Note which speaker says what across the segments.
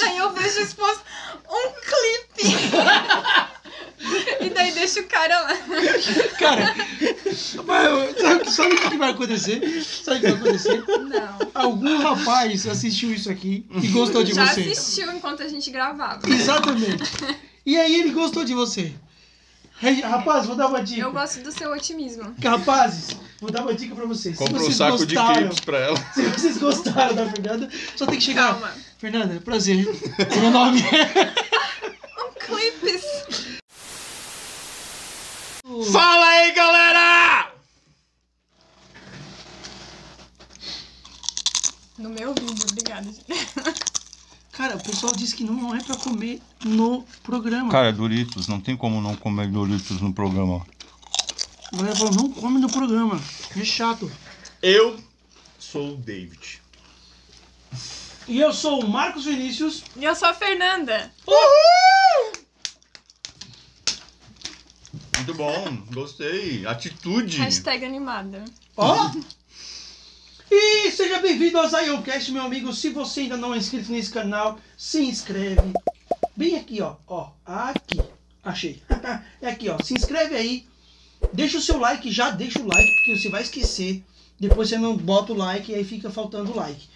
Speaker 1: Daí eu vejo exposto um clipe. e daí deixa o cara lá.
Speaker 2: Cara, mas sabe, sabe o que vai acontecer? Sabe o que vai acontecer?
Speaker 1: Não.
Speaker 2: Algum rapaz assistiu isso aqui e gostou de
Speaker 1: Já
Speaker 2: você.
Speaker 3: assim.
Speaker 1: assistiu enquanto a gente gravava.
Speaker 2: Exatamente. E aí ele gostou de você. Re- Rapaz, vou dar uma dica.
Speaker 1: Eu gosto do seu otimismo.
Speaker 2: Rapazes, vou dar uma dica pra vocês.
Speaker 3: Compra
Speaker 2: se
Speaker 3: um
Speaker 2: vocês
Speaker 3: saco
Speaker 2: gostaram,
Speaker 3: de clips pra ela.
Speaker 2: Se vocês gostaram da Fernanda, só tem que chegar.
Speaker 1: Calma.
Speaker 2: Fernanda, prazer. Meu nome é.
Speaker 1: Um clipes.
Speaker 3: Fala aí, galera!
Speaker 1: No meu vídeo, obrigada.
Speaker 2: Cara, o pessoal disse que não, não é pra comer no programa.
Speaker 3: Cara, é Doritos, não tem como não comer Doritos no programa.
Speaker 2: A galera falou, não come no programa. É chato.
Speaker 4: Eu sou o David.
Speaker 2: E eu sou o Marcos Vinícius.
Speaker 1: E eu sou a Fernanda.
Speaker 4: Muito bom, gostei. Atitude.
Speaker 1: Hashtag animada.
Speaker 2: Ó! E seja bem-vindo ao Zioncast, meu amigo. Se você ainda não é inscrito nesse canal, se inscreve. Bem aqui, ó. Ó, aqui. Achei. é aqui, ó. Se inscreve aí. Deixa o seu like, já deixa o like, porque você vai esquecer. Depois você não bota o like e aí fica faltando o like.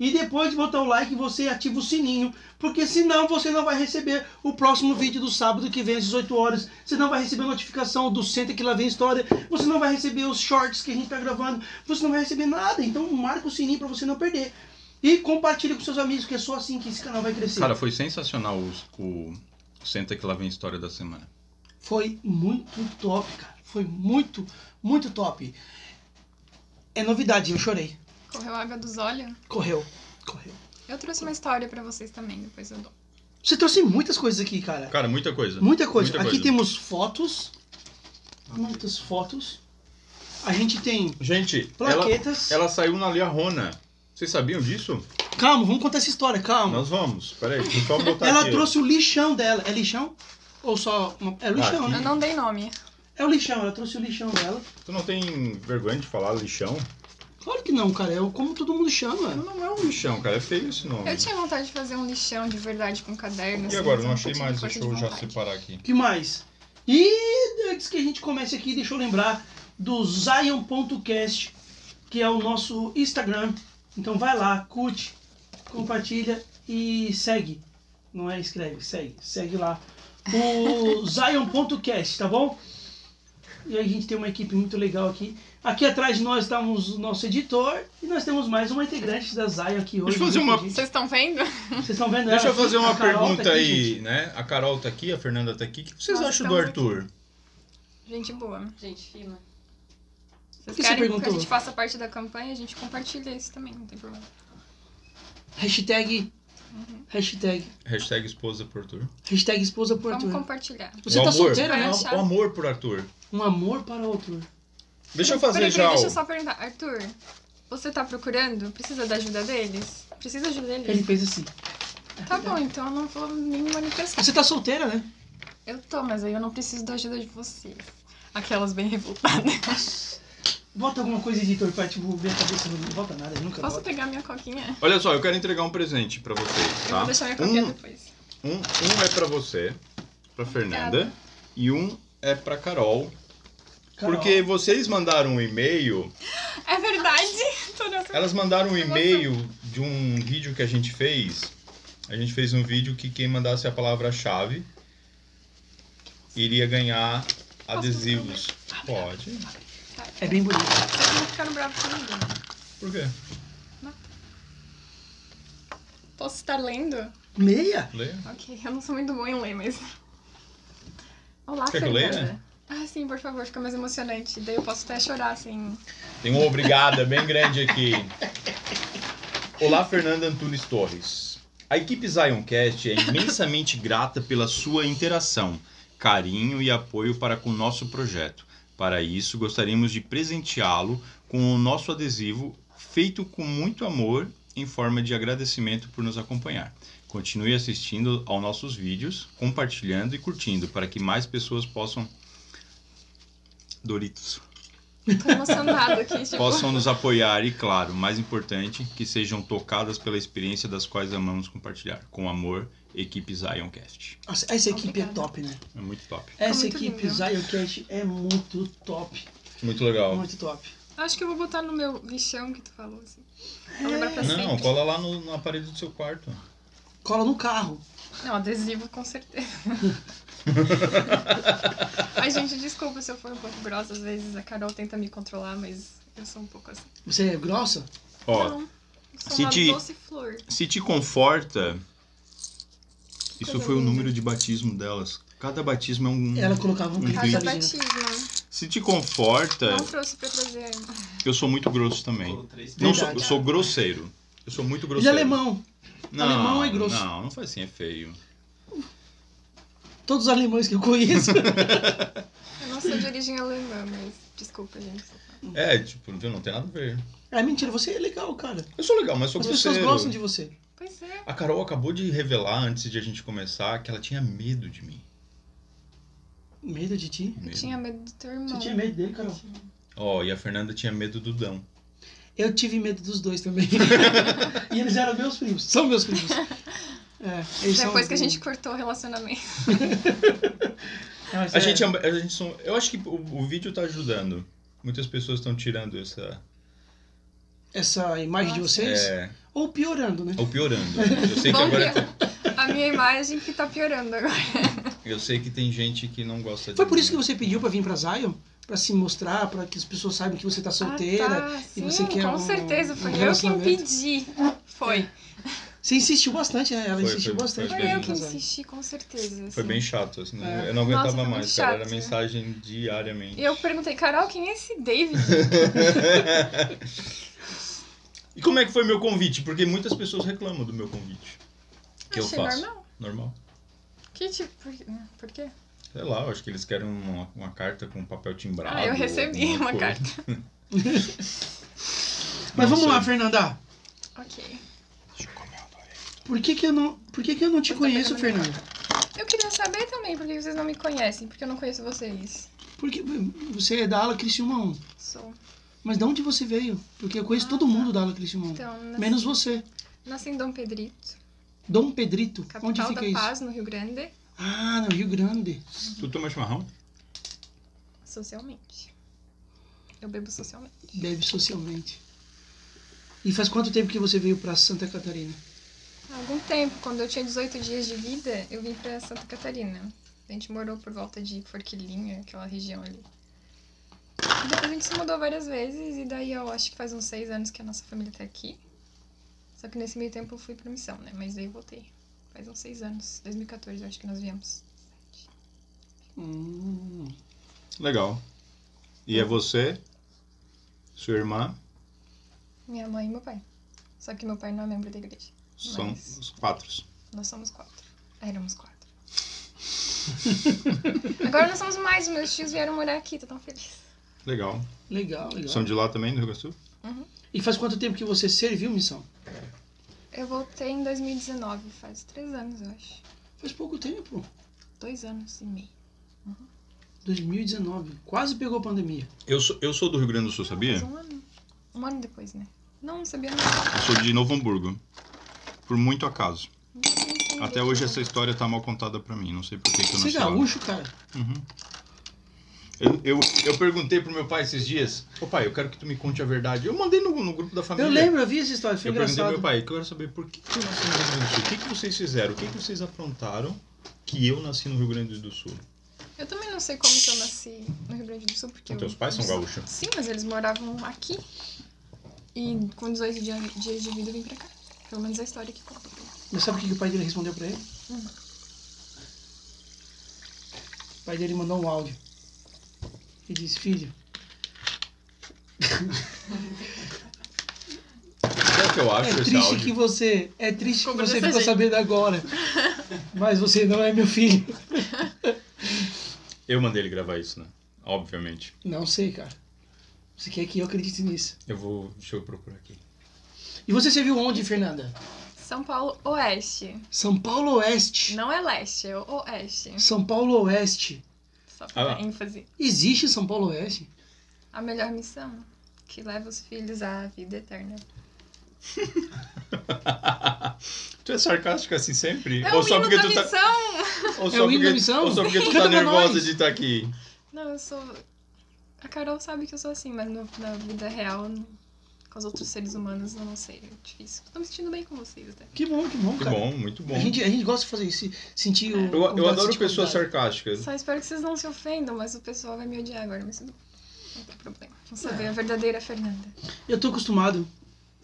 Speaker 2: E depois de botar o like, você ativa o sininho, porque senão você não vai receber o próximo vídeo do sábado que vem às 18 horas. Você não vai receber a notificação do Senta que lá vem história. Você não vai receber os shorts que a gente tá gravando. Você não vai receber nada. Então marca o sininho para você não perder. E compartilha com seus amigos, que é só assim que esse canal vai crescer.
Speaker 3: Cara, foi sensacional o, o Senta que lá vem história da semana.
Speaker 2: Foi muito top, cara. Foi muito, muito top. É novidade, eu chorei.
Speaker 1: Correu água dos olhos?
Speaker 2: Correu, correu.
Speaker 1: Eu trouxe uma história pra vocês também, depois eu dou.
Speaker 2: Você trouxe muitas coisas aqui, cara.
Speaker 3: Cara, muita coisa.
Speaker 2: Muita coisa.
Speaker 3: Muita
Speaker 2: aqui
Speaker 3: coisa.
Speaker 2: temos fotos. Muitas fotos. A gente tem
Speaker 3: Gente, ela,
Speaker 2: plaquetas.
Speaker 3: ela saiu na Liarrona. Vocês sabiam disso?
Speaker 2: Calma, vamos contar essa história, calma.
Speaker 3: Nós vamos. Peraí, deixa eu só botar
Speaker 2: ela
Speaker 3: tá aqui, ó. Tá
Speaker 2: trouxe o lixão dela. É lixão? Ou só. Uma... É o lixão,
Speaker 3: Aqui.
Speaker 1: Eu
Speaker 2: né?
Speaker 1: não dei nome.
Speaker 2: É o lixão, ela trouxe o lixão dela.
Speaker 3: Tu não tem vergonha de falar lixão?
Speaker 2: Claro que não, cara. É como todo mundo chama.
Speaker 3: Não é um lixão, cara. É feio esse nome.
Speaker 1: Eu tinha vontade de fazer um lixão de verdade com caderno.
Speaker 3: E
Speaker 1: assim,
Speaker 3: agora?
Speaker 1: mas
Speaker 3: Não
Speaker 1: eu
Speaker 3: achei
Speaker 1: tive
Speaker 3: mais.
Speaker 1: força
Speaker 3: Deixa
Speaker 1: de
Speaker 3: eu já
Speaker 1: vontade.
Speaker 3: separar aqui.
Speaker 2: que mais? E antes que a gente comece aqui, deixa eu lembrar do Zion.cast, que é o nosso Instagram. Então vai lá, curte, compartilha e segue. Não é escreve, segue, segue lá. O Zion.cast, tá bom? E aí a gente tem uma equipe muito legal aqui. Aqui atrás de nós está o nosso editor e nós temos mais uma integrante da Zion aqui hoje.
Speaker 3: Deixa eu fazer uma-
Speaker 1: Vocês estão vendo?
Speaker 2: Vocês estão vendo ela
Speaker 3: Deixa eu
Speaker 2: aqui?
Speaker 3: fazer
Speaker 2: A
Speaker 3: uma
Speaker 2: Carol tá
Speaker 3: pergunta
Speaker 2: aqui,
Speaker 3: aí,
Speaker 2: gente.
Speaker 3: né? A Carol tá aqui, a Fernanda tá aqui. O que vocês
Speaker 1: Nós
Speaker 3: acham do
Speaker 1: estamos
Speaker 3: Arthur?
Speaker 1: Gente boa.
Speaker 5: Gente, fina.
Speaker 1: Vocês
Speaker 2: que você
Speaker 1: querem que a
Speaker 2: perguntou?
Speaker 1: gente faça parte da campanha, a gente compartilha isso também, não tem problema.
Speaker 2: Hashtag. Uhum. Hashtag.
Speaker 3: Hashtag esposa por Arthur.
Speaker 2: Hashtag esposa por
Speaker 1: Vamos
Speaker 2: Arthur.
Speaker 1: compartilhar.
Speaker 2: Você
Speaker 3: o
Speaker 2: tá
Speaker 3: Um amor,
Speaker 2: solteira, né?
Speaker 1: Vai.
Speaker 3: O amor por Arthur.
Speaker 2: Um amor para outro.
Speaker 3: Deixa eu fazer
Speaker 1: peraí,
Speaker 3: já
Speaker 1: peraí, deixa eu
Speaker 3: o-
Speaker 1: só perguntar. Arthur, você tá procurando? Precisa da ajuda deles? Precisa da ajuda
Speaker 2: Ele
Speaker 1: deles?
Speaker 2: fez assim.
Speaker 1: Tá bom, então eu não vou nem manifestar.
Speaker 2: Você tá solteira, né?
Speaker 1: Eu tô, mas aí eu não preciso da ajuda de vocês. Aquelas bem revoltadas.
Speaker 2: Bota alguma coisa, editor, pra tipo, ver a cabeça. Não bota nada, nunca
Speaker 1: Posso
Speaker 2: bota.
Speaker 1: pegar minha coquinha?
Speaker 3: Olha só, eu quero entregar um presente pra vocês,
Speaker 1: Eu
Speaker 3: tá?
Speaker 1: vou deixar minha coquinha
Speaker 3: Um-
Speaker 1: depois.
Speaker 3: Um, um é pra você, pra Fernanda,
Speaker 1: Obrigada.
Speaker 3: e um é pra Carol,
Speaker 2: Carol.
Speaker 3: Porque vocês mandaram um e-mail,
Speaker 1: É verdade! Tô nessa-
Speaker 3: elas mandaram um e-mail de um vídeo que a gente fez. A gente fez um vídeo que quem mandasse a palavra-chave iria ganhar adesivos. Pode.
Speaker 2: É bem bonito.
Speaker 1: Vocês não ficaram bravos comigo.
Speaker 3: Por quê?
Speaker 1: Posso estar lendo?
Speaker 2: Meia?
Speaker 3: Leia.
Speaker 1: Ok, eu não sou muito boa em ler, mas. Olá,
Speaker 3: Quer que eu
Speaker 1: Fernanda.
Speaker 3: leia?
Speaker 1: Ah, sim, por favor, fica mais emocionante. Daí eu posso até chorar, assim.
Speaker 3: Tem um obrigada bem grande aqui. Olá, Fernanda Antunes Torres. A equipe Zioncast é imensamente grata pela sua interação, carinho e apoio para com o nosso projeto. Para isso, gostaríamos de presenteá-lo com o nosso adesivo feito com muito amor em forma de agradecimento por nos acompanhar. Continue assistindo aos nossos vídeos, compartilhando e curtindo para que mais pessoas possam Doritos.
Speaker 1: Tô emocionada aqui, tipo.
Speaker 3: possam nos apoiar e, claro, o mais importante, que sejam tocadas pela experiência das quais amamos compartilhar. Com amor, equipe Zioncast.
Speaker 2: Nossa, essa equipe é
Speaker 1: Obrigada.
Speaker 2: top, né?
Speaker 3: É muito top.
Speaker 2: Essa
Speaker 1: muito
Speaker 2: equipe
Speaker 1: lindo.
Speaker 2: Zioncast é muito top.
Speaker 3: Muito legal.
Speaker 2: Muito top.
Speaker 1: "Ah, Acho que eu vou botar no meu lixão que tu falou, assim. Pra lembrar pra
Speaker 3: Não,
Speaker 1: sempre.
Speaker 3: cola lá no, na parede do seu quarto.
Speaker 2: Cola no carro.
Speaker 1: Não, adesivo com certeza. Ai, gente, desculpa se eu for um pouco grossa. Às vezes a Carol tenta me controlar, mas eu sou um pouco assim.
Speaker 2: Você é grossa?
Speaker 3: Ó,
Speaker 1: Não, eu sou
Speaker 3: se
Speaker 1: uma
Speaker 3: te-
Speaker 1: doce flor.
Speaker 3: se te conforta, isso
Speaker 1: Coisa
Speaker 3: foi o
Speaker 1: linda.
Speaker 3: número de batismo delas. Cada batismo é um.
Speaker 2: Ela colocava um
Speaker 3: Muito
Speaker 1: Cada
Speaker 2: cristalzinho.
Speaker 1: batismo.
Speaker 3: Se te conforta,
Speaker 1: Não trouxe pra trazer ainda.
Speaker 3: eu sou muito grosso também.
Speaker 4: Três
Speaker 3: Não sou,
Speaker 2: Verdade.
Speaker 3: eu sou grosseiro. Eu sou muito
Speaker 2: Ele é
Speaker 3: grosseiro.
Speaker 2: alemão.
Speaker 3: Não,
Speaker 2: Alemão é grosso.
Speaker 3: Não, não faz assim, é feio.
Speaker 2: Todos os alemães que eu conheço.
Speaker 1: Eu não sou de origem alemã, mas desculpa, gente.
Speaker 3: É, tipo, não tem- não tem nada a ver.
Speaker 2: é mentira, você é legal, cara.
Speaker 3: Eu sou legal, mas sou
Speaker 2: As
Speaker 3: grosseiro.
Speaker 2: pessoas gostam de você.
Speaker 1: Pois é.
Speaker 3: A Carol acabou de revelar, antes de a gente começar, que ela tinha medo de mim.
Speaker 2: Medo de ti?
Speaker 1: Eu
Speaker 3: Medo.
Speaker 1: tinha medo do teu irmão.
Speaker 2: Você tinha medo dele, Carol?
Speaker 3: Ó, e a Fernanda tinha medo do Dão.
Speaker 2: Eu tive medo dos dois também. e eles eram meus primos. São meus primos. É, eles são
Speaker 1: Depois que a
Speaker 2: do-
Speaker 1: gente cortou o relacionamento.
Speaker 2: Ah, mas
Speaker 3: A
Speaker 2: é-
Speaker 3: gente, é- a gente são, eu acho que o, o vídeo tá ajudando. Muitas pessoas estão tirando essa.
Speaker 2: Essa imagem de
Speaker 1: Nossa.
Speaker 2: vocês.
Speaker 3: É,
Speaker 2: Ou piorando, né?
Speaker 3: ou piorando. né? Eu sei que
Speaker 1: Bom
Speaker 3: agora.
Speaker 1: que a minha imagem que tá piorando agora.
Speaker 3: Eu sei que tem gente que não gosta de.
Speaker 2: Foi por isso que você pediu pra vir pra Zion? Pra se mostrar, pra que as pessoas saibam que você tá solteira.
Speaker 1: Ah, tá.
Speaker 2: e
Speaker 1: Sim,
Speaker 2: você quer
Speaker 1: com
Speaker 2: um-
Speaker 1: certeza.
Speaker 2: um
Speaker 1: Foi eu que
Speaker 2: relacionamento?
Speaker 1: impedi. Foi.
Speaker 2: Você insistiu bastante, né? Ela
Speaker 3: Foi,
Speaker 2: insistiu
Speaker 3: foi-
Speaker 2: bastante. pra
Speaker 3: foi
Speaker 1: Foi
Speaker 3: bem.
Speaker 2: vir
Speaker 1: eu
Speaker 2: pra
Speaker 1: que
Speaker 2: Zion.
Speaker 1: insisti, com certeza.
Speaker 3: Foi
Speaker 1: assim.
Speaker 3: bem chato, assim.
Speaker 2: É.
Speaker 3: Eu não
Speaker 1: Nossa,
Speaker 3: aguentava
Speaker 1: foi muito
Speaker 3: mais, cara. Era
Speaker 2: né?
Speaker 1: chato.
Speaker 3: mensagem diariamente.
Speaker 1: E eu perguntei, Carol, quem é esse David?
Speaker 3: E como é que foi meu convite? Porque muitas pessoas reclamam do meu convite. Que eu
Speaker 1: Achei
Speaker 3: faço.
Speaker 1: normal.
Speaker 3: Normal.
Speaker 1: Que tipo, por, por quê?
Speaker 3: Sei lá, eu acho que eles querem uma, uma carta com papel timbrado.
Speaker 1: Ah, eu recebi uma
Speaker 3: alguma coisa.
Speaker 1: carta.
Speaker 2: Mas
Speaker 3: Não
Speaker 2: vamos lá,
Speaker 3: sei.
Speaker 2: Fernanda.
Speaker 1: Ok.
Speaker 2: Por que que eu não, por que que eu não te
Speaker 1: Eu tô
Speaker 2: conheço,
Speaker 1: pegando
Speaker 2: Fernanda?
Speaker 1: Eu queria saber também por que vocês não me conhecem, porque eu não conheço vocês.
Speaker 2: Porque você é da ala Criciúma 1.
Speaker 1: Sou.
Speaker 2: Mas de onde você veio? Porque eu conheço
Speaker 1: Ah,
Speaker 2: todo
Speaker 1: tá.
Speaker 2: mundo da ala Criciúma 1.
Speaker 1: Então, nasci,
Speaker 2: Menos você.
Speaker 1: nasci em Dom Pedrito,
Speaker 2: Dom Pedrito. onde
Speaker 1: capital
Speaker 2: fica
Speaker 1: da
Speaker 2: isso?
Speaker 1: paz, no Rio Grande,
Speaker 2: Ah, no Rio Grande.
Speaker 3: Tu toma chimarrão?
Speaker 1: socialmente. Eu bebo socialmente.
Speaker 2: Deve socialmente. E faz quanto tempo que você veio pra Santa Catarina?
Speaker 1: Há algum tempo, quando eu tinha 18 dias de vida, eu vim pra Santa Catarina. A gente morou por volta de Forquilinha, aquela região ali. E depois a gente se mudou várias vezes, e daí eu acho que faz uns seis anos que a nossa família tá aqui. Só que nesse meio tempo eu fui pra missão, né? Mas daí voltei. Faz uns seis anos, 2014 eu acho que nós viemos.
Speaker 2: Hum.
Speaker 3: Legal. E é você? Sua irmã?
Speaker 1: Minha mãe e meu pai. Só que meu pai não é membro da igreja.
Speaker 3: São
Speaker 1: Mas-
Speaker 3: os quatro.
Speaker 1: Nós somos quatro. Éramos quatro. Agora nós somos mais, meus tios vieram morar aqui, tô tão feliz.
Speaker 3: Legal.
Speaker 2: Legal, legal.
Speaker 3: São de lá também, do Rio Grande do Sul?
Speaker 2: E faz quanto tempo que você serviu missão?
Speaker 1: Eu voltei em 2019, faz três anos, eu acho.
Speaker 2: Faz pouco tempo.
Speaker 1: Dois anos e meio.
Speaker 2: 2019. Quase pegou a pandemia.
Speaker 3: Eu sou, eu sou do Rio Grande do Sul, sabia?
Speaker 1: Faz um ano. Um ano depois, né? Não, não sabia não.
Speaker 3: Eu sou de Novo Hamburgo. Por muito acaso.
Speaker 1: Não sei
Speaker 3: Até
Speaker 1: direito,
Speaker 3: hoje
Speaker 1: não.
Speaker 3: essa história tá mal contada pra mim. Não sei por que, que eu não
Speaker 2: Você é
Speaker 3: sei lá.
Speaker 2: gaúcho, cara?
Speaker 3: Uhum. Eu, eu, eu perguntei pro meu pai esses dias. Ô pai, eu quero que tu me conte a verdade. Eu mandei no, no grupo da família.
Speaker 2: Eu lembro, eu vi essa história, foi
Speaker 3: Tá é. Eu perguntei pro
Speaker 2: engraçado.
Speaker 3: meu pai, eu quero saber por que, que eu nasci no Rio Grande do Sul. O que, que vocês fizeram? O que, que vocês aprontaram que eu nasci no Rio Grande do Sul?
Speaker 1: Eu também não sei como que eu nasci no Rio Grande do Sul, porque.
Speaker 3: Então,
Speaker 1: eu-
Speaker 3: teus pais são gaúchos?
Speaker 1: Sim, mas eles moravam aqui. E com 18 dia- dias de vida eu vim pra cá. Pelo menos a história que conta.
Speaker 2: Mas sabe o que, que o pai dele respondeu pra ele?
Speaker 1: Hum.
Speaker 2: O pai dele mandou um áudio. E disse, filho,
Speaker 3: Sabe o que eu acho
Speaker 2: é
Speaker 3: esse
Speaker 2: triste
Speaker 3: áudio?
Speaker 2: que você. É triste que
Speaker 1: Cobrou
Speaker 2: você
Speaker 1: dessa
Speaker 2: ficou
Speaker 1: gente.
Speaker 2: sabendo agora. Mas você não é meu filho.
Speaker 3: Eu mandei ele gravar isso, né? Obviamente.
Speaker 2: Não sei, cara. Você quer que eu acredite nisso?
Speaker 3: Eu vou. Deixa eu procurar aqui.
Speaker 2: E você serviu onde, Fernanda?
Speaker 1: São Paulo Oeste.
Speaker 2: São Paulo Oeste.
Speaker 1: Não é leste, é o oeste.
Speaker 2: São Paulo Oeste.
Speaker 1: Só
Speaker 3: Ah
Speaker 1: pra
Speaker 3: lá.
Speaker 1: dar ênfase.
Speaker 2: Existe São Paulo Oeste?
Speaker 1: A melhor missão que leva os filhos à vida eterna.
Speaker 3: tu é sarcástico assim sempre?
Speaker 1: É
Speaker 3: ou,
Speaker 1: o
Speaker 3: só
Speaker 1: hino
Speaker 3: porque
Speaker 1: da
Speaker 3: tu tá,
Speaker 1: missão!
Speaker 3: ou,
Speaker 2: É o
Speaker 3: só
Speaker 2: hino da
Speaker 3: porque,
Speaker 2: missão?
Speaker 3: ou só porque tu
Speaker 2: Canta
Speaker 3: tá
Speaker 2: pra
Speaker 3: nervosa
Speaker 2: nós.
Speaker 3: de estar aqui?
Speaker 1: Não, eu sou. A Carol sabe que eu sou assim, mas no- na vida real, no- com os outros seres humanos, eu não sei. É difícil. Tô me sentindo bem com vocês até.
Speaker 2: Que bom, que bom,
Speaker 3: Muito
Speaker 2: cara.
Speaker 3: bom, muito bom.
Speaker 2: A gente, é um a gente gosta de fazer isso, sentir o.
Speaker 3: Eu, eu
Speaker 2: convidado
Speaker 3: adoro
Speaker 2: sentir
Speaker 3: pessoas
Speaker 2: convidado.
Speaker 3: sarcásticas.
Speaker 1: Só espero que vocês não se ofendam, mas o pessoal vai me odiar agora, mas tudo bem. Não tem problema. Vamos saber a verdadeira Fernanda.
Speaker 2: Eu tô acostumado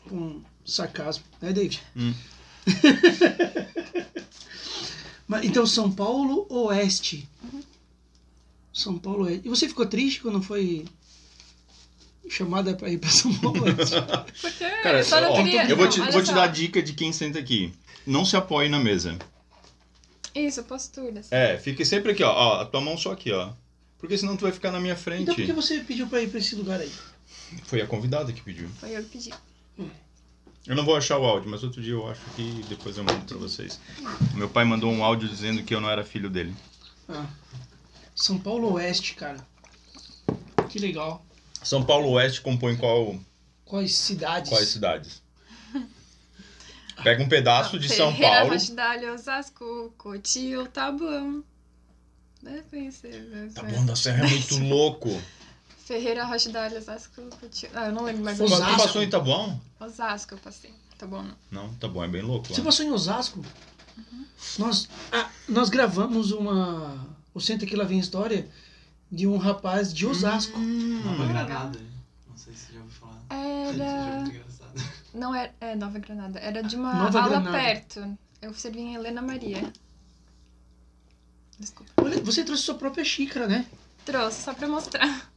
Speaker 2: com sarcasmo, né, David?
Speaker 3: Hum.
Speaker 2: Mas, então, São Paulo Oeste. São Paulo Oeste. E você ficou triste quando foi chamada pra ir pra São Paulo Oeste?
Speaker 1: Porque
Speaker 3: Cara,
Speaker 1: eu só não
Speaker 3: ó,
Speaker 1: queria.
Speaker 3: eu vou
Speaker 1: não,
Speaker 3: te,
Speaker 1: olha
Speaker 3: vou te
Speaker 1: só.
Speaker 3: dar a dica de quem senta aqui. Não se apoie na mesa.
Speaker 1: Isso, posturas.
Speaker 3: É, fique sempre aqui, ó. ó. A tua mão só aqui, ó. Porque senão tu vai ficar na minha frente.
Speaker 2: então, por que você pediu pra ir pra esse lugar aí?
Speaker 3: Foi a convidada que pediu.
Speaker 1: Foi eu que pedi.
Speaker 3: Eu não vou achar o áudio, mas outro dia eu acho que depois eu mando pra vocês. Meu pai mandou um áudio dizendo que eu não era filho dele.
Speaker 2: Ah, São Paulo Oeste, cara. Que legal.
Speaker 3: São Paulo Oeste compõe qual,
Speaker 2: Quais cidades?
Speaker 3: quais cidades? Pega um pedaço
Speaker 2: Ah,
Speaker 3: de São
Speaker 1: Ferreira,
Speaker 3: Paulo.
Speaker 1: Rochdale, Osasco, Cotil, Taboão. Deve conhecer. Deve
Speaker 3: Tá
Speaker 1: conhecer.
Speaker 3: bom, da Serra é muito louco.
Speaker 1: Ferreira, Rochdale, Osasco, Cotil. Ah, eu não lembro mais.
Speaker 3: Tu
Speaker 2: Osasco.
Speaker 3: passou em Itabuão?
Speaker 1: Osasco eu passei. Tá bom, não.
Speaker 3: Não, Itabuão é bem louco
Speaker 2: Você
Speaker 3: lá.
Speaker 2: passou em Osasco? Nós, ah, nós gravamos uma. O Senta Que Lá Vem História de um rapaz de Osasco.
Speaker 5: Nova
Speaker 1: Hum.
Speaker 5: Granada. Não sei se você já ouviu falar. Isso é
Speaker 1: Era.
Speaker 5: muito engraçado.
Speaker 1: Não era. É, Nova Granada. Era de uma
Speaker 2: Nova
Speaker 1: ala
Speaker 2: Granada.
Speaker 1: perto. Eu servi em Helena Maria. Desculpa.
Speaker 2: Olha, você trouxe sua própria xícara, né?
Speaker 1: Trouxe só pra mostrar.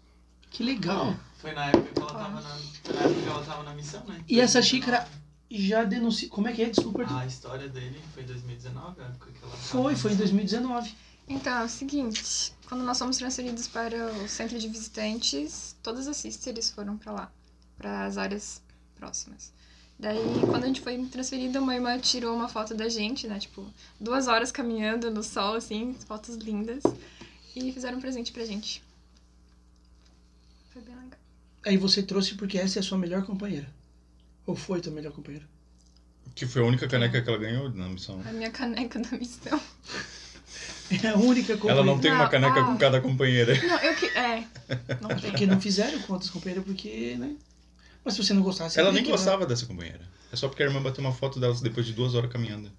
Speaker 2: Que legal.
Speaker 5: Foi na época que ela tava na, foi na, época que ela tava na missão, né?
Speaker 2: E essa xícara já denunciou. Como é que é? Desculpa.
Speaker 3: Ah,
Speaker 2: Arthur.
Speaker 5: A história dele foi em 2019, a época que ela tava-
Speaker 2: Foi, foi em 2019.
Speaker 1: Então, é o seguinte. Quando nós fomos transferidos para o centro de visitantes, todas as sisters foram pra lá. Pra as áreas próximas. Daí, quando a gente foi transferida, uma irmã tirou uma foto da gente, né? Tipo, duas horas caminhando no sol, assim, fotos lindas. E fizeram um presente pra gente. Foi bem legal.
Speaker 2: Aí você trouxe porque essa é a sua melhor companheira. Ou foi tua melhor companheira?
Speaker 3: Que foi a única caneca que ela ganhou na missão.
Speaker 2: Hum.
Speaker 1: A minha caneca da missão.
Speaker 2: É a única companheira.
Speaker 3: Ela não tem uma
Speaker 1: Não,
Speaker 3: caneca
Speaker 1: ah.
Speaker 3: com cada companheira.
Speaker 1: Não, eu que. É. Não tem.
Speaker 2: Porque não fizeram com outras companheiras, porque, né? Mas se você não gostasse.
Speaker 3: Ela
Speaker 2: teria
Speaker 3: nem
Speaker 2: que-
Speaker 3: gostava dessa companheira. É só porque a irmã bateu uma foto delas depois de duas horas caminhando.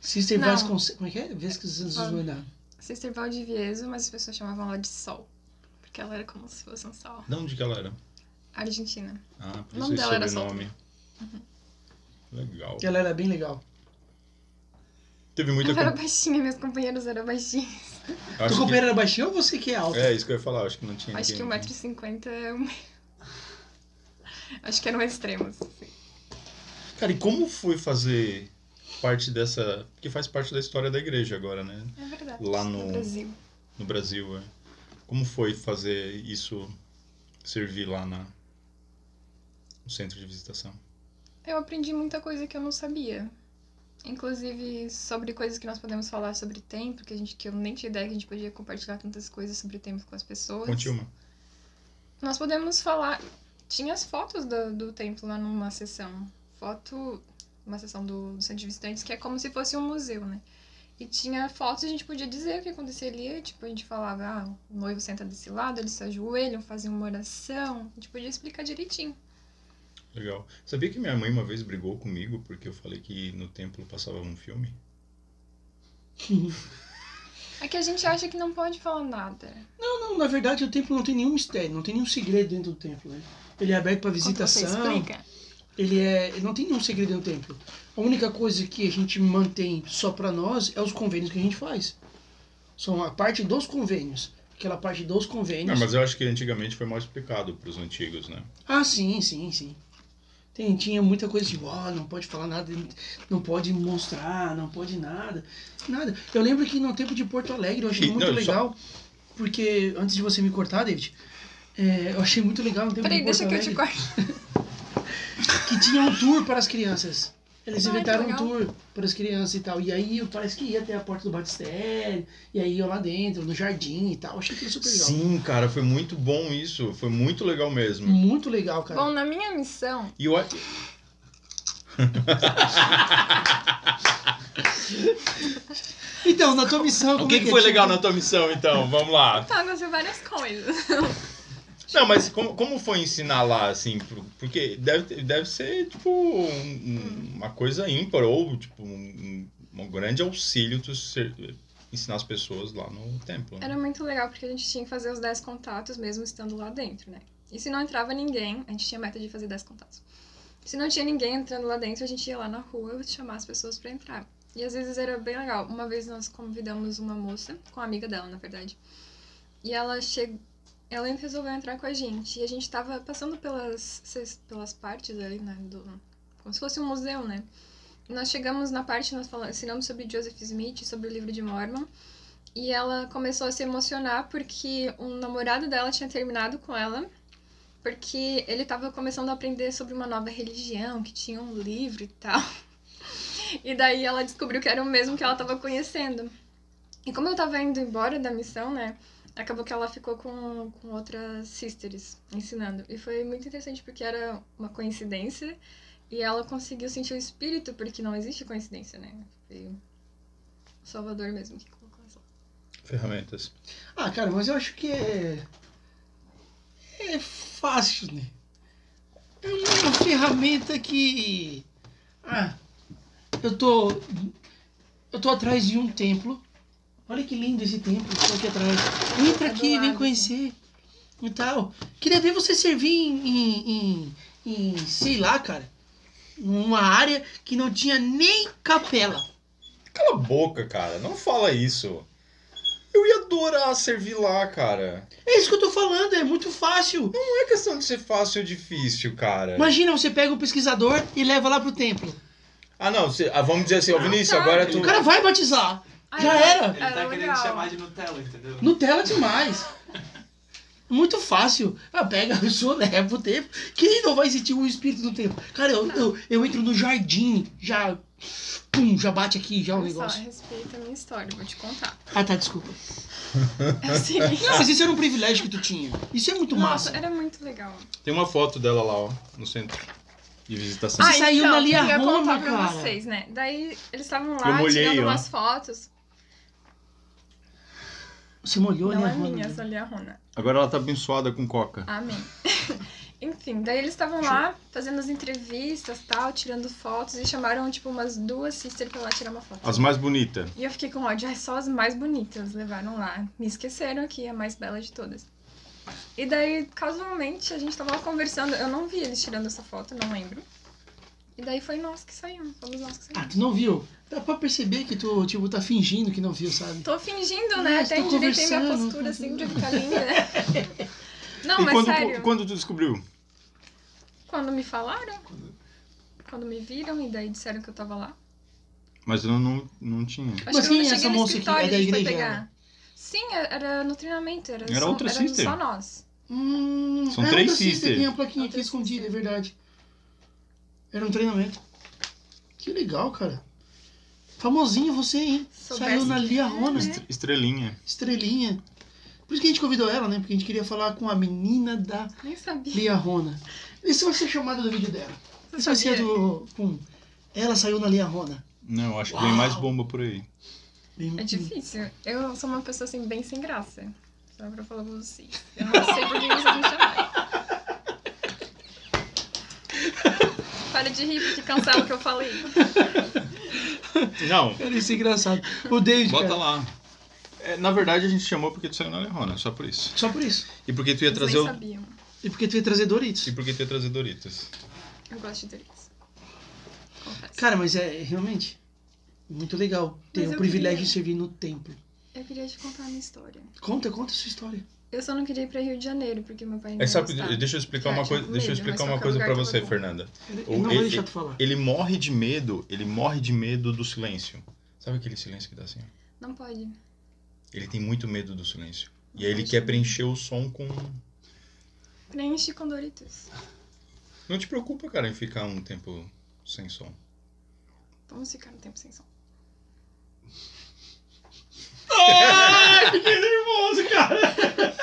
Speaker 2: Sister
Speaker 1: Não.
Speaker 2: Vasconcelos. Como é que é? Vasconcelos.
Speaker 1: Ah.
Speaker 2: Lunar.
Speaker 1: Sister Valdivieso, mas as pessoas chamavam ela de Sol. Porque ela era como se fosse um sol.
Speaker 3: De onde que ela era?
Speaker 1: Argentina.
Speaker 3: Ah, por
Speaker 1: O
Speaker 3: isso
Speaker 1: nome
Speaker 3: esse
Speaker 1: dela era Uhum.
Speaker 3: sobrenome. Legal.
Speaker 2: Ela era bem legal.
Speaker 3: Teve muita.
Speaker 1: Eu era
Speaker 3: Com...
Speaker 1: baixinha, meus companheiros eram baixinhos.
Speaker 2: Tu
Speaker 3: Acho que...
Speaker 2: companheiro era baixinho ou você que é alto?
Speaker 3: É, isso que eu ia falar. Acho que não tinha
Speaker 1: Acho que
Speaker 3: ninguém.
Speaker 1: 1,50m é um. Acho que eram extremos. assim.
Speaker 3: Cara, e como foi fazer parte dessa. Que faz parte da história da igreja agora, né?
Speaker 1: É verdade.
Speaker 3: Lá no-
Speaker 1: Brasil.
Speaker 3: No Brasil. É. Como foi fazer isso servir lá na... no centro de visitação?
Speaker 1: Eu aprendi muita coisa que eu não sabia. Inclusive sobre coisas que nós podemos falar sobre tempo, que a gente que eu nem tinha ideia que a gente podia compartilhar tantas coisas sobre tempo com as pessoas.
Speaker 3: Conte uma.
Speaker 1: Nós podemos falar. Tinha as fotos do, do templo lá numa sessão. Foto. Uma sessão do, do Centro de Visitantes, que é como se fosse um museu, né? E tinha fotos e a gente podia dizer o que acontecia ali. Tipo, a gente falava, ah, o noivo senta desse lado, eles se ajoelham, fazem uma oração. A gente podia explicar direitinho.
Speaker 3: Legal. Sabia que minha mãe uma vez brigou comigo porque eu falei que no templo passava um filme?
Speaker 1: É que a gente acha que não pode falar nada.
Speaker 2: Não, não, na verdade o templo não tem nenhum mistério, não tem nenhum segredo dentro do templo. Né? Ele é aberto para
Speaker 1: Quando você
Speaker 2: visitação,
Speaker 1: explica.
Speaker 2: ele é. ele Não tem nenhum segredo dentro do templo. A única coisa que a gente mantém só para nós é os convênios que a gente faz. São a parte dos convênios. Aquela parte dos
Speaker 3: Não,
Speaker 2: convênios.
Speaker 3: mas eu acho que antigamente foi mal explicado pros antigos, né?
Speaker 2: Ah, sim, sim, sim. Tem, tinha muita coisa de, ó, não pode falar nada, não pode mostrar, não pode nada, nada. Eu lembro que no tempo de Porto Alegre eu achei
Speaker 3: E,
Speaker 2: muito
Speaker 3: não, só-
Speaker 2: legal, porque, antes de você me cortar, David, é, eu achei muito legal no tempo
Speaker 1: Peraí,
Speaker 2: de
Speaker 1: deixa
Speaker 2: Porto
Speaker 1: que eu te
Speaker 2: Alegre
Speaker 1: corto.
Speaker 2: que tinha um tour para as crianças. Eles
Speaker 1: Ah, que
Speaker 2: inventaram um
Speaker 1: legal.
Speaker 2: tour para as crianças e tal. E aí eu- parece que ia até a porta do batistério, e aí eu lá dentro, no jardim e tal. Achei aquilo super legal.
Speaker 3: Sim, cara, foi muito bom isso. Foi muito legal mesmo.
Speaker 2: Muito legal, cara.
Speaker 1: Bom, na minha missão,
Speaker 3: E eu...
Speaker 2: Então, na tua missão.
Speaker 3: O
Speaker 2: como
Speaker 3: que,
Speaker 2: é
Speaker 3: que foi
Speaker 2: é?
Speaker 3: legal na tua missão, então? Vamos lá.
Speaker 1: tá, aconteceu várias coisas.
Speaker 3: Não, mas como, como foi ensinar lá, assim? pro- Porque deve, ter- deve ser, tipo, um- um- uma coisa ímpar ou, tipo, um, um- um grande auxílio tu ser- ensinar as pessoas lá no templo. né?
Speaker 1: Era muito legal porque a gente tinha que fazer os 10 contatos mesmo estando lá dentro, né? E se não entrava ninguém, a gente tinha meta de fazer 10 contatos. Se não tinha ninguém entrando lá dentro, a gente ia lá na rua chamar as pessoas pra entrar. E às vezes era bem legal. Uma vez nós convidamos uma moça, com a amiga dela, na verdade. E ela chegou. Ela resolveu entrar com a gente. E a gente tava passando pelas, ces- pelas partes ali, né? Do, como se fosse um museu, né? Nós chegamos na parte, nós falamos, ensinamos sobre Joseph Smith, sobre o livro de Mormon. E ela começou a se emocionar porque um namorado dela tinha terminado com ela, porque ele tava começando a aprender sobre uma nova religião, que tinha um livro e tal. E daí ela descobriu que era o mesmo que ela tava conhecendo. E como eu tava indo embora da missão, né? Acabou que ela ficou com, com outras sisters ensinando. E foi muito interessante porque era uma coincidência e ela conseguiu sentir o espírito, porque não existe coincidência, né? Foi o Salvador mesmo que colocou essa
Speaker 3: Ferramentas.
Speaker 2: Ah, cara, mas eu acho que é. É fácil, né? É uma ferramenta que. Ah, eu tô. Eu tô atrás de um templo. Olha que lindo esse templo, estou aqui atrás. Entra
Speaker 1: É do
Speaker 2: aqui,
Speaker 1: lado,
Speaker 2: vem
Speaker 1: assim.
Speaker 2: conhecer. E tal. Queria ver você servir em, em, em- em, sei lá, cara. Uma área que não tinha nem capela.
Speaker 3: Cala a boca, cara. Não fala isso. Eu ia adorar servir lá, cara.
Speaker 2: É isso que eu tô falando, é muito fácil.
Speaker 3: Não é questão de ser fácil ou difícil, cara.
Speaker 2: Imagina, você pega um pesquisador e leva lá pro templo.
Speaker 3: Ah, não. se- ah, vamos dizer assim, ó, Vinícius,
Speaker 1: tá.
Speaker 3: agora tu...
Speaker 2: O cara vai batizar.
Speaker 1: Ah,
Speaker 2: Já
Speaker 1: é,
Speaker 2: era.
Speaker 5: Ele tá
Speaker 1: Era
Speaker 5: querendo
Speaker 1: legal.
Speaker 5: chamar de Nutella, entendeu?
Speaker 2: Nutella demais. Muito fácil. Ah, pega a pessoa, leva pro templo. Quem não vai sentir o espírito do templo? Cara, eu, eu, eu entro no jardim, já. Pum, já bate aqui, já o
Speaker 5: um
Speaker 1: Olha Só,
Speaker 2: negócio.
Speaker 1: respeita a minha história, vou te contar.
Speaker 2: Ah, tá, desculpa.
Speaker 1: É o seguinte-
Speaker 2: Não, mas isso era um privilégio que tu tinha. Isso é muito
Speaker 1: Nossa,
Speaker 2: massa.
Speaker 1: era muito legal.
Speaker 3: Tem uma foto dela lá, ó, no centro de visitação.
Speaker 2: Você saiu
Speaker 1: então,
Speaker 2: dali a
Speaker 1: eu ia
Speaker 2: Roma,
Speaker 1: contar pra
Speaker 2: cara.
Speaker 1: vocês, né? Daí eles estavam
Speaker 3: Eu
Speaker 1: lá
Speaker 3: molhei,
Speaker 1: tirando
Speaker 3: ó.
Speaker 1: umas fotos.
Speaker 2: Você molhou,
Speaker 1: não
Speaker 2: né,
Speaker 1: é minha,
Speaker 2: Rony?
Speaker 1: essa ali é a Rona.
Speaker 3: Agora ela tá abençoada com coca.
Speaker 1: Amém. Enfim, daí eles estavam lá fazendo as entrevistas tal, tirando fotos e chamaram, tipo, umas duas sisters pra lá tirar uma foto.
Speaker 3: As mais bonitas.
Speaker 1: E eu fiquei com ódio, ai, só as mais bonitas levaram lá. Me esqueceram que é a mais bela de todas. E daí, casualmente, a gente tava lá conversando. Eu não vi eles tirando essa foto, não lembro. E daí foi nós que saímos, fomos nós que
Speaker 2: Ah,
Speaker 1: saímos.
Speaker 2: tu não viu? Dá pra perceber que tu, tipo, tá fingindo que não viu, sabe?
Speaker 1: Tô fingindo, né?
Speaker 2: Ah,
Speaker 1: Até
Speaker 2: estou
Speaker 1: endireitei minha
Speaker 2: conversando,
Speaker 1: postura assim de ficar
Speaker 2: conversando.
Speaker 1: linda. Não,
Speaker 3: e
Speaker 1: mas
Speaker 3: quando,
Speaker 1: sério.
Speaker 3: quando tu descobriu?
Speaker 1: Quando me falaram, quando me viram e daí disseram que eu tava lá.
Speaker 3: Mas eu não, não tinha.
Speaker 1: Acho
Speaker 2: Mas
Speaker 1: que eu
Speaker 2: quem é
Speaker 1: não
Speaker 2: essa
Speaker 1: cheguei no
Speaker 2: moça aqui?
Speaker 1: escritório,
Speaker 2: É da
Speaker 1: a gente foi
Speaker 2: igreja,
Speaker 1: pegar. Sim, era no treinamento, era,
Speaker 3: Era
Speaker 1: só,
Speaker 3: outra
Speaker 1: era
Speaker 3: sister.
Speaker 1: só nós.
Speaker 2: Hum,
Speaker 3: São
Speaker 2: era
Speaker 3: três
Speaker 2: outra sister,
Speaker 3: sisters.
Speaker 2: Tem a plaquinha aqui
Speaker 1: Outra
Speaker 2: escondida, é
Speaker 1: Ah, sister.
Speaker 2: verdade. Era um treinamento. Que legal, cara. Famosinho você, hein?
Speaker 1: Soubesse
Speaker 2: Saiu na
Speaker 1: que
Speaker 2: Lia
Speaker 1: era,
Speaker 2: Rona,
Speaker 1: né?
Speaker 3: Estrelinha.
Speaker 2: estrelinha. Por isso que a gente convidou ela, né? Porque a gente queria falar com a menina da
Speaker 1: Nem sabia.
Speaker 2: Lia Rona. Isso vai ser chamada do vídeo dela.
Speaker 1: Você
Speaker 2: Isso vai ser
Speaker 1: sabia?
Speaker 2: do. Com... Ela saiu na Lia Rona.
Speaker 3: Não, acho que
Speaker 2: Uau.
Speaker 3: vem mais bomba por aí.
Speaker 2: Bem-
Speaker 1: É
Speaker 3: Uhum.
Speaker 1: difícil. Eu sou uma pessoa assim, bem sem graça. Só pra falar pra vocês. Eu não sei por que vocês me chamaram. Para de rir, porque cancela o que eu falei.
Speaker 3: Não,
Speaker 2: Cara, isso é engraçado. O David,
Speaker 3: bota
Speaker 2: cara,
Speaker 3: lá. É, na verdade, a gente chamou porque tu saiu na Lerrona, só por isso.
Speaker 2: só por isso.
Speaker 3: E porque tu ia
Speaker 1: Eles
Speaker 3: trazer
Speaker 1: nem
Speaker 3: o...
Speaker 1: sabiam.
Speaker 2: E porque tu ia trazer Doritos.
Speaker 3: E porque tu ia trazer Doritos.
Speaker 1: Eu gosto de Doritos. Confesso.
Speaker 2: Cara, mas é realmente muito legal ter
Speaker 1: Mas
Speaker 2: o
Speaker 1: eu
Speaker 2: privilégio
Speaker 1: queria-
Speaker 2: de servir no templo.
Speaker 1: Eu queria te contar uma história.
Speaker 2: Conta, conta a sua história.
Speaker 1: Eu só não queria ir pra Rio de Janeiro, porque meu pai não
Speaker 3: É,
Speaker 1: ia
Speaker 3: sabe,
Speaker 1: gostar.
Speaker 3: deixa eu explicar
Speaker 1: Ah,
Speaker 3: uma
Speaker 1: tinha
Speaker 3: coisa, deixa eu
Speaker 1: medo, mas
Speaker 3: explicar uma
Speaker 1: qualquer
Speaker 3: coisa
Speaker 1: lugar
Speaker 3: pra
Speaker 1: que eu
Speaker 3: você,
Speaker 1: vou.
Speaker 3: Fernanda.
Speaker 2: Eu
Speaker 3: Ou
Speaker 2: não vou
Speaker 3: e-
Speaker 2: deixar tu falar.
Speaker 3: Ele morre de medo, ele morre de medo do silêncio. Sabe aquele silêncio que dá assim? ó?
Speaker 1: Não pode.
Speaker 3: Ele tem muito medo do silêncio. E aí ele quer preencher o som com... um.
Speaker 1: Preenche com Doritos.
Speaker 3: Não te preocupa, cara, em ficar um tempo sem som.
Speaker 1: Vamos ficar um tempo sem som.
Speaker 2: Ai, fiquei nervoso, cara.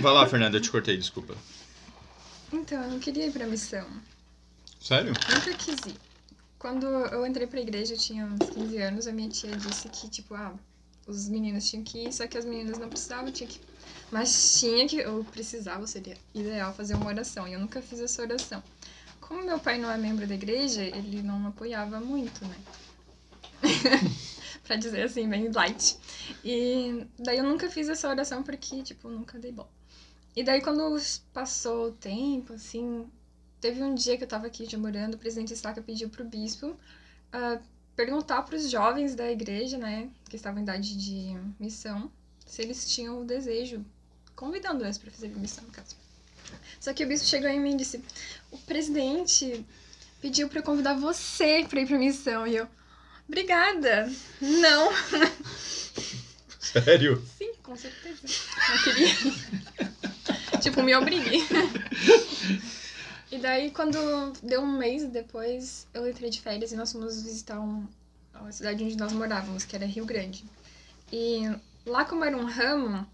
Speaker 3: Vai lá, Fernanda, eu te cortei, desculpa.
Speaker 1: Então, eu não queria ir pra missão.
Speaker 3: Sério?
Speaker 1: Nunca quis ir. Quando eu entrei pra igreja, eu tinha uns 15 anos, a minha tia disse que, tipo, ah, os meninos tinham que ir, só que as meninas não precisavam, tinha que. Mas tinha que. Ou precisava, seria ideal fazer uma oração. E eu nunca fiz essa oração. Como meu pai não é membro da igreja, ele não apoiava muito, né? pra dizer assim, bem light. E daí eu nunca fiz essa oração porque, tipo, nunca dei bom. E daí quando passou o tempo, assim, Teve um dia que eu tava aqui já morando, o presidente Estaca pediu pro bispo ah, perguntar pros jovens da igreja, né, que estavam em idade de missão, se eles tinham o desejo, convidando eles pra fazer missão, no caso. Só que o bispo chegou em mim e disse: O presidente pediu pra eu convidar você pra ir pra missão. E eu, obrigada! Não!
Speaker 3: Sério?
Speaker 1: Sim, com certeza. Não queria. tipo, me obriguei. e daí, quando deu um mês depois, eu entrei de férias e nós fomos visitar um, a cidade onde nós morávamos, que era Rio Grande. E lá, como era um ramo.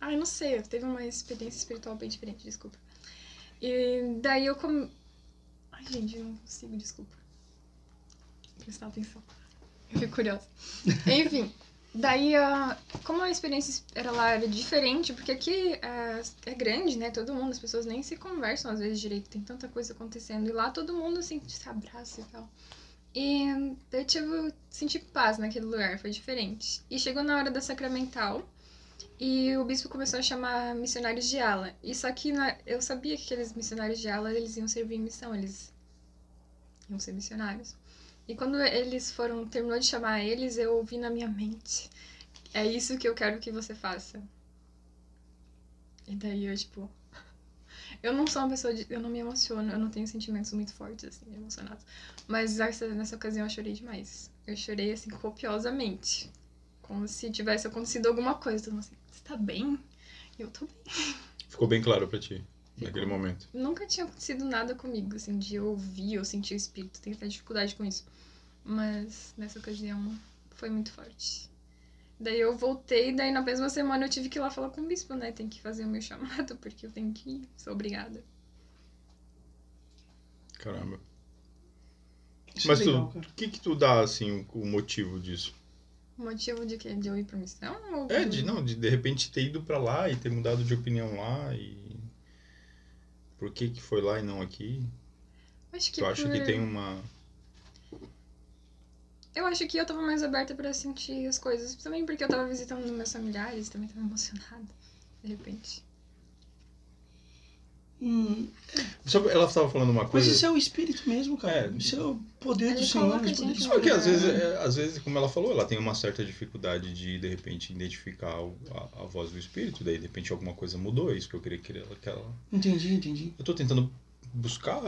Speaker 1: Ah, eu não sei, teve uma experiência espiritual bem diferente, desculpa. E daí eu com. Ai, gente, eu não consigo, desculpa. Prestar atenção. Eu fico curiosa. Enfim. Daí, ah, como a experiência era lá era diferente, porque aqui ah, é grande, né? Todo mundo, as pessoas nem se conversam às vezes direito, tem tanta coisa acontecendo. E lá todo mundo assim, se abraça e tal. E daí eu tive, senti paz naquele lugar, foi diferente. E chegou na hora da sacramental e o bispo começou a chamar missionários de ala. E só que na- eu sabia que aqueles missionários de ala eles iam servir em missão, eles iam ser missionários. E quando eles foram, terminou de chamar eles, eu ouvi na minha mente. É isso que eu quero que você faça. E daí eu, tipo. Eu não sou uma pessoa de. Eu não me emociono, eu não tenho sentimentos muito fortes, assim, emocionados. Mas essa- nessa ocasião eu chorei demais. Eu chorei, assim, copiosamente. Como se tivesse acontecido alguma coisa. Todo mundo assim, você tá bem? E eu tô bem.
Speaker 3: Ficou bem claro pra ti, naquele momento.
Speaker 1: Nunca tinha acontecido nada comigo, assim, de eu ouvir ou sentir o espírito. Tenho até dificuldade com isso. Mas nessa ocasião foi muito forte. Daí eu voltei, daí na mesma semana eu tive que ir lá falar com o bispo, né? Tem que fazer o meu chamado, porque eu tenho que ir, sou obrigada.
Speaker 3: Caramba.
Speaker 2: Isso
Speaker 3: Mas
Speaker 2: é
Speaker 3: tu,
Speaker 2: legal,
Speaker 3: o
Speaker 2: cara.
Speaker 3: que que tu dá, assim, o, o motivo disso?
Speaker 1: O motivo de quê? De eu ir pra missão? Ou
Speaker 3: É,
Speaker 1: do-
Speaker 3: de, não, de de repente ter ido pra lá e ter mudado de opinião lá e... Por que que foi lá e não aqui?
Speaker 1: Acho que
Speaker 3: Tu acha
Speaker 1: por-
Speaker 3: que tem um- uma...
Speaker 1: Eu acho que eu tava mais aberta pra sentir as coisas. Também porque eu tava visitando meus familiares, também tava emocionada, de repente.
Speaker 2: Hum,
Speaker 3: Sabe, Ela estava falando uma
Speaker 2: mas
Speaker 3: coisa...
Speaker 2: isso é o espírito mesmo, cara.
Speaker 3: É.
Speaker 2: Isso é o poder
Speaker 1: Ele
Speaker 2: do Senhor.
Speaker 1: coloca a
Speaker 2: os poderes
Speaker 1: gente
Speaker 2: do
Speaker 1: no
Speaker 3: Só que às
Speaker 1: É.
Speaker 3: vezes, é, às vezes, como ela falou, ela tem uma certa dificuldade de, de repente, identificar o- a, a voz do espírito. Daí, de repente, alguma coisa mudou. É isso que eu queria que ela. Que ela...
Speaker 2: Entendi, entendi.
Speaker 3: Eu tô tentando buscar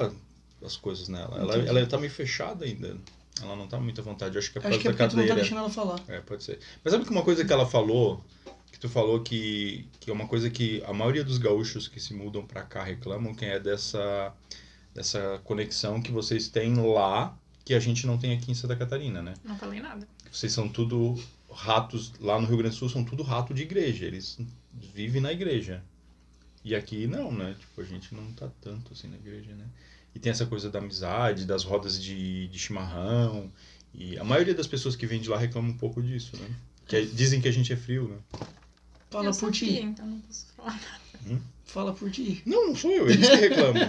Speaker 3: as coisas nela. Ela,
Speaker 2: Entendi.
Speaker 3: ela tá meio fechada ainda. Ela não tá muito à vontade. Eu acho que é por
Speaker 2: Acho
Speaker 3: causa
Speaker 2: que é porque
Speaker 3: da
Speaker 2: tu não tá
Speaker 3: cadeira.
Speaker 2: deixando ela falar.
Speaker 3: É, pode ser. Mas sabe que uma coisa que ela falou, que tu falou que, que é uma coisa que a maioria dos gaúchos que se mudam pra cá reclamam, que é dessa, dessa conexão que vocês têm lá, que a gente não tem aqui em Santa Catarina, né?
Speaker 1: Não falei nada.
Speaker 3: Vocês são tudo ratos, lá no Rio Grande do Sul são tudo rato de igreja, eles vivem na igreja. E aqui não, né? Tipo, a gente não tá tanto assim na igreja, né? E tem essa coisa da amizade, das rodas de, de chimarrão. E a maioria das pessoas que vêm de lá reclama um pouco disso, né? Que é- dizem que a gente é frio, né?
Speaker 2: Fala
Speaker 1: eu
Speaker 2: por
Speaker 1: sabia,
Speaker 2: ti.
Speaker 1: então não posso falar.
Speaker 2: Fala por ti.
Speaker 3: Não, não sou eu, eles que reclamam.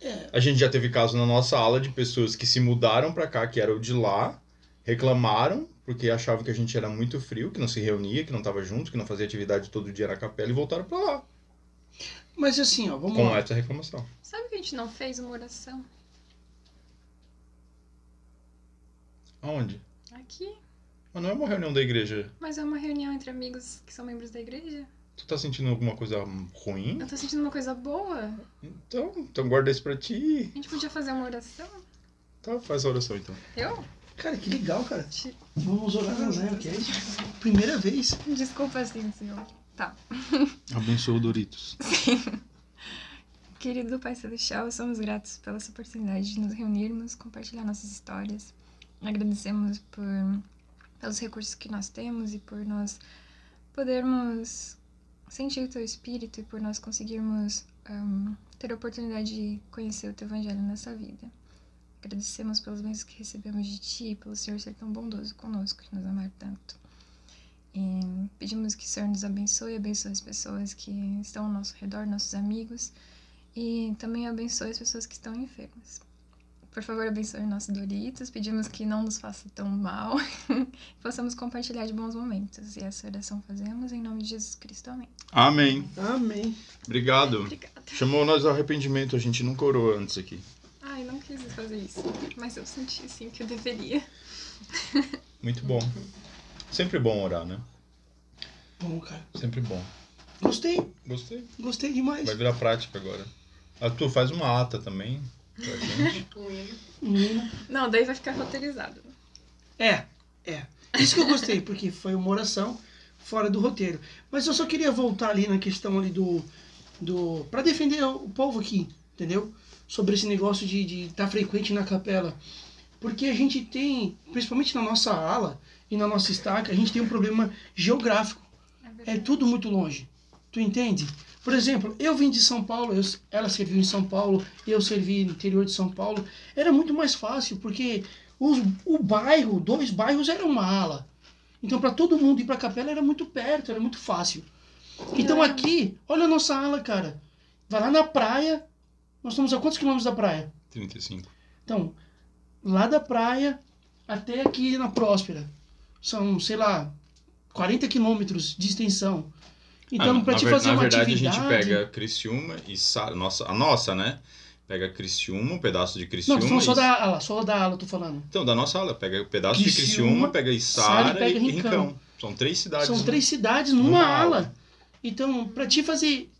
Speaker 2: É,
Speaker 3: A gente já teve caso na nossa aula de pessoas que se mudaram pra cá, que eram de lá, reclamaram porque achavam que a gente era muito frio, que não se reunia, que não tava junto, que não fazia atividade todo dia na capela e voltaram pra lá
Speaker 2: mas assim, ó, vamos
Speaker 3: com
Speaker 2: lá.
Speaker 3: essa reclamação.
Speaker 1: Sabe que a gente não fez uma oração?
Speaker 3: Aonde?
Speaker 1: Aqui.
Speaker 3: Mas não é uma reunião da igreja.
Speaker 1: Mas é uma reunião entre amigos que são membros da igreja.
Speaker 3: Tu tá sentindo alguma coisa ruim?
Speaker 1: Eu tô sentindo uma coisa boa.
Speaker 3: Então, então guarda isso pra ti.
Speaker 1: A gente podia fazer uma oração?
Speaker 3: Tá, faz a oração então.
Speaker 1: Eu?
Speaker 2: Cara, que legal, cara. Vamos orar na Zé, ok? Primeira vez.
Speaker 1: Desculpa, assim, senhor.
Speaker 3: Abençoa o Doritos.
Speaker 1: Querido Pai Celestial, somos gratos pela essa oportunidade de nos reunirmos, compartilhar nossas histórias. Agradecemos por pelos recursos que nós temos e por nós podermos sentir o Teu Espírito e por nós conseguirmos ahn, ter a oportunidade de conhecer o Teu Evangelho nessa vida. Agradecemos pelas bênçãos que recebemos de Ti e pelo Senhor ser tão bondoso conosco e nos amar tanto. E pedimos que o Senhor nos abençoe, abençoe as pessoas que estão ao nosso redor, nossos amigos, e também abençoe as pessoas que estão enfermas. Por favor, abençoe o nosso Doritos, pedimos que não nos faça tão mal, e possamos compartilhar de bons momentos. E essa oração fazemos em nome de Jesus Cristo. Amém.
Speaker 4: Amém.
Speaker 2: Amém.
Speaker 4: Obrigado.
Speaker 1: Obrigada.
Speaker 4: Chamou nós ao arrependimento, a gente não orou antes aqui.
Speaker 1: Ai, não quis fazer isso, mas eu senti sim que eu deveria.
Speaker 3: Muito bom. Sempre bom orar, né?
Speaker 2: Bom, cara.
Speaker 3: Sempre bom.
Speaker 2: Gostei.
Speaker 3: Gostei.
Speaker 2: Gostei demais.
Speaker 3: Vai virar prática agora. Arthur, faz uma ata também pra gente.
Speaker 5: Um hino.
Speaker 2: Menina.
Speaker 1: Não, daí vai ficar roteirizado.
Speaker 2: É, é. Isso que eu gostei, porque foi uma oração fora do roteiro. Mas eu só queria voltar ali na questão ali do. do para defender o povo aqui, entendeu? Sobre esse negócio de estar frequente na capela. Porque a gente tem, principalmente na nossa ala e na nossa estaca, a gente tem um problema geográfico. É tudo muito longe. Tu entende? Por exemplo, eu vim de São Paulo, eu- ela serviu em São Paulo, eu servi no interior de São Paulo. Era muito mais fácil, porque os- o bairro, dois bairros era uma ala. Então, para todo mundo ir para a capela era muito perto, era muito fácil. Então,
Speaker 1: Era.
Speaker 2: aqui, olha a nossa ala, cara. Vai lá na praia. Nós estamos a quantos quilômetros da praia?
Speaker 3: 35.
Speaker 2: Então, lá da praia até aqui na Próspera. São, sei lá, 40 quilômetros de extensão. Então,
Speaker 3: Ah,
Speaker 2: para
Speaker 3: na
Speaker 2: te
Speaker 3: ver-
Speaker 2: fazer
Speaker 3: Na
Speaker 2: uma
Speaker 3: verdade,
Speaker 2: atividade.
Speaker 3: a gente pega Criciúma e Sara. Nossa, a nossa, né? Pega Criciúma, um pedaço de
Speaker 2: Não,
Speaker 3: Criciúma.
Speaker 2: tô falando só
Speaker 3: e-
Speaker 2: da ala, só da ala, tô falando.
Speaker 3: Então, da nossa aula. Pega o pedaço de
Speaker 2: Criciúma,
Speaker 3: Criciúma,
Speaker 2: Sara
Speaker 3: pega Içara
Speaker 2: e
Speaker 3: e
Speaker 2: pega
Speaker 3: e
Speaker 2: Rincão.
Speaker 3: Rincão. São três cidades.
Speaker 2: São
Speaker 3: né?
Speaker 2: três cidades numa
Speaker 3: Numa
Speaker 2: ala.
Speaker 3: ala.
Speaker 2: Então, para te fazer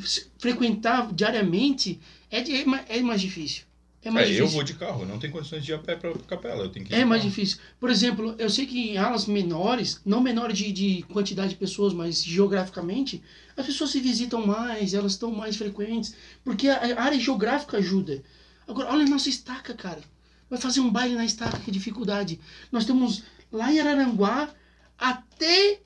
Speaker 2: se- frequentar diariamente é, de- é ma- é mais difícil. É mais
Speaker 3: É, eu
Speaker 2: difícil.
Speaker 3: vou de carro, não tem condições de ir a pé pra capela. Eu tenho que ir
Speaker 2: É
Speaker 3: de
Speaker 2: mais
Speaker 3: carro.
Speaker 2: difícil. Por exemplo, eu sei que em alas menores, não menor de, de quantidade de pessoas, mas geograficamente, as pessoas se visitam mais, elas estão mais frequentes, porque a, a área geográfica ajuda. Agora, olha a nossa estaca, cara. Vai fazer um baile na estaca, que dificuldade. Nós temos lá em Araranguá até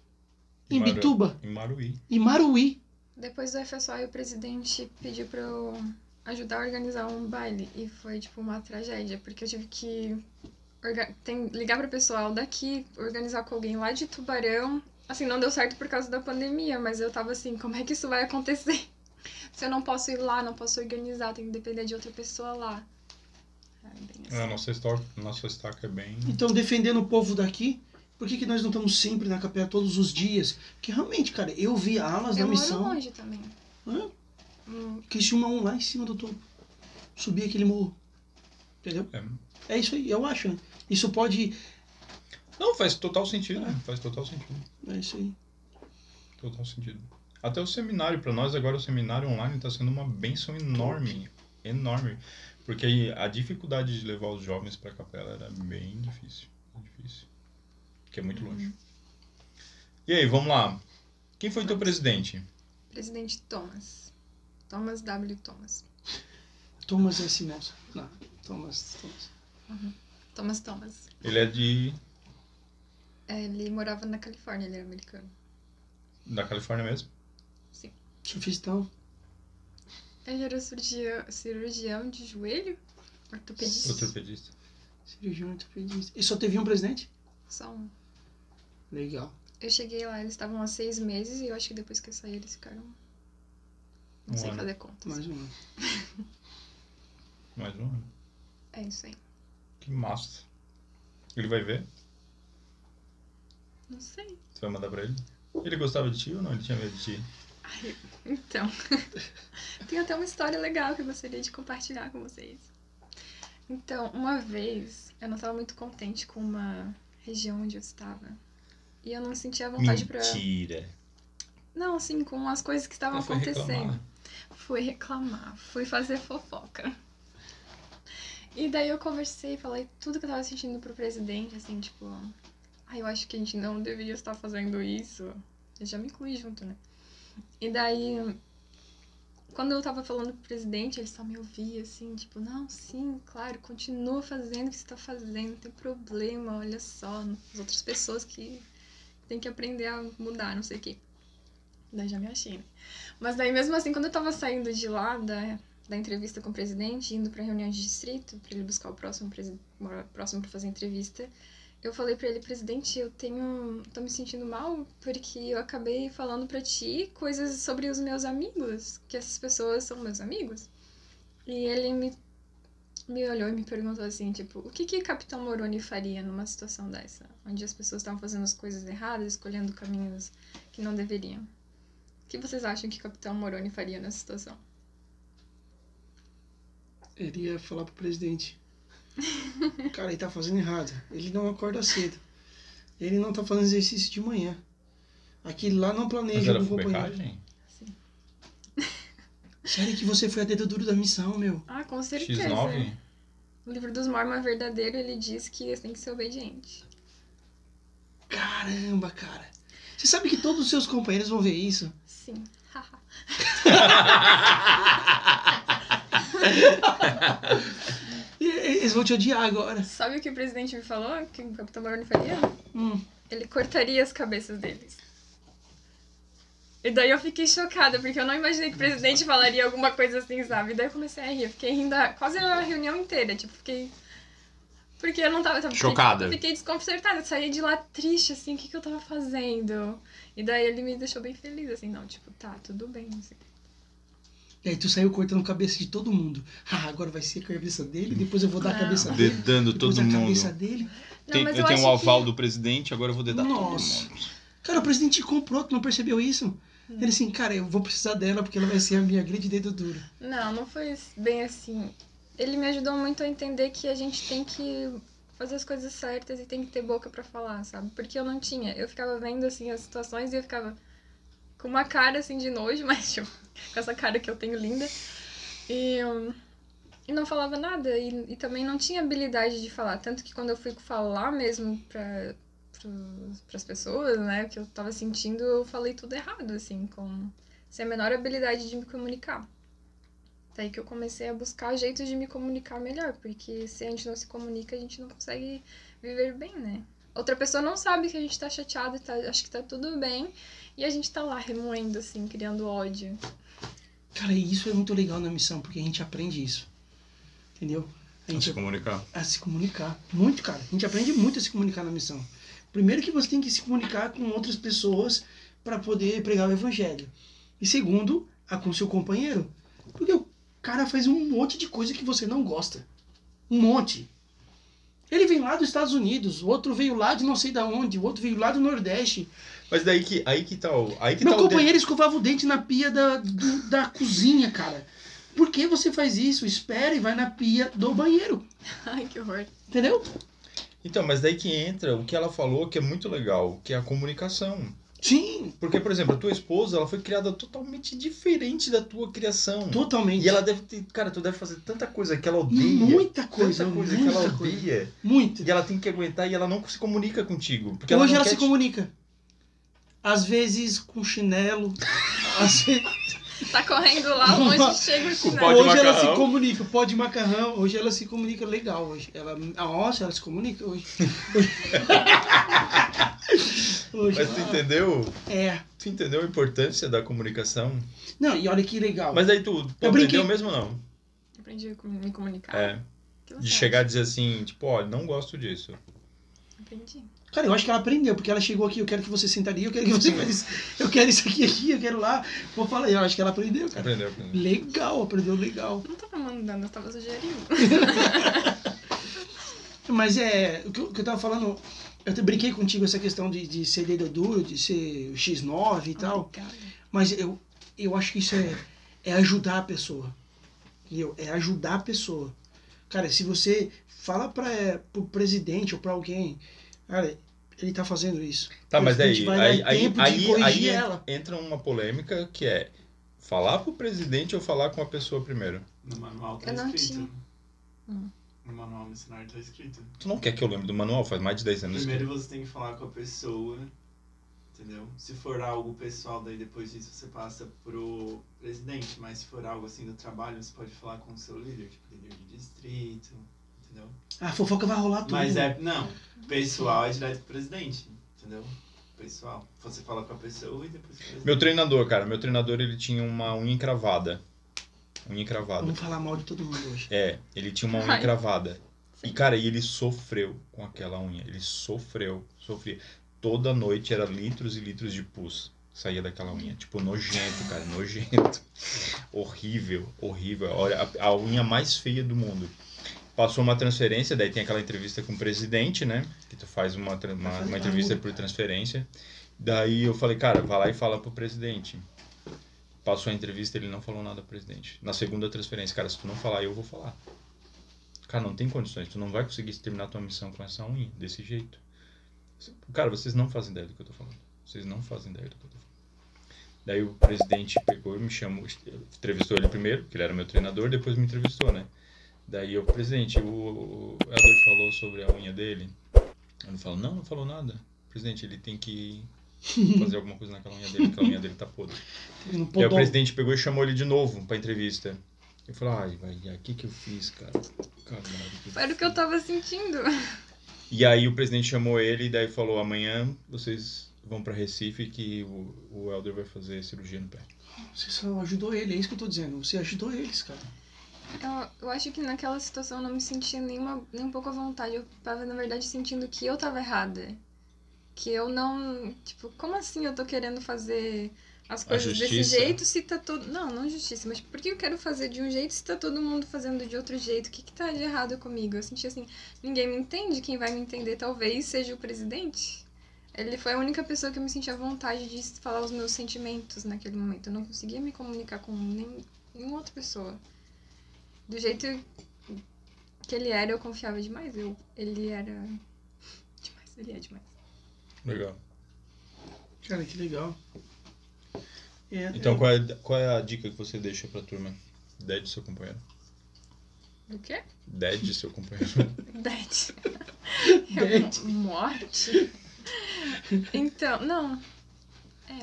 Speaker 2: em
Speaker 3: Maru-
Speaker 2: Bituba,
Speaker 3: Em Maruí.
Speaker 2: em Maruí.
Speaker 1: Depois do FSOI, o presidente pediu pra eu ajudar a organizar um baile. E foi, tipo, uma tragédia, porque eu tive que orga- tem- ligar pro pessoal daqui, organizar com alguém lá de Tubarão. Assim, não deu certo por causa da pandemia, mas eu tava assim, como é que isso vai acontecer? Se eu não posso ir lá, não posso organizar, tem que depender de outra pessoa lá. Ah, é bem assim.
Speaker 3: É, a nossa estaca, nossa estaca é bem.
Speaker 2: Então, defendendo o povo daqui, por que, que nós não estamos sempre na capela todos os dias? Porque realmente, cara, eu vi alas
Speaker 1: Eu moro
Speaker 2: na missão.
Speaker 1: longe também.
Speaker 2: Hã?
Speaker 1: Hum,
Speaker 2: Criciúma 1 lá em cima do topo. Subir aquele morro. Entendeu? É. isso aí, eu acho, né? Isso pode.
Speaker 3: Não, faz total sentido. Faz total sentido.
Speaker 2: É isso aí.
Speaker 3: Total sentido. Até o seminário, pra nós agora o seminário online está sendo uma benção enorme. Enorme. Porque aí a dificuldade de levar os jovens pra capela era bem difícil. bem difícil. Porque é muito longe. E aí, vamos lá. Quem foi teu presidente?
Speaker 1: presidente Thomas. Thomas W. Thomas.
Speaker 2: Thomas S. Nelson. Não, Thomas. Thomas.
Speaker 1: Thomas Thomas.
Speaker 3: Ele é de.
Speaker 1: É, Ele morava na Califórnia, ele era americano.
Speaker 3: da Califórnia mesmo?
Speaker 2: Sufistão.
Speaker 1: Ele era cirurgia- cirurgião de joelho? Ortopedista?
Speaker 3: Ortopedista.
Speaker 2: Cirurgião ortopedista. E só teve um presidente?
Speaker 1: Só um.
Speaker 2: Legal.
Speaker 1: Eu cheguei lá, eles estavam há seis meses e eu acho que depois que eu saí eles ficaram. Não
Speaker 3: Um
Speaker 1: sei
Speaker 3: ano.
Speaker 1: fazer contas.
Speaker 2: Mais um.
Speaker 3: Mais um ano.
Speaker 1: É isso aí.
Speaker 3: Que massa. Ele vai ver?
Speaker 1: Não sei.
Speaker 3: Você vai mandar pra ele? Ele gostava de ti ou não? Ele tinha medo de ti?
Speaker 1: Ai, então. Tem até uma história legal que eu gostaria de compartilhar com vocês. Então, uma vez, eu não estava muito contente com uma região onde eu estava. E eu não sentia vontade pra.
Speaker 3: Mentira.
Speaker 1: Não, assim, com as coisas que estavam
Speaker 3: Ela foi
Speaker 1: acontecendo.
Speaker 3: reclamar.
Speaker 1: Fui reclamar, fui fazer fofoca. E daí eu conversei, falei tudo que eu tava sentindo pro presidente, assim, tipo, ai, eu acho que a gente não deveria estar fazendo isso. Eu já me incluí junto, né? E daí quando eu tava falando pro presidente, ele só me ouvia assim, tipo, não, sim, claro, continua fazendo o que você tá fazendo, não tem problema, olha só, as outras pessoas que tem que aprender a mudar, não sei o quê. Daí já me achei, né? Mas daí mesmo assim, quando eu tava saindo de lá, da, da entrevista com o presidente, indo pra reunião de distrito, pra ele buscar o próximo, presi- o próximo pra fazer a entrevista, eu falei pra ele, presidente, eu tenho. tô me sentindo mal porque eu acabei falando pra ti coisas sobre os meus amigos, que essas pessoas são meus amigos. E ele me, me olhou e me perguntou assim, tipo, o que que Capitão Moroni faria numa situação dessa? Onde as pessoas estavam fazendo as coisas erradas, escolhendo caminhos que não deveriam. O que vocês acham que Capitão Moroni faria nessa situação?
Speaker 2: Ele ia falar pro presidente. Cara, ele tá fazendo errado. Ele não acorda cedo. Ele não tá fazendo exercício de manhã. Aquele lá não
Speaker 3: Mas
Speaker 2: planeja
Speaker 3: era
Speaker 2: com o companheiro.
Speaker 3: fubecagem?
Speaker 2: Sério que você foi a dedo duro da missão, meu?
Speaker 1: Ah, com certeza.
Speaker 3: X9?
Speaker 1: O livro dos Mormons verdadeiro, ele diz que você tem que ser obediente.
Speaker 2: Caramba, cara. Você sabe que todos os seus companheiros vão ver isso?
Speaker 1: Sim. Haha.
Speaker 2: E e- eles vão te odiar agora.
Speaker 1: Sabe o que o presidente me falou? Que o Capitão Moroni faria?
Speaker 2: Hum.
Speaker 1: Ele cortaria as cabeças deles. E daí eu fiquei chocada, porque eu não imaginei que o presidente falaria alguma coisa assim, sabe? E daí eu comecei a rir. Eu fiquei rindo a- quase a reunião inteira. Tipo, fiquei. Porque eu não tava. tava
Speaker 3: Chocada.
Speaker 1: Fiquei, fiquei desconcertada. Eu saí de lá triste, assim, o que, que eu tava fazendo? E daí ele me deixou bem feliz, assim, não, tipo, tá, tudo bem. não sei o quê.
Speaker 2: E aí tu saiu cortando a cabeça de todo mundo. Ah, agora vai ser a cabeça dele, depois eu vou dar a
Speaker 1: Ah.
Speaker 2: cabeça dele.
Speaker 4: Dedando
Speaker 2: depois
Speaker 4: todo
Speaker 2: a
Speaker 4: mundo.
Speaker 2: cabeça dele.
Speaker 1: Não,
Speaker 4: Tem-
Speaker 1: mas
Speaker 4: eu
Speaker 1: eu
Speaker 4: tenho um
Speaker 1: acho
Speaker 4: o aval
Speaker 1: que-
Speaker 4: do presidente, agora eu vou dedar
Speaker 2: Nossa.
Speaker 4: todo mundo.
Speaker 2: Cara, o presidente comprou, tu não percebeu isso? Ele assim, cara, eu vou precisar dela porque ela vai ser a minha grande dedo duro.
Speaker 1: Não, não foi bem assim. Ele me ajudou muito a entender que a gente tem que fazer as coisas certas e tem que ter boca pra falar, sabe? Porque eu não tinha. Eu ficava vendo assim as situações e eu ficava com uma cara assim de nojo, mas tipo, com essa cara que eu tenho linda. E, hum, e não falava nada e, e também não tinha habilidade de falar, tanto que quando eu fui falar mesmo para as pessoas, né, o que eu tava sentindo, eu falei tudo errado assim, com sem a menor habilidade de me comunicar. Daí que eu comecei a buscar jeitos de me comunicar melhor, porque se a gente não se comunica, a gente não consegue viver bem, né? Outra pessoa não sabe que a gente tá chateado, tá, acha que tá tudo bem, e a gente tá lá remoendo, assim, criando ódio.
Speaker 2: Cara, e isso é muito legal na missão, porque a gente aprende isso. Entendeu? A
Speaker 4: Pra
Speaker 2: gente
Speaker 4: se comunicar.
Speaker 2: a se comunicar. Muito, cara. A gente aprende muito a se comunicar na missão. Primeiro que você tem que se comunicar com outras pessoas para poder pregar o evangelho. E segundo, a com seu companheiro. Porque o cara faz um monte de coisa que você não gosta. Um monte. Ele vem lá dos Estados Unidos, o outro veio lá de não sei da onde, o outro veio lá do Nordeste.
Speaker 3: Mas daí que, aí que tá o... Aí que
Speaker 2: Meu
Speaker 3: tá o de-
Speaker 2: companheiro escovava o dente na pia da, do- da cozinha, cara. Por que você faz isso? Espera e vai na pia do banheiro.
Speaker 1: Ai, que horror.
Speaker 2: Entendeu?
Speaker 3: Então, mas daí que entra o que ela falou, que é muito legal, que é a comunicação.
Speaker 2: Sim,
Speaker 3: Porque, por exemplo, a tua esposa, ela foi criada totalmente diferente da tua criação.
Speaker 2: totalmente.
Speaker 3: E ela deve ter... Cara, tu deve fazer tanta coisa que ela odeia.
Speaker 2: Muita coisa,
Speaker 3: tanta coisa que
Speaker 2: muita
Speaker 3: ela
Speaker 2: coisa.
Speaker 3: odeia.
Speaker 2: Muito.
Speaker 3: E ela tem que aguentar e ela não se comunica contigo. Porque
Speaker 2: Hoje
Speaker 3: ela,
Speaker 2: ela,
Speaker 3: não quer
Speaker 2: se
Speaker 3: te-
Speaker 2: comunica. Às vezes com chinelo. às ve-
Speaker 1: Tá correndo lá longe, chega o
Speaker 4: pau
Speaker 1: chinelo.
Speaker 4: de
Speaker 2: hoje ela se
Speaker 4: macarrão.
Speaker 2: comunica, pó de macarrão. Hoje ela se comunica legal. Hoje. Ela... Nossa, ela se comunica hoje. hoje
Speaker 3: Mas tu
Speaker 2: ela...
Speaker 3: entendeu?
Speaker 2: É.
Speaker 3: Tu entendeu a importância da comunicação?
Speaker 2: Não, e olha que legal.
Speaker 3: Mas aí tu tu
Speaker 2: Eu brinquei.
Speaker 3: aprendeu mesmo ou não?
Speaker 1: Aprendi a com- me comunicar.
Speaker 3: É.
Speaker 1: O que
Speaker 3: De
Speaker 1: você
Speaker 3: chegar a dizer assim, tipo, olha, não gosto disso.
Speaker 1: acha? Aprendi.
Speaker 2: Cara, eu acho que ela aprendeu, porque ela chegou aqui, eu quero que você senta ali, eu quero que você faça isso, eu quero isso aqui, aqui, eu quero lá. Vou falar, eu acho que ela aprendeu, cara.
Speaker 3: Aprendeu, aprendeu.
Speaker 2: Legal, aprendeu legal.
Speaker 1: Não tava mandando, eu tava sugerindo.
Speaker 2: Mas é, o que eu, o que eu tava falando, eu até brinquei contigo essa questão de, de ser dedo duro, de ser X9 e
Speaker 3: Então.
Speaker 2: tal,
Speaker 1: Obrigada.
Speaker 2: mas eu, eu acho que isso é, é ajudar a pessoa, entendeu? É ajudar a pessoa. Cara, se você fala para pro presidente ou pra alguém, cara, ele tá fazendo isso.
Speaker 3: Tá, mas
Speaker 2: A gente
Speaker 3: daí,
Speaker 2: vai dar
Speaker 3: aí, aí,
Speaker 2: tempo de
Speaker 3: aí, aí
Speaker 2: corrigir
Speaker 3: en-
Speaker 2: ela.
Speaker 3: entra uma polêmica que é falar pro presidente ou falar com a pessoa primeiro.
Speaker 5: No manual tá
Speaker 1: Eu não
Speaker 5: escrito.
Speaker 1: Hum.
Speaker 5: No manual missionário tá escrito.
Speaker 3: Tu não quer que eu lembre do manual? Faz mais de 10 anos. que-
Speaker 5: Primeiro você tem que falar com a pessoa. entendeu? Se for algo pessoal, daí depois disso você passa pro presidente, mas se for algo assim do trabalho, você pode falar com o seu líder, tipo líder de distrito, entendeu?
Speaker 2: A fofoca vai rolar tudo.
Speaker 5: Mas é, não, pessoal é direto pro presidente, entendeu? Pessoal, você fala com a pessoa e depois... com o
Speaker 3: Meu
Speaker 5: presidente.
Speaker 3: treinador, cara, meu treinador ele tinha uma unha encravada. Unha encravada.
Speaker 2: Vamos falar mal de todo mundo hoje.
Speaker 3: É, ele tinha uma unha
Speaker 1: Ai.
Speaker 3: encravada. E, cara, e ele sofreu com aquela unha. Ele sofreu, sofria. Toda noite era litros e litros de pus. Saía daquela unha. Tipo, nojento, cara, nojento. Horrível, horrível. Olha, a, a unha mais feia do mundo. Passou uma transferência, daí tem aquela entrevista com o presidente, né? Que tu faz uma, tra- uma, uma entrevista por transferência. Daí eu falei, cara, vai lá e fala pro presidente. Passou a entrevista, ele não falou nada ao presidente. Na segunda transferência, cara, se tu não falar, eu vou falar. Cara, não tem condições. Tu não vai conseguir terminar tua missão com essa unha, desse jeito. Cara, vocês não fazem ideia do que eu tô falando. Vocês não fazem ideia do que eu tô falando. Daí o presidente pegou e me chamou, entrevistou ele primeiro, que ele era meu treinador, depois me entrevistou, né? Daí o presidente, o, o Helder falou sobre a unha dele. Ele falou, não, não falou nada. Presidente, ele tem que fazer alguma coisa naquela unha dele, porque a unha dele tá podre.
Speaker 2: Não
Speaker 3: E aí o
Speaker 2: podou.
Speaker 3: presidente pegou e chamou ele de novo pra entrevista. Eu falei, ai, vai, o que que eu fiz, cara? Caralho, que
Speaker 1: Era o que eu tava sentindo.
Speaker 3: E aí o presidente chamou ele e daí falou, amanhã vocês vão pra Recife que o, o Helder vai fazer cirurgia no pé.
Speaker 2: Você só ajudou ele, é isso que eu tô dizendo. Você ajudou eles, cara.
Speaker 1: Então, Eu, eu acho que naquela situação eu não me sentia nem, uma- nem um pouco à vontade. Eu tava, na verdade, sentindo que eu tava errada. Que eu não. Tipo, como assim eu tô querendo fazer as coisas desse
Speaker 3: justiça?
Speaker 1: jeito se tá todo. Não, não justiça, mas por que eu quero fazer de um jeito se tá todo mundo fazendo de outro jeito? O que, que tá de errado comigo? Eu senti assim, ninguém me entende, quem vai me entender talvez seja o presidente. Ele foi a única pessoa que eu me sentia à vontade de falar os meus sentimentos naquele momento. Eu não conseguia me comunicar com nem, nenhuma outra pessoa do jeito que ele era, eu confiava demais. Eu, ele era demais, ele é demais.
Speaker 3: Legal.
Speaker 2: Cara, que legal. É,
Speaker 3: Então
Speaker 2: é-
Speaker 3: qual é, qual é a dica que você deixa pra turma? Ideia de seu companheiro.
Speaker 1: Do quê?
Speaker 3: Ideia de seu companheiro.
Speaker 1: Dead.
Speaker 2: Dead.
Speaker 1: Morte. Então, não.
Speaker 3: Eu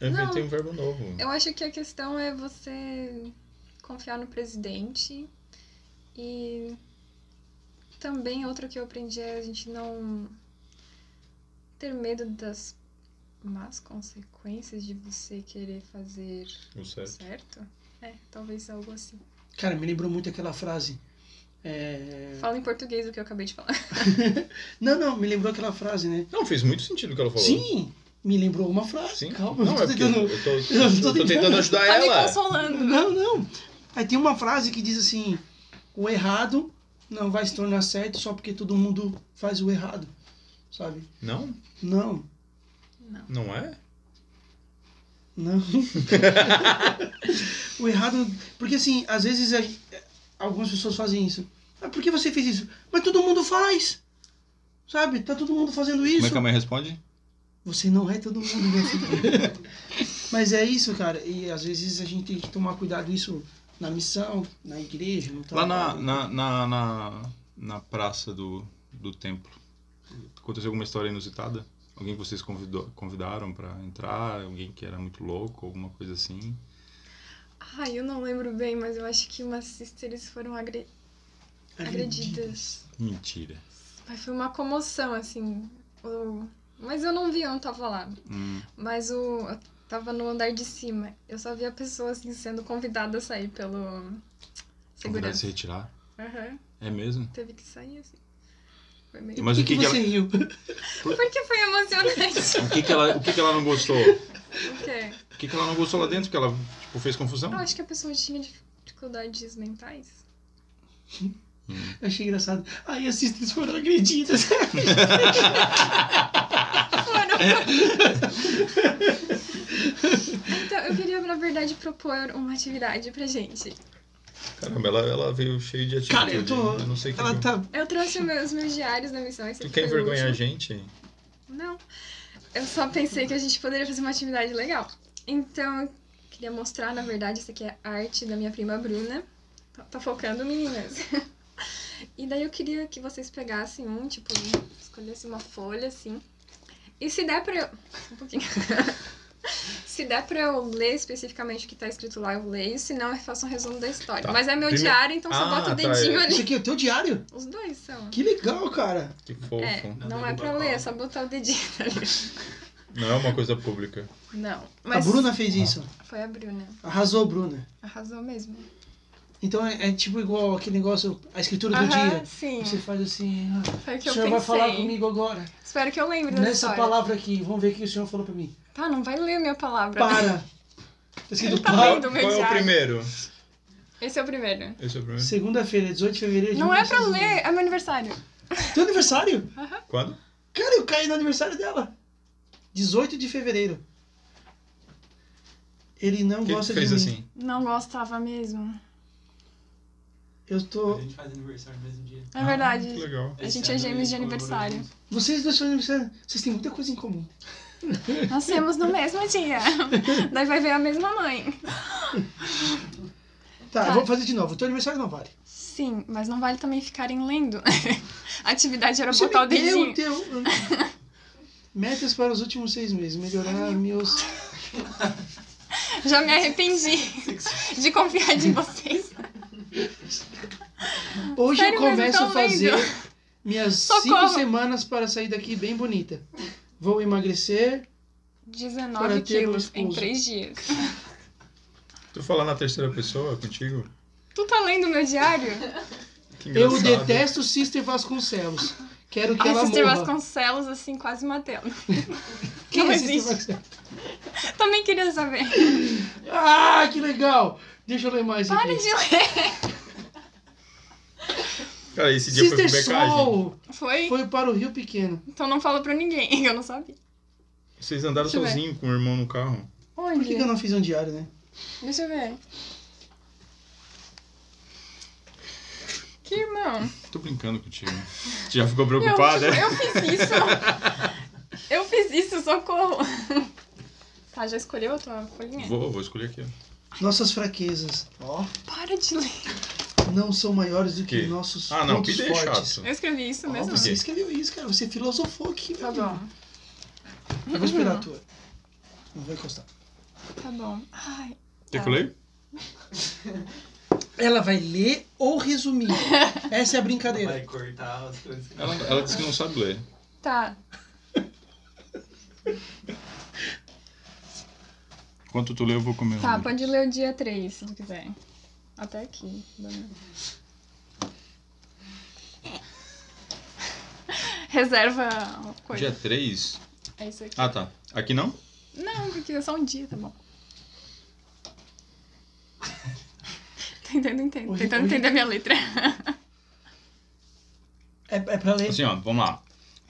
Speaker 1: Não.
Speaker 3: inventei um verbo novo.
Speaker 1: Eu acho que a questão é você confiar no presidente. E também outra que eu aprendi é a gente não ter medo das más consequências de você querer fazer
Speaker 3: O certo.
Speaker 1: certo. É, talvez algo assim.
Speaker 2: Cara, me lembrou muito aquela frase. É...
Speaker 1: Fala em português o que eu acabei de falar.
Speaker 2: Não, não, me lembrou aquela frase, né?
Speaker 3: Não, fez muito sentido o que ela falou.
Speaker 2: Sim, me lembrou uma frase.
Speaker 3: Sim.
Speaker 2: Calma,
Speaker 3: não,
Speaker 2: eu tô
Speaker 3: é porque
Speaker 2: tentando.
Speaker 3: eu tô,
Speaker 2: eu tô
Speaker 3: eu tô
Speaker 2: tentando.
Speaker 3: tentando ajudar
Speaker 1: Tá me
Speaker 3: ela.
Speaker 1: consolando.
Speaker 2: Não, não. Aí tem uma frase que diz assim: o errado não vai se tornar certo só porque todo mundo faz o errado, sabe?
Speaker 3: Não?
Speaker 2: Não,
Speaker 1: Não.
Speaker 3: Não é?
Speaker 2: não. o errado. Porque assim, às vezes a- algumas pessoas fazem isso. Ah, por que você fez isso? Mas todo mundo faz! Sabe? Tá todo mundo fazendo isso.
Speaker 3: Como é que a mãe responde?
Speaker 2: Você não é todo mundo, meu filho. Mas é isso, cara. E às vezes a gente tem que tomar cuidado isso na missão, na igreja, no
Speaker 3: Lá na,
Speaker 2: trabalho.
Speaker 3: na, na, na, na praça do, do templo, aconteceu alguma história inusitada? Alguém que vocês convidou, convidaram pra entrar? Alguém que era muito louco, alguma coisa assim?
Speaker 1: Ai, eu não lembro bem, mas eu acho que umas sisters foram agre- agredidas.
Speaker 3: Mentira.
Speaker 1: Mas foi uma comoção, assim. O- Mas eu não vi, eu não tava lá.
Speaker 3: Hum,
Speaker 1: Mas o. Eu tava no andar de cima. Eu só vi a pessoa, assim, sendo convidada a sair pelo.
Speaker 3: convidar se
Speaker 1: Segurança.
Speaker 3: retirar?
Speaker 1: Aham.
Speaker 3: É mesmo?
Speaker 1: Teve que sair, assim. Foi meio.
Speaker 3: Mas
Speaker 2: Por
Speaker 3: o que, que,
Speaker 2: você
Speaker 3: ela,
Speaker 2: riu?
Speaker 1: Porque foi emocionante.
Speaker 3: o, que, que, ela, o que, que ela não gostou?
Speaker 1: o quê?
Speaker 3: O que, que ela não gostou lá dentro? Que ela tipo, fez confusão?
Speaker 1: Eu acho que a pessoa tinha dificuldades mentais.
Speaker 2: Eu achei engraçado. Aí as sisters foram agredidas.
Speaker 1: Foram. então, eu queria, na verdade, propor uma atividade pra gente.
Speaker 3: Caramba, ela, ela veio cheia de atitude.
Speaker 2: Cara, eu tô-
Speaker 3: não sei o que.
Speaker 2: Ela
Speaker 3: que-
Speaker 2: tá.
Speaker 1: Eu trouxe os meus, meus diários da missão. esse foi
Speaker 3: Tu quer
Speaker 1: o
Speaker 3: envergonhar a
Speaker 1: último.
Speaker 3: gente?
Speaker 1: Não. Eu só pensei que a gente poderia fazer uma atividade legal. Então, eu queria mostrar, na verdade, isso aqui é arte da minha prima Bruna. Tá, tá focando, meninas. E daí eu queria que vocês pegassem um, tipo, escolhessem uma folha, assim, E se der pra eu. Só um pouquinho. se der pra eu ler especificamente o que tá escrito lá, eu leio. Se não, eu faço um resumo da história.
Speaker 3: Tá.
Speaker 1: Mas é meu
Speaker 3: Primeiro-
Speaker 1: diário, então só
Speaker 3: Ah,
Speaker 1: bota o
Speaker 3: tá,
Speaker 1: dedinho
Speaker 3: é.
Speaker 1: ali.
Speaker 2: Isso aqui é o teu diário?
Speaker 1: Os dois são.
Speaker 2: Que legal, cara.
Speaker 3: Que fofo.
Speaker 1: É,
Speaker 5: Não
Speaker 1: não é pra
Speaker 5: derruba a
Speaker 1: ler, é
Speaker 5: cola.
Speaker 1: só botar o dedinho ali.
Speaker 3: Não é uma coisa pública.
Speaker 1: Não. Mas
Speaker 2: A Bruna fez isso.
Speaker 1: foi a Bruna.
Speaker 2: Arrasou, Bruna.
Speaker 1: Arrasou mesmo.
Speaker 2: Então é, é tipo igual aquele negócio, a escritura do
Speaker 1: Aham,
Speaker 2: dia.
Speaker 1: sim.
Speaker 2: Você faz assim. ah,
Speaker 1: Foi o
Speaker 2: o
Speaker 1: que eu
Speaker 2: senhor
Speaker 1: pensei.
Speaker 2: vai falar comigo agora.
Speaker 1: Espero que eu lembre da
Speaker 2: Nessa
Speaker 1: história.
Speaker 2: palavra aqui, vamos ver o que o senhor falou pra mim.
Speaker 1: Tá, não vai ler a minha palavra.
Speaker 2: Para! Tá escrito
Speaker 1: Ele tá
Speaker 2: para.
Speaker 1: vendo? Do meu
Speaker 3: Qual é o
Speaker 1: diário.
Speaker 3: primeiro?
Speaker 1: Esse é o primeiro.
Speaker 3: Esse é o primeiro?
Speaker 2: Segunda-feira, 18 de fevereiro. de
Speaker 1: Não é pra
Speaker 2: 1900.
Speaker 1: ler, é meu aniversário.
Speaker 2: Teu aniversário?
Speaker 3: Quando?
Speaker 2: Cara, eu caí no aniversário dela. 18 de fevereiro. Ele não
Speaker 3: O que
Speaker 2: gosta
Speaker 3: que fez
Speaker 2: de mim.
Speaker 3: assim?
Speaker 1: Não gostava mesmo.
Speaker 2: Eu
Speaker 5: A
Speaker 2: tô.
Speaker 5: gente faz aniversário no mesmo dia.
Speaker 2: Ah,
Speaker 1: É verdade.
Speaker 3: Que legal.
Speaker 1: A gente
Speaker 5: Esse
Speaker 1: é
Speaker 5: ano
Speaker 1: gêmeos de
Speaker 5: ele comemorou
Speaker 1: aniversário.
Speaker 5: junto.
Speaker 2: Vocês dois são aniversário. Vocês têm muita coisa em comum.
Speaker 1: Nascemos no mesmo dia. Daí vai ver a mesma mãe.
Speaker 2: Tá,
Speaker 1: Tá.
Speaker 2: eu vou fazer de novo. Teu aniversário não vale.
Speaker 1: Sim, mas não vale também ficarem lendo. A atividade era
Speaker 2: Você
Speaker 1: botar o
Speaker 2: me deu
Speaker 1: dedinho.
Speaker 2: teu. Metas para os últimos seis meses. Melhorar meus.
Speaker 1: Já me arrependi de confiar em vocês.
Speaker 2: Hoje
Speaker 1: Sério,
Speaker 2: eu
Speaker 1: mas
Speaker 2: começo
Speaker 1: eu tô
Speaker 2: a fazer
Speaker 1: lendo.
Speaker 2: minhas
Speaker 1: Então Socorro.
Speaker 2: cinco semanas para sair daqui bem bonita. Vou emagrecer.
Speaker 1: 19
Speaker 2: Para ter um
Speaker 1: quilos em
Speaker 2: esposo.
Speaker 1: 3 dias.
Speaker 3: Tu falar na terceira pessoa contigo?
Speaker 1: Tu tá lendo meu diário?
Speaker 3: Que
Speaker 2: Eu
Speaker 3: engraçado.
Speaker 2: detesto Sister Vasconcelos. Quero que
Speaker 1: Ai,
Speaker 2: ela
Speaker 1: Sister
Speaker 2: morra.
Speaker 1: Vasconcelos, assim, quase matando.
Speaker 2: Quem
Speaker 1: Não
Speaker 2: é Sister
Speaker 1: existe.
Speaker 2: Vasconcelos?
Speaker 1: Também queria saber.
Speaker 2: Ah, que legal! Deixa eu ler mais aqui.
Speaker 1: Para de ler.
Speaker 3: Cara, esse dia
Speaker 2: Sister
Speaker 3: foi com becagem.
Speaker 2: Soul
Speaker 1: Foi?
Speaker 2: foi para o Rio Pequeno.
Speaker 1: Então não fala pra ninguém, eu não sabia.
Speaker 3: Vocês andaram
Speaker 1: Deixa eu ver.
Speaker 3: sozinho com o irmão no carro.
Speaker 2: Por
Speaker 1: Onde?
Speaker 2: que, que eu não fiz um diário, né?
Speaker 1: Deixa eu ver. Que irmão?
Speaker 3: Tô brincando contigo. Tu já ficou
Speaker 1: Eu,
Speaker 3: preocupada?
Speaker 1: eu fiz isso. Eu fiz isso, socorro. Tá, já escolheu a tua folhinha?
Speaker 3: Vou, vou escolher aqui. ó.
Speaker 2: Nossas fraquezas, ó,
Speaker 1: Para de ler.
Speaker 2: não são maiores do que
Speaker 3: Que?
Speaker 2: nossos
Speaker 3: Ah, não,
Speaker 2: pontos
Speaker 3: Peter é
Speaker 2: fortes.
Speaker 3: chato. é.
Speaker 1: Eu escrevi isso
Speaker 2: Ó,
Speaker 1: mesmo?
Speaker 2: você
Speaker 3: quê?
Speaker 2: escreveu isso, cara. Você filosofou aqui.
Speaker 1: Tá
Speaker 2: meu
Speaker 1: bom,
Speaker 2: amigo. Eu vou esperar a tua. Não vai encostar.
Speaker 1: tá bom. Ai,
Speaker 3: Quer que eu leio?
Speaker 2: Ela vai ler ou resumir. Essa é a brincadeira.
Speaker 5: Vai cortar as coisas que
Speaker 3: Ela, ela disse que não sabe ler.
Speaker 1: tá.
Speaker 3: Enquanto tu lê, eu vou comer.
Speaker 1: Tá,
Speaker 3: um.
Speaker 1: pode ler o dia 3, se tu quiser. Até aqui. Reserva uma coisa.
Speaker 3: Dia 3?
Speaker 1: É isso aqui.
Speaker 3: Ah, tá. Aqui não?
Speaker 1: Não, porque é só um dia, tá bom. Tentando entender,
Speaker 2: Oi,
Speaker 1: tentando
Speaker 2: oi.
Speaker 1: entender a minha letra.
Speaker 2: É, é pra ler.
Speaker 3: Assim, ó, vamos lá.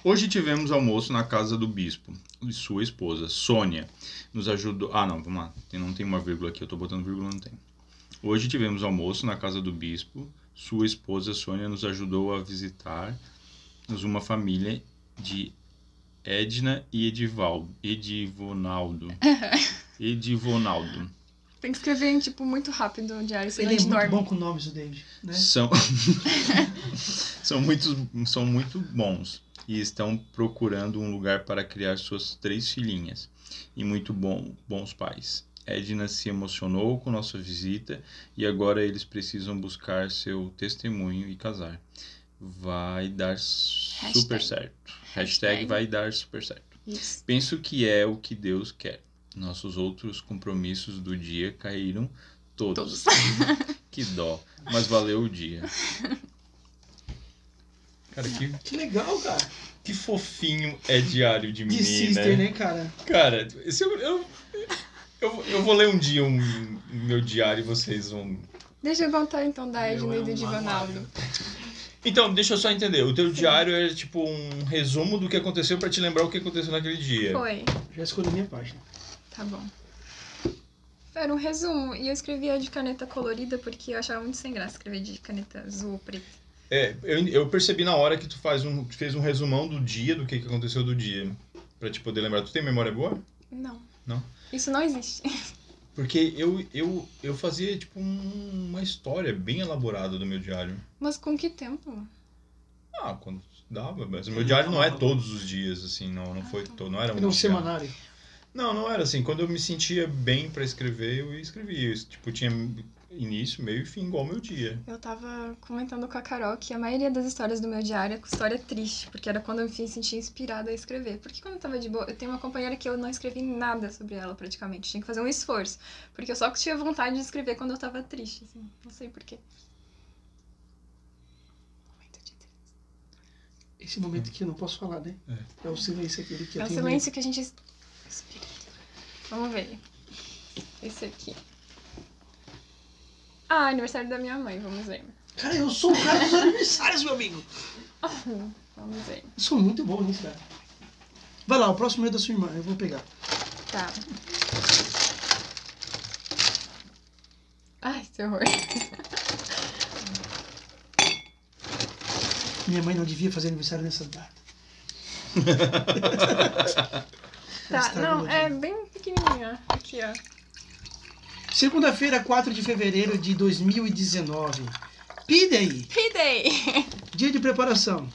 Speaker 3: Hoje tivemos almoço na casa do bispo e sua esposa, Sônia, nos ajudou. Ah, não, vamos lá. Tem- Não tem uma vírgula aqui, eu tô botando vírgula, não tem. Hoje tivemos almoço na casa do bispo. Sua esposa, Sônia, nos ajudou a visitar nos uma família de Edna e Edivaldo. Edivonaldo. Edivonaldo.
Speaker 1: Tem que escrever, em, tipo, muito rápido o diário, senão
Speaker 2: Ele
Speaker 1: a
Speaker 2: é
Speaker 1: gente
Speaker 2: muito
Speaker 1: dorme.
Speaker 2: bom com nomes, o David. Né?
Speaker 3: São, são, muito, são muito bons e estão procurando um lugar para criar suas três filhinhas e muito bom, bons pais. Edna se emocionou com nossa visita e agora eles precisam buscar seu testemunho e casar. Vai dar super
Speaker 1: Hashtag.
Speaker 3: certo.
Speaker 1: Hashtag.
Speaker 3: Hashtag vai dar super certo.
Speaker 1: Isso.
Speaker 3: Penso que é o que Deus quer. Nossos outros compromissos do dia caíram todos. que dó, mas valeu o dia. Cara, que,
Speaker 2: Que legal, cara.
Speaker 3: que fofinho é diário
Speaker 2: De
Speaker 3: de menina.
Speaker 2: sister, né, cara?
Speaker 3: Cara, se eu, eu, eu, eu vou ler um dia um, um meu diário e vocês vão.
Speaker 1: Deixa eu voltar então da
Speaker 5: Meu
Speaker 1: Edna
Speaker 5: é
Speaker 1: e
Speaker 5: um
Speaker 1: do Divanaldo.
Speaker 5: manual.
Speaker 3: Então, deixa eu só entender. O teu diário é tipo um resumo do que aconteceu pra te lembrar o que aconteceu naquele dia.
Speaker 1: Foi,
Speaker 2: Já escolhi minha página.
Speaker 1: tá bom. Era um resumo, e eu escrevia de caneta colorida porque eu achava muito sem graça escrever de caneta azul ou preta.
Speaker 3: É, eu, eu percebi na hora que tu faz um, tu fez um resumão do dia, do que, que aconteceu do dia, Pra te poder lembrar. Tu tem memória boa?
Speaker 1: Não.
Speaker 3: Não?
Speaker 1: Isso não existe.
Speaker 3: Porque eu, eu, eu fazia, tipo, um- uma história bem elaborada do meu diário.
Speaker 1: Mas com que tempo?
Speaker 3: Ah, quando dava, mas meu diário não é todos os dias, assim, não, não foi todo, não era um
Speaker 2: Era um
Speaker 3: diário.
Speaker 2: semanário.
Speaker 3: Não, não era assim. Quando eu me sentia bem pra escrever, eu escrevia. Tipo, tinha início, meio e fim, igual meu dia.
Speaker 1: Eu tava comentando com a Carol que a maioria das histórias do meu diário é com história triste, porque era quando eu me sentia inspirada a escrever. Porque quando eu tava de boa, eu tenho uma companheira que eu não escrevi nada sobre ela praticamente, tinha que fazer um esforço, porque eu só tinha vontade de escrever quando eu tava triste, assim, não sei porquê.
Speaker 2: Esse momento aqui eu não posso falar, né? É, o silêncio aquele que
Speaker 1: É
Speaker 2: eu
Speaker 1: um
Speaker 2: tenho.
Speaker 1: silêncio que a gente es- respira. Vamos ver. Esse aqui. Ah, aniversário da minha mãe, vamos ver.
Speaker 2: Cara, eu sou o cara dos aniversários, meu amigo.
Speaker 1: Vamos ver.
Speaker 2: Eu sou muito bom nisso, cara. Vai lá, o próximo é da sua irmã, eu vou pegar.
Speaker 1: Tá. Ai, que horror.
Speaker 2: Minha mãe não devia fazer aniversário nessa data.
Speaker 1: Tá,
Speaker 2: Estragou
Speaker 1: não,
Speaker 2: de
Speaker 1: é bem pequenininha. Aqui, ó.
Speaker 2: Segunda-feira, 4 de fevereiro de 2019. Pidem!
Speaker 1: Pidei!
Speaker 2: Dia de preparação.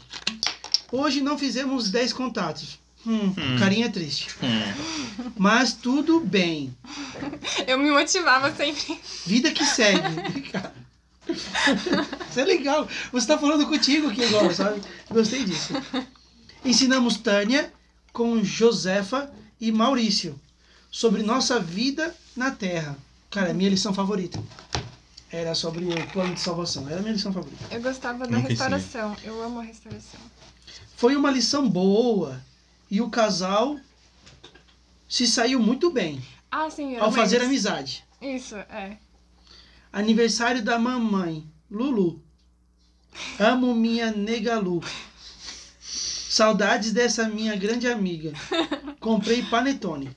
Speaker 2: Hoje não fizemos 10 contatos. Hum, carinha triste. Mas tudo bem.
Speaker 1: Eu me motivava sempre.
Speaker 2: Vida que segue. Cara, Isso é legal. Você tá falando contigo aqui agora, sabe? Gostei disso. Ensinamos Tânia com Josefa e Maurício sobre nossa vida na Terra. Cara, é minha lição favorita. Era sobre o plano de salvação. Era a minha lição favorita.
Speaker 1: Eu gostava da
Speaker 3: Nunca ensinei.
Speaker 1: restauração. Eu amo a restauração.
Speaker 2: Foi uma lição boa e o casal se saiu muito bem
Speaker 1: Ah, sim, era
Speaker 2: ao fazer
Speaker 1: eles.
Speaker 2: amizade.
Speaker 1: Isso, é.
Speaker 2: Aniversário da mamãe, Lulu. Amo minha nega Lu. Saudades dessa minha grande amiga. Comprei panetone.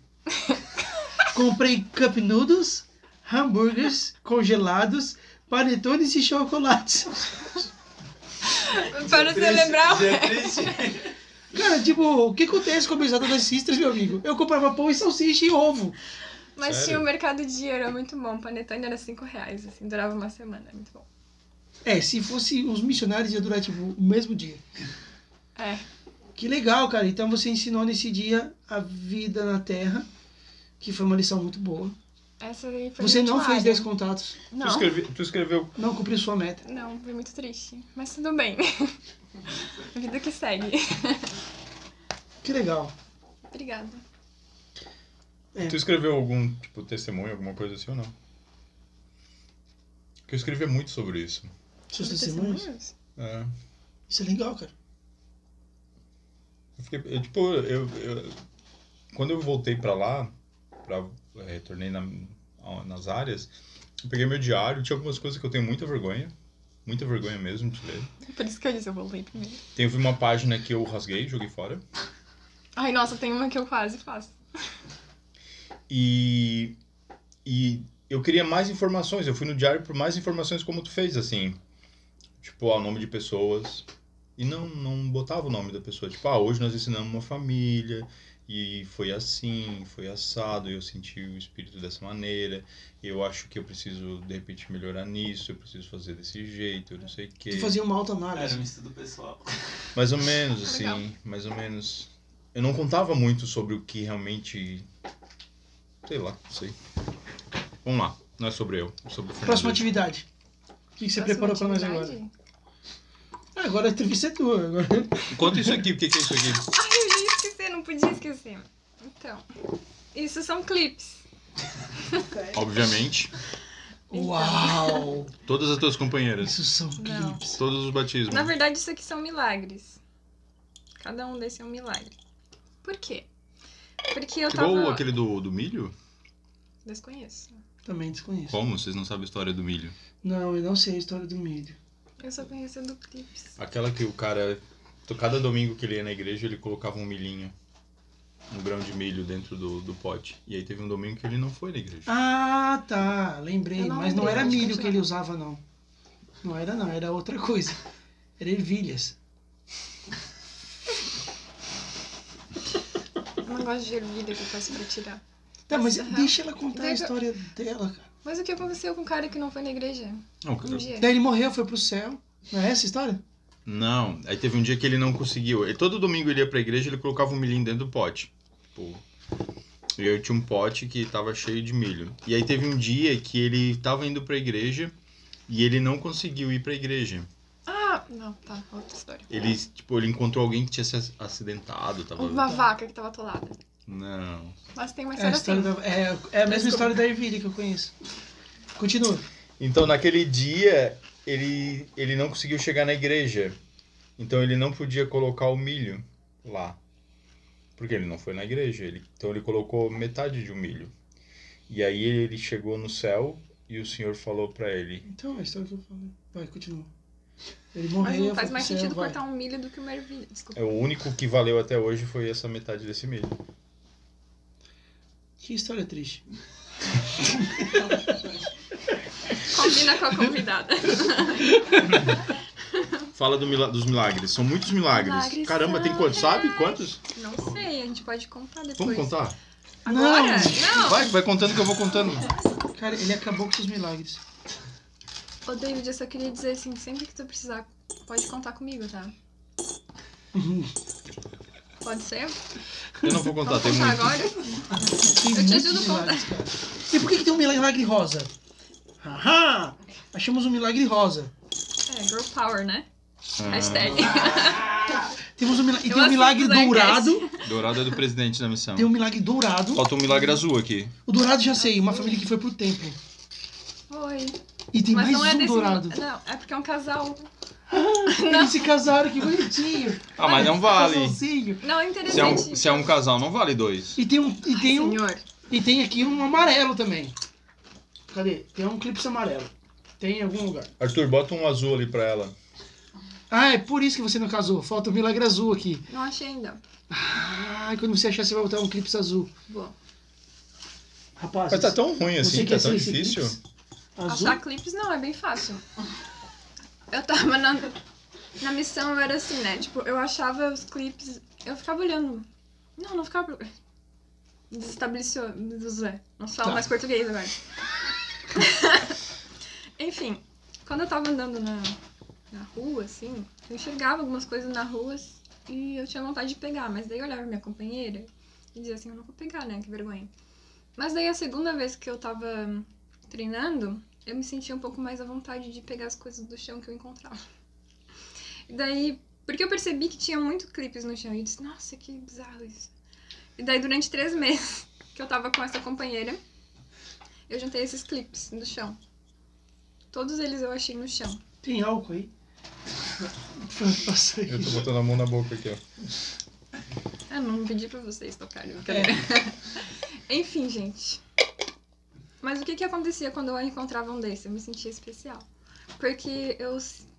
Speaker 2: Comprei cup noodles, hambúrgueres congelados, panetones e chocolates.
Speaker 1: Para celebrar o.
Speaker 5: Dia triste.
Speaker 2: Cara, tipo, o que acontece com a mesada das sisters, meu amigo? Eu comprava pão e salsicha e ovo.
Speaker 1: Mas
Speaker 3: Sério?
Speaker 1: tinha o mercado de dinheiro, era muito bom. O panetone era 5 reais, assim, durava uma semana, era muito bom.
Speaker 2: É, se fosse os missionários ia durar, tipo, o mesmo dia.
Speaker 1: É.
Speaker 2: Que legal, cara. Então você ensinou nesse dia a vida na Terra, que foi uma lição muito boa.
Speaker 1: Essa daí foi
Speaker 2: Você
Speaker 1: muito
Speaker 2: não fez
Speaker 1: árdua.
Speaker 2: 10 contatos,
Speaker 3: Tu,
Speaker 1: Não,
Speaker 3: escreve, tu escreveu.
Speaker 2: não cumpriu sua meta.
Speaker 1: não, foi muito triste. Mas tudo bem. Vida que segue.
Speaker 2: Que legal.
Speaker 1: Obrigada.
Speaker 3: Tu escreveu algum, tipo, testemunho, alguma coisa assim ou não? Porque eu escrevia muito sobre isso.
Speaker 2: Seus
Speaker 1: Sobre
Speaker 2: testemunhos?
Speaker 1: testemunhos?
Speaker 3: É.
Speaker 2: Isso é legal, cara.
Speaker 3: Eu fiquei, eu, tipo, eu, eu- quando eu voltei pra lá, pra, eh, retornei na- a- nas áreas, eu peguei meu diário, tinha algumas coisas que eu tenho muita vergonha, muita vergonha mesmo de ler.
Speaker 1: Por isso que eu disse, eu voltei primeiro.
Speaker 3: Teve uma página que eu rasguei, joguei fora,
Speaker 1: Ai, nossa, tem uma que eu quase faço.
Speaker 3: e, e eu queria mais informações, eu fui no diário por mais informações como tu fez, assim, tipo, ah, o nome de pessoas, e não, não botava o nome da pessoa, tipo, ah, hoje nós ensinamos uma família, e foi assim, foi assado, eu senti o espírito dessa maneira, eu acho que eu preciso, de repente, melhorar nisso, eu preciso fazer desse jeito, eu não sei o quê.
Speaker 2: Tu fazia uma alta
Speaker 5: Era
Speaker 2: análise.
Speaker 5: um estudo pessoal.
Speaker 3: Mais ou menos, assim,
Speaker 1: Ah, Legal.
Speaker 3: mais ou menos. Eu não contava muito sobre o que realmente. Sei lá, não sei. Vamos lá, não é sobre eu, é sobre o Fernando.
Speaker 2: Próxima atividade. O que que você preparou pra nós agora? Ah, agora a entrevista é tua. Agora.
Speaker 3: Conta isso aqui, o que que é isso aqui?
Speaker 1: Ai, eu já ia esquecer, não podia esquecer. Então, isso são clipes.
Speaker 3: Obviamente,
Speaker 2: Uau!
Speaker 3: todas as tuas companheiras,
Speaker 2: Isso são
Speaker 1: Não.
Speaker 2: clipes.
Speaker 3: todos os batismos.
Speaker 1: Na verdade, isso aqui são milagres. Cada um desses é um milagre. Por quê? Porque eu
Speaker 3: Igual
Speaker 1: tava...
Speaker 3: aquele do, do milho?
Speaker 1: Desconheço.
Speaker 2: Também desconheço.
Speaker 3: Como? Vocês não sabem a história do milho?
Speaker 2: Não, eu não sei a história do milho.
Speaker 1: Eu só conheço do clipes.
Speaker 3: Aquela que o cara. Cada domingo que ele ia na igreja, ele colocava um milhinho. Um grão de milho dentro do, do pote. E aí teve um domingo que ele não foi na igreja.
Speaker 2: Ah, tá. Lembrei.
Speaker 1: Eu não
Speaker 2: Mas não
Speaker 1: lembrei,
Speaker 2: era
Speaker 1: mas
Speaker 2: milho que
Speaker 1: continua.
Speaker 2: ele usava, não. Não era, não. Era outra coisa. Era ervilhas.
Speaker 1: Eu não gosto de ervilha que eu faço pra tirar.
Speaker 2: Tá, mas
Speaker 1: Aham.
Speaker 2: deixa ela contar a
Speaker 1: Deixa-
Speaker 2: história dela, cara.
Speaker 1: Mas o que aconteceu com o cara que não foi na igreja?
Speaker 3: Não,
Speaker 1: Um
Speaker 3: cara.
Speaker 1: dia.
Speaker 2: Daí ele morreu, foi pro céu. Não é essa a história?
Speaker 3: Não, aí teve um dia que ele não conseguiu. Ele, todo domingo ele ia pra igreja ele colocava um milhinho dentro do pote. Tipo, e eu tinha um pote que tava cheio de milho. E aí teve um dia que ele tava indo pra igreja e ele não conseguiu ir pra igreja.
Speaker 1: Ah, não, tá, outra história.
Speaker 3: Ele, tipo, ele encontrou alguém que tinha se ac- acidentado, tava...
Speaker 1: Uma vaca que tava atolada.
Speaker 3: Não.
Speaker 1: Mas tem uma
Speaker 2: É a,
Speaker 1: história
Speaker 2: história
Speaker 1: assim.
Speaker 2: da- é- é a mesma história da Ervilha que eu conheço. Continua.
Speaker 3: Então, naquele dia, ele, ele não conseguiu chegar na igreja. Então, ele não podia colocar o milho lá. Porque ele não foi na igreja. Ele- então, ele colocou metade de um milho. E aí, ele chegou no céu e o Senhor falou pra ele:
Speaker 2: Então, é a história que eu falei. Vai, continua. Ele morreu.
Speaker 1: Mas não
Speaker 2: eu
Speaker 1: faz
Speaker 2: fui
Speaker 1: mais
Speaker 2: pro céu,
Speaker 1: sentido
Speaker 2: vai.
Speaker 1: cortar um milho do que uma ervilha. Desculpa.
Speaker 3: é O único que valeu até hoje foi essa metade desse milho.
Speaker 1: um-
Speaker 2: Que história triste.
Speaker 1: Combina com a convidada.
Speaker 3: Fala do mila- dos milagres. São muitos milagres.
Speaker 1: Milagres
Speaker 3: Caramba, tem quantos?
Speaker 1: são
Speaker 3: Sabe quantos?
Speaker 1: Não sei, a gente pode contar depois.
Speaker 3: Vamos contar?
Speaker 1: Agora? Não!
Speaker 3: Vai, vai contando que eu vou contando.
Speaker 2: Cara, ele acabou com seus milagres.
Speaker 1: Ô, David, eu só queria dizer assim, sempre que tu precisar, pode contar comigo, tá? Pode ser?
Speaker 3: Eu não vou contar,
Speaker 1: Vamos
Speaker 3: tem
Speaker 1: contar
Speaker 3: muito.
Speaker 1: agora?
Speaker 2: Tem
Speaker 1: Eu te
Speaker 2: muitos
Speaker 1: ajudo a
Speaker 2: milagres, cara. E por que, que tem um milagre rosa? Haha! Achamos um milagre rosa.
Speaker 1: É, girl power, né?
Speaker 3: Ah. É,
Speaker 1: Hashtag.
Speaker 2: Temos um milagre, e
Speaker 1: Eu
Speaker 2: tem um
Speaker 1: assisto
Speaker 2: milagre
Speaker 1: Zancast.
Speaker 2: dourado.
Speaker 3: Dourado é do presidente da missão.
Speaker 2: Tem um milagre dourado.
Speaker 3: Falta um milagre azul aqui.
Speaker 2: O dourado já sei, uma família que foi pro templo.
Speaker 1: Foi.
Speaker 2: E tem
Speaker 1: Mas
Speaker 2: mais
Speaker 1: não é
Speaker 2: um
Speaker 1: desse.
Speaker 2: dourado. É
Speaker 1: Não, é porque é um casal.
Speaker 2: Eles se casaram, que bonitinho.
Speaker 3: Ah, mas não vale.
Speaker 2: Casalzinho.
Speaker 1: Não, é
Speaker 3: Se é, um,
Speaker 1: interessante.
Speaker 3: se é um casal, não vale dois.
Speaker 2: E tem um. E
Speaker 1: Ai,
Speaker 2: tem um
Speaker 1: Senhor.
Speaker 2: E tem aqui um amarelo também. Cadê? Tem um clipe amarelo. Tem em algum lugar.
Speaker 3: Arthur, bota um azul ali pra ela.
Speaker 2: Ah, é por isso que você não casou. Falta o milagre azul aqui.
Speaker 1: Não achei ainda.
Speaker 2: Ah, quando você achar, você vai botar um clipe azul.
Speaker 1: Boa.
Speaker 2: Rapaz,
Speaker 3: Mas tá tão ruim
Speaker 2: você
Speaker 3: assim,
Speaker 2: quer
Speaker 3: tá tão
Speaker 2: ser esse
Speaker 3: difícil.
Speaker 2: clipe azul?
Speaker 1: Achar clipes não, é bem fácil. Eu tava na, na missão, eu era assim, né? Tipo, eu achava os clipes. Eu ficava olhando. Não, não ficava. Desestabeleceu. Zé. Não falo
Speaker 2: Tá.
Speaker 1: mais português agora. Enfim, quando eu tava andando na, na rua, assim, eu enxergava algumas coisas na rua e eu tinha vontade de pegar, mas daí eu olhava minha companheira e dizia assim: eu não vou pegar, né? Que vergonha. Mas daí a segunda vez que eu tava treinando, eu me sentia um pouco mais à vontade de pegar as coisas do chão que eu encontrava. E daí, porque eu percebi que tinha muito clipes no chão, e eu disse, nossa, que bizarro isso. E daí, durante três meses que eu tava com essa companheira, eu juntei esses clipes no chão. Todos eles eu achei no chão.
Speaker 2: Tem álcool aí? Passa aí.
Speaker 3: Eu tô botando a mão na boca aqui, ó.
Speaker 1: Ah, não pedi pra vocês tocarem.
Speaker 2: É.
Speaker 1: Enfim, gente. Mas o que que acontecia quando eu encontrava um desses? Eu me sentia especial. Porque eu... s-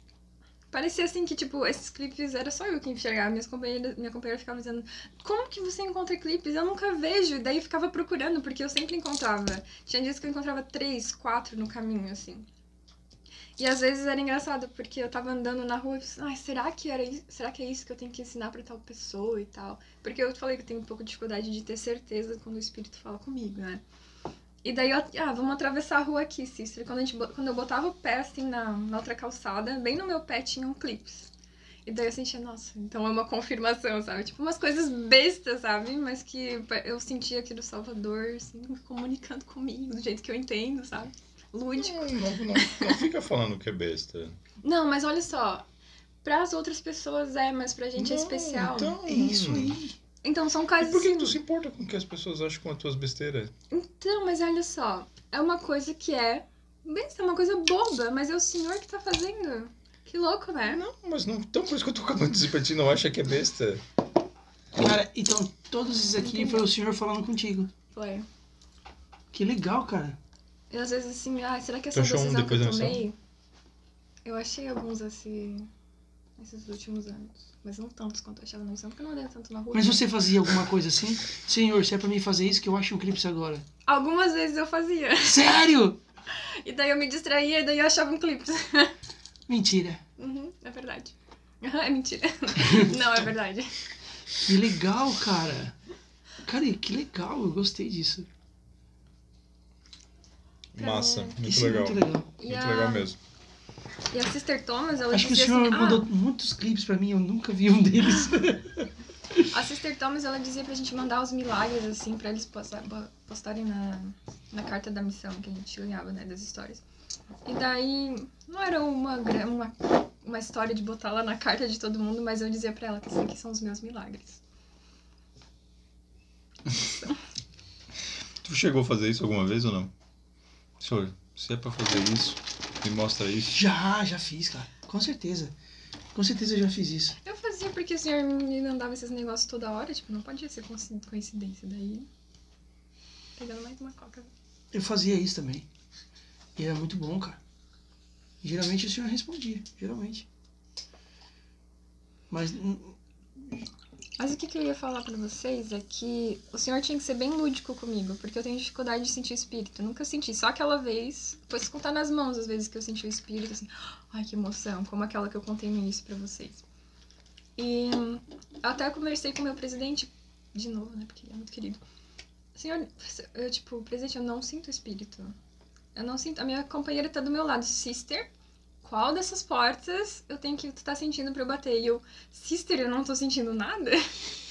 Speaker 1: Parecia assim que, tipo, esses clipes era só eu que enxergava. Minhas companheiras, minha companheira ficava dizendo, como que você encontra clipes? Eu nunca vejo. E daí eu ficava procurando, porque eu sempre encontrava. Tinha dias que eu encontrava três, quatro no caminho, assim. E às vezes era engraçado, porque eu tava andando na rua e pensei, ai, será que, era isso? será que é isso que eu tenho que ensinar pra tal pessoa e tal? Porque eu falei que eu tenho um pouco de dificuldade de ter certeza quando o espírito fala comigo, né? E daí eu, ah, vamos atravessar a rua aqui, Cícero. Quando, a gente, bo- quando eu botava o pé assim na, na outra calçada, bem no meu pé tinha um clips. E daí eu sentia, nossa, então é uma confirmação, sabe? Tipo umas coisas bestas, sabe? Mas que pa- eu sentia aqui do Salvador, assim, me comunicando comigo, do jeito que eu entendo, sabe? Lúdico.
Speaker 3: Não, não, não, não fica falando que é besta.
Speaker 1: Não, mas olha só. Para as outras pessoas é, mas pra gente é
Speaker 3: Não,
Speaker 1: especial. Então,
Speaker 3: Então,
Speaker 2: É isso aí.
Speaker 1: são
Speaker 3: E
Speaker 1: casos
Speaker 3: por que
Speaker 1: assim.
Speaker 3: tu se importa com o que as pessoas acham com as tuas besteiras?
Speaker 1: Então, mas olha só, é uma coisa que é. Bem, isso é uma coisa boba, mas é o senhor que tá fazendo. Que louco,
Speaker 2: É,
Speaker 1: né?
Speaker 3: Não, mas não. Então, por isso que eu tô acabando de dizer pra ti, não acha que é besta?
Speaker 2: Cara, então, todos esses aqui foi o senhor falando contigo.
Speaker 1: Foi.
Speaker 2: Que legal, cara.
Speaker 1: E às vezes assim, ah, será que essa
Speaker 3: achou um
Speaker 1: decisão que eu
Speaker 3: depois da
Speaker 1: tomei. Eu achei alguns assim. Esses últimos anos. Mas não tantos quanto eu achava na missão, porque eu não andei tanto na rua.
Speaker 2: Mas
Speaker 1: né?
Speaker 2: você fazia alguma coisa assim? Senhor, se é pra mim fazer isso, que eu acho um clipe agora.
Speaker 1: Algumas vezes eu fazia.
Speaker 2: Sério?
Speaker 1: E daí eu me distraía e daí eu achava um clipe.
Speaker 2: Mentira.
Speaker 1: Uhum, é verdade. Aham, É mentira. Não, é verdade.
Speaker 2: Que legal, cara. Cara, e que legal, eu gostei disso.
Speaker 1: Pra
Speaker 3: Massa,
Speaker 1: mim,
Speaker 3: muito
Speaker 2: Isso
Speaker 3: legal.
Speaker 2: é muito legal.
Speaker 1: E
Speaker 3: Muito
Speaker 1: a-
Speaker 3: legal mesmo.
Speaker 1: E a Sister Thomas, ela
Speaker 2: Acho que o
Speaker 1: dizia
Speaker 2: senhor
Speaker 1: assim, "Ah,
Speaker 2: mandou muitos clipes pra mim, eu nunca vi um deles.
Speaker 1: ah, A Sister Thomas, ela dizia pra gente mandar os milagres, assim, pra eles posta- bo- postarem na, na carta da missão que a gente ganhava, né, das histórias. E daí, não era uma, gra- uma, uma história de botar lá na carta de todo mundo, mas eu dizia pra ela que esses aqui são os meus milagres.
Speaker 6: Tu chegou a fazer isso alguma vez ou não? Senhor, se é pra fazer isso, me mostra isso.
Speaker 2: já, já fiz, cara. Com certeza. Com certeza eu já fiz isso.
Speaker 1: Eu fazia porque o senhor me mandava esses negócios toda hora, tipo, não podia ser coinci- coincidência. Daí, pegando mais uma coca.
Speaker 2: Eu fazia isso também. E era muito bom, cara. Geralmente o senhor respondia, geralmente. Mas hum,
Speaker 1: Mas o que, que eu ia falar pra vocês é que o senhor tinha que ser bem lúdico comigo, porque eu tenho dificuldade de sentir espírito. Nunca senti, só aquela vez. Posso contar nas mãos as vezes que eu senti o espírito, assim. Ai, que emoção, como aquela que eu contei no início pra vocês. E hum, até eu conversei com o meu presidente, de novo, né, porque ele é muito querido. Senhor, eu, tipo, presidente, eu não sinto espírito. Eu não sinto. A minha companheira tá do meu lado, sister. Qual dessas portas eu tenho que tu tá sentindo pra eu bater? E eu, Sister, eu não tô sentindo nada.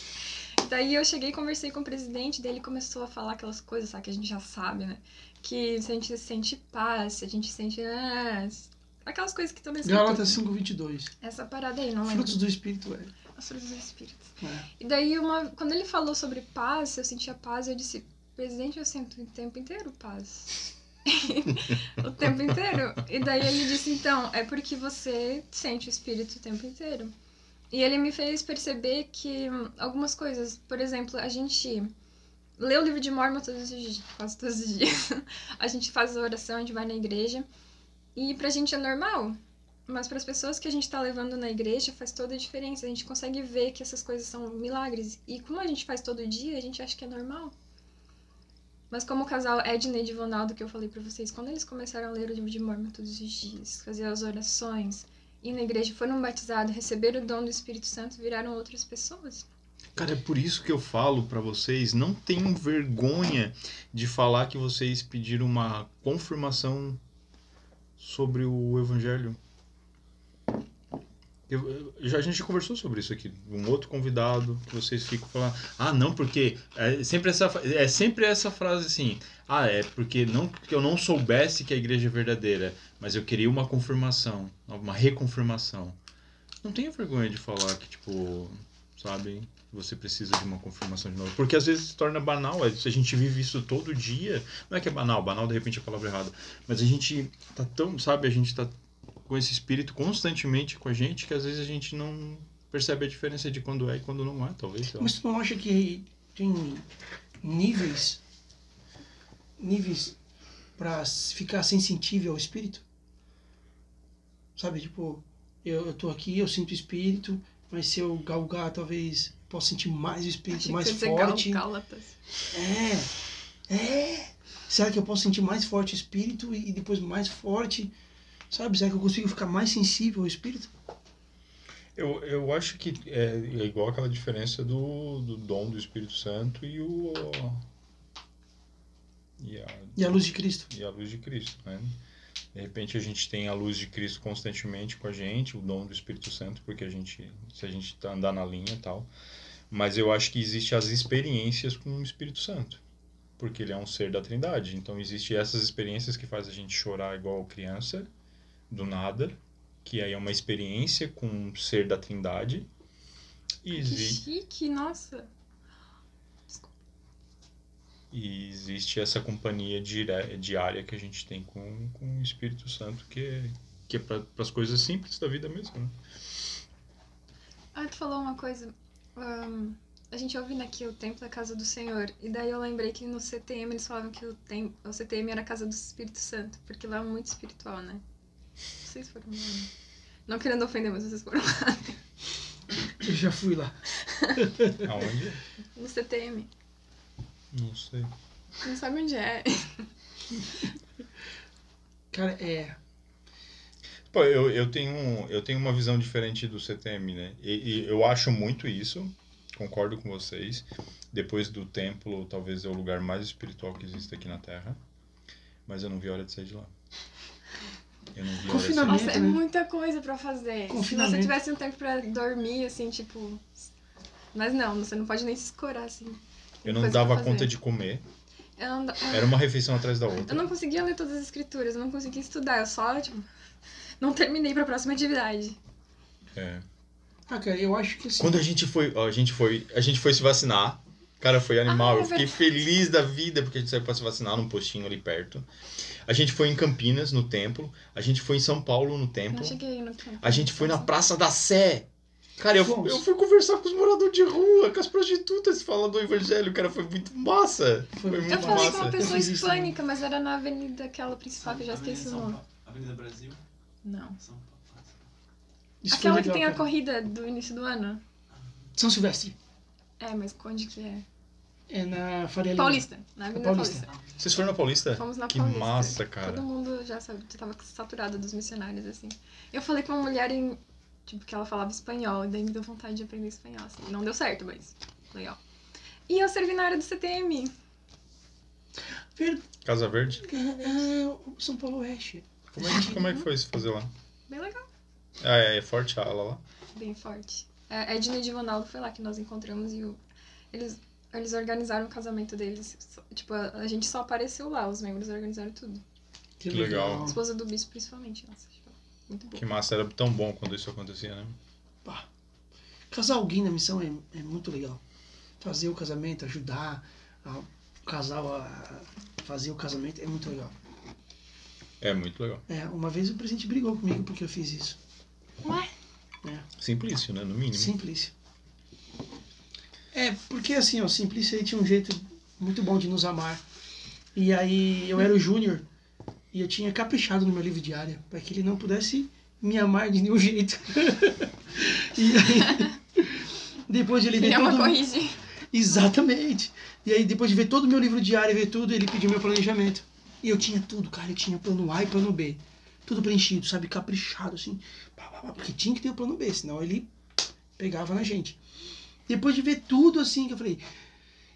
Speaker 1: Daí eu cheguei, conversei com o presidente, daí ele começou a falar aquelas coisas, sabe, que a gente já sabe, né? Que se a gente sente paz, se a gente sente. ah, aquelas coisas que estão nesse
Speaker 2: Gálatas 5,22.
Speaker 1: Essa parada aí, então não lembro.
Speaker 2: Frutos do Espírito, é.
Speaker 1: As frutas do Espírito.
Speaker 2: É.
Speaker 1: E daí, uma, quando ele falou sobre paz, se eu sentia paz, eu disse, presidente, eu sinto o tempo inteiro paz. o tempo inteiro. E daí ele disse, então, é porque você sente o espírito o tempo inteiro. E ele me fez perceber que hum, algumas coisas, por exemplo, a gente lê o livro de Mormon todos os dias, quase todos os dias. a gente faz a oração, a gente vai na igreja. E pra gente é normal, mas para as pessoas que a gente está levando na igreja faz toda a diferença. A gente consegue ver que essas coisas são milagres. E como a gente faz todo dia, a gente acha que é normal. Mas como o casal Edney e Divonaldo que eu falei para vocês, quando eles começaram a ler o livro de Mormon todos os dias, fazer as orações, ir na igreja, foram batizados, receberam o dom do Espírito Santo, viraram outras pessoas.
Speaker 3: Cara, é por isso que eu falo pra vocês, não tenham vergonha de falar que vocês pediram uma confirmação sobre o evangelho. Eu- eu- já a gente conversou sobre isso aqui, um outro convidado, que vocês ficam falando, ah, não, porque é sempre essa fra- é sempre essa frase assim, ah, é porque não que eu não soubesse que a igreja é verdadeira, mas eu queria uma confirmação, uma reconfirmação. Não tenha vergonha de falar que tipo, sabe, você precisa de uma confirmação de novo. Porque às vezes se torna banal. é, Se a gente vive isso todo dia, não é que é banal, banal de repente é a palavra errada. Mas a gente tá tão, sabe, a gente tá com esse espírito constantemente com a gente que às vezes a gente não percebe a diferença de quando é e quando não é, talvez. sei lá.
Speaker 2: Mas tu não acha que tem níveis níveis pra s- ficar sem sensível ao espírito? Sabe, tipo, eu, eu tô aqui, eu sinto o espírito, mas se eu galgar, talvez possa sentir mais o espírito,
Speaker 1: Achei
Speaker 2: mais
Speaker 1: que ia dizer
Speaker 2: forte.
Speaker 1: Gal- Gálatas.
Speaker 2: É. É. Será que eu posso sentir mais forte o espírito e e depois mais forte? Sabe? Será que eu consigo ficar mais sensível ao espírito?
Speaker 3: Eu, eu acho que é, é igual aquela diferença do, do dom do Espírito Santo e o. E a,
Speaker 2: E a luz de Cristo?
Speaker 3: e a luz de Cristo, né? De repente a gente tem a luz de Cristo constantemente com a gente, o dom do Espírito Santo, porque a gente, se a gente tá- andar na linha e tal. Mas eu acho que existe as experiências com o Espírito Santo, porque ele é um ser da Trindade. Então existe essas experiências que faz a gente chorar igual criança, do nada, que aí é uma experiência com um ser da Trindade. E
Speaker 1: Que
Speaker 3: existe
Speaker 1: chique, nossa.
Speaker 3: E existe essa companhia dire- diária que a gente tem com, com o Espírito Santo, que é, que é para as coisas simples da vida mesmo. Né?
Speaker 1: Ah, tu falou uma coisa. Ahn, a gente ouvindo aqui o templo é a casa do Senhor. E daí eu lembrei que no CTM eles falavam que o, tem, o CTM era a casa do Espírito Santo, porque lá é muito espiritual, né? Vocês foram lá. né? Não querendo ofender, mas vocês foram lá
Speaker 2: Eu já fui lá.
Speaker 3: Aonde?
Speaker 1: no CTM.
Speaker 3: Não sei.
Speaker 1: Não sabe onde é.
Speaker 2: Cara, é.
Speaker 3: Pô, eu, eu, tenho, um- eu tenho uma visão diferente do CTM, né? E, e eu acho muito isso, concordo com vocês. Depois do templo, talvez é o lugar mais espiritual que existe aqui na Terra. Mas eu não vi a hora de sair de lá. Eu não vi a hora
Speaker 2: Confinamento.
Speaker 3: certa.
Speaker 1: Nossa, é
Speaker 2: né?
Speaker 1: muita coisa pra fazer. Se
Speaker 2: Confinamento.
Speaker 1: você tivesse um tempo pra dormir, assim, tipo. Mas não, você não pode nem se escorar, assim.
Speaker 3: Eu não
Speaker 1: Coisa pra
Speaker 3: dava
Speaker 1: fazer.
Speaker 3: conta de comer.
Speaker 1: Eu não, da-
Speaker 3: Era uma refeição atrás da
Speaker 1: eu
Speaker 3: outra.
Speaker 1: não conseguia ler todas as escrituras, eu não conseguia estudar, eu só, tipo. Não terminei pra próxima atividade.
Speaker 3: É.
Speaker 2: Ah, cara, eu acho que assim.
Speaker 3: Quando a gente foi, ó, a gente foi, a gente foi se vacinar. Cara, foi animal.
Speaker 1: Ah, é
Speaker 3: eu fiquei feliz da vida porque a gente saiu pra se vacinar num postinho ali perto. A gente foi em Campinas, no templo. A gente foi em São Paulo, no
Speaker 1: Eu
Speaker 3: templo.
Speaker 1: não cheguei no campo.
Speaker 3: Então, A gente foi na Praça da Sé. Cara, eu,
Speaker 2: Fomos.
Speaker 3: eu fui conversar com os moradores de rua, com as prostitutas falando do evangelho. Cara, foi muito massa. Foi
Speaker 2: muito
Speaker 1: Eu
Speaker 3: muito
Speaker 1: falei com
Speaker 3: massa.
Speaker 1: uma pessoa
Speaker 2: Eu fiz isso né? também.
Speaker 1: hispânica, mas era na avenida aquela principal, que eu já
Speaker 5: Avenida
Speaker 1: esqueci o
Speaker 5: São
Speaker 1: nome.
Speaker 5: Pa- Avenida Brasil?
Speaker 1: Não.
Speaker 5: São Paulo.
Speaker 2: Isso foi
Speaker 1: Aquela que
Speaker 2: legal,
Speaker 1: tem a
Speaker 2: cara.
Speaker 1: corrida do início do ano?
Speaker 2: São Silvestre.
Speaker 1: É, mas onde que é?
Speaker 2: É na Faria Lima.
Speaker 1: Paulista, na Avenida
Speaker 2: Paulista.
Speaker 1: Paulista.
Speaker 3: Vocês foram na Paulista?
Speaker 1: Fomos na
Speaker 3: que
Speaker 1: Paulista.
Speaker 3: massa, cara.
Speaker 1: Todo mundo já sabe, já tava saturado dos missionários, assim. Eu falei com uma mulher em. Tipo, que ela falava espanhol, e daí me deu vontade de aprender espanhol, assim. Não deu certo, mas. Legal. E eu servi na área do CTM.
Speaker 2: Ver-
Speaker 1: um.
Speaker 3: Casa Verde?
Speaker 2: é, o São Paulo Oeste.
Speaker 3: Como é, que- como é que foi isso fazer lá?
Speaker 1: Bem legal.
Speaker 3: Ah, é, é forte a ala lá.
Speaker 1: Bem forte. A Edna e o Divanaldo foi lá que nós encontramos e o- eles, eles organizaram o casamento deles. Só- Tipo, a, a gente só apareceu lá, os membros organizaram tudo.
Speaker 3: Que legal.
Speaker 1: A esposa do bispo, principalmente. Nossa, tipo, muito bom.
Speaker 3: Que massa, era tão bom quando isso acontecia, né?
Speaker 2: Casar alguém na missão é, é muito legal. Fazer o casamento, ajudar a- o casal a a fazer o casamento é muito legal.
Speaker 3: É muito legal.
Speaker 2: É, uma vez o presidente brigou comigo porque eu fiz isso.
Speaker 3: Simplício, né? No mínimo.
Speaker 2: Simplício. É, porque assim, ó, Simplício ele tinha um jeito muito bom de nos amar. E aí eu era o Júnior e eu tinha caprichado no meu livro diário para que ele não pudesse me amar de nenhum jeito. e aí, depois de ele ver
Speaker 1: Ele é uma
Speaker 2: todo...
Speaker 1: corrigir.
Speaker 2: Exatamente. E aí depois de ver todo o meu livro diário, ver tudo, ele pediu meu planejamento. E eu tinha tudo, cara, eu tinha plano A e plano B. Tudo preenchido, sabe, caprichado assim. Pá, pá, pá, Porque tinha que ter o plano B, senão ele pegava na gente. Depois de ver tudo assim, que eu falei,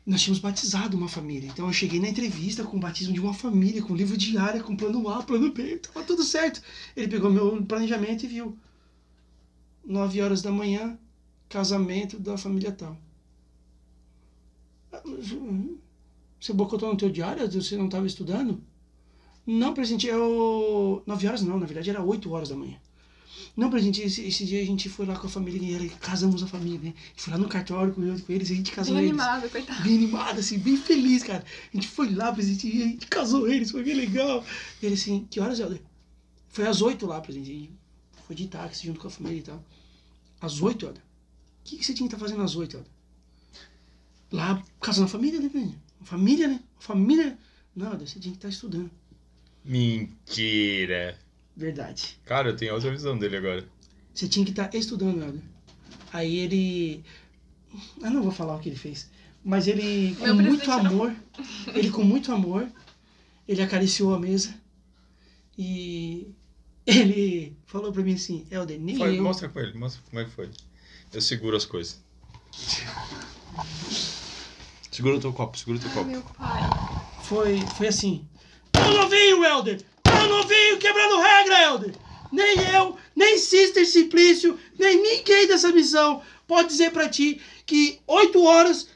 Speaker 2: nós tínhamos batizado uma família. Então eu cheguei na entrevista com o batismo de uma família, com livro diário, com plano A, plano B, tava tudo certo. Ele pegou meu planejamento e viu. nove horas da manhã, casamento da família tal. Ah, mas, hum, Você bocotou no teu diário? Você não estava estudando? Não, presidente, eu... nove horas não, na verdade era oito horas da manhã. Não, presidente, esse, esse dia a gente foi lá com a família, e era- casamos a família, né? Foi lá no cartório com, eu- com eles, a gente casou
Speaker 1: Bem
Speaker 2: eles
Speaker 1: animado, coitado.
Speaker 2: bem animado, assim, bem feliz, cara. A gente foi lá, presidente, e a gente casou eles, foi bem legal. E ele assim, que horas, Helder? Foi às oito lá, presidente. a gente Foi de táxi junto com a família e tal. Às oito, Helder? O que, que você tinha que estar fazendo às oito, Helder? Lá, casando a família, né, presidente? Família, né? Família. Não, Helder, você tinha que estar estudando.
Speaker 3: Mentira!
Speaker 2: Verdade.
Speaker 3: Cara, eu tenho outra visão dele agora.
Speaker 2: Você tinha que estar estudando, Helder. Aí ele. Eu não vou falar o que ele fez. Mas ele, com
Speaker 1: Meu
Speaker 2: muito
Speaker 1: presidente não.
Speaker 2: amor, ele com muito amor, ele acariciou a mesa e ele falou pra mim assim, Helder, nem
Speaker 3: Fala-
Speaker 2: eu.
Speaker 3: mostra com ele, mostra como é que foi. Eu seguro as coisas. Segura o teu copo, segura o teu
Speaker 1: Ai,
Speaker 3: copo.
Speaker 1: meu pai.
Speaker 2: Foi, foi assim. Tá novinho, Helder! Tá novinho quebrando regra, Helder! Nem eu, nem Sister Simplício, nem ninguém dessa missão pode dizer pra ti que oito horas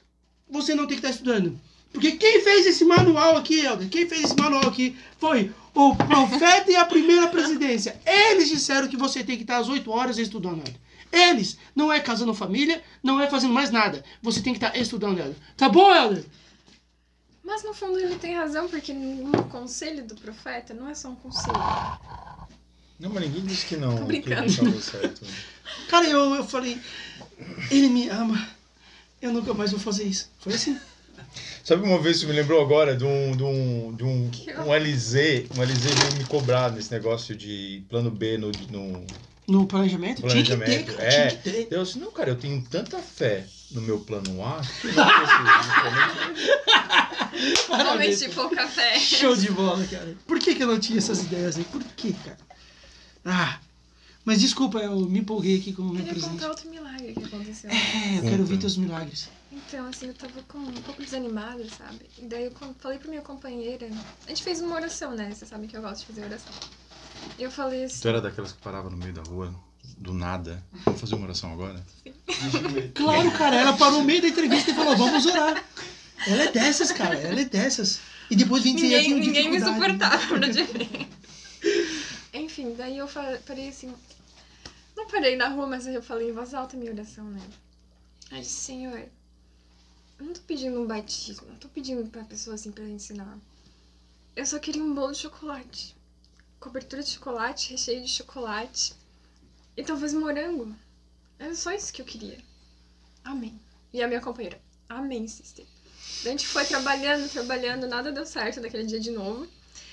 Speaker 2: você não tem que estar estudando. Porque quem fez esse manual aqui, Helder, quem fez esse manual aqui foi o profeta e a primeira presidência. Eles disseram que você tem que estar às oito horas estudando, Helder. Eles. Não é casando família, não é fazendo mais nada. Você tem que estar estudando, Helder. Tá bom, Helder?
Speaker 1: Mas no fundo ele tem razão, porque no conselho do profeta não é só um conselho.
Speaker 3: Não, mas ninguém disse que não.
Speaker 1: Tô
Speaker 3: que
Speaker 1: brincando.
Speaker 3: não tava certo.
Speaker 2: Cara, eu, eu falei, ele me ama, eu nunca mais vou fazer isso. Foi assim.
Speaker 3: Sabe uma vez que me lembrou agora de um, de um, de um,
Speaker 1: Que
Speaker 3: um LZ? Um LZ veio me cobrar nesse negócio de plano B no, no,
Speaker 2: No planejamento, tinha que
Speaker 3: Planejamento,
Speaker 2: ter, cara,
Speaker 3: é.
Speaker 2: tinha que ter.
Speaker 3: Eu disse, não, cara, eu tenho tanta fé no meu plano A que eu não preciso.
Speaker 1: Realmente, tipo, o café.
Speaker 2: Show de bola, cara. Por que, que eu não tinha essas ideias aí? Por que, cara? Ah, mas desculpa, eu me empolguei aqui com o
Speaker 1: Eu
Speaker 2: meu
Speaker 1: queria
Speaker 2: Um presente.
Speaker 1: contar outro milagre que aconteceu.
Speaker 2: É, eu quero
Speaker 3: Conta.
Speaker 2: ouvir teus milagres.
Speaker 1: Então, assim, eu tava com um pouco desanimada, sabe? E daí eu con- falei pra minha companheira. A gente fez uma oração, né? Vocês sabem que eu gosto de fazer oração. Eu falei assim.
Speaker 4: Tu era daquelas que parava no meio da rua, do nada. Vamos fazer uma oração agora?
Speaker 5: De joelho.
Speaker 2: Claro, cara, ela parou no meio da entrevista e falou, vamos orar. Ela é dessas, cara, ela é dessas. E depois 20 anos
Speaker 1: Ninguém,
Speaker 2: com
Speaker 1: ninguém me
Speaker 2: dificuldade. né?
Speaker 1: suportava no direito. Enfim, daí eu fa- parei assim. Não parei na rua, mas eu falei em voz alta a minha oração, né? Aí disse, Senhor, eu não tô pedindo um batismo, não tô pedindo pra pessoa assim pra ensinar. Eu só queria um bolo de chocolate. Cobertura de chocolate, recheio de chocolate. E talvez morango. Era só isso que eu queria. Amém. E a minha companheira, amém, sister. Daí A gente foi trabalhando, trabalhando, nada deu certo naquele dia de novo.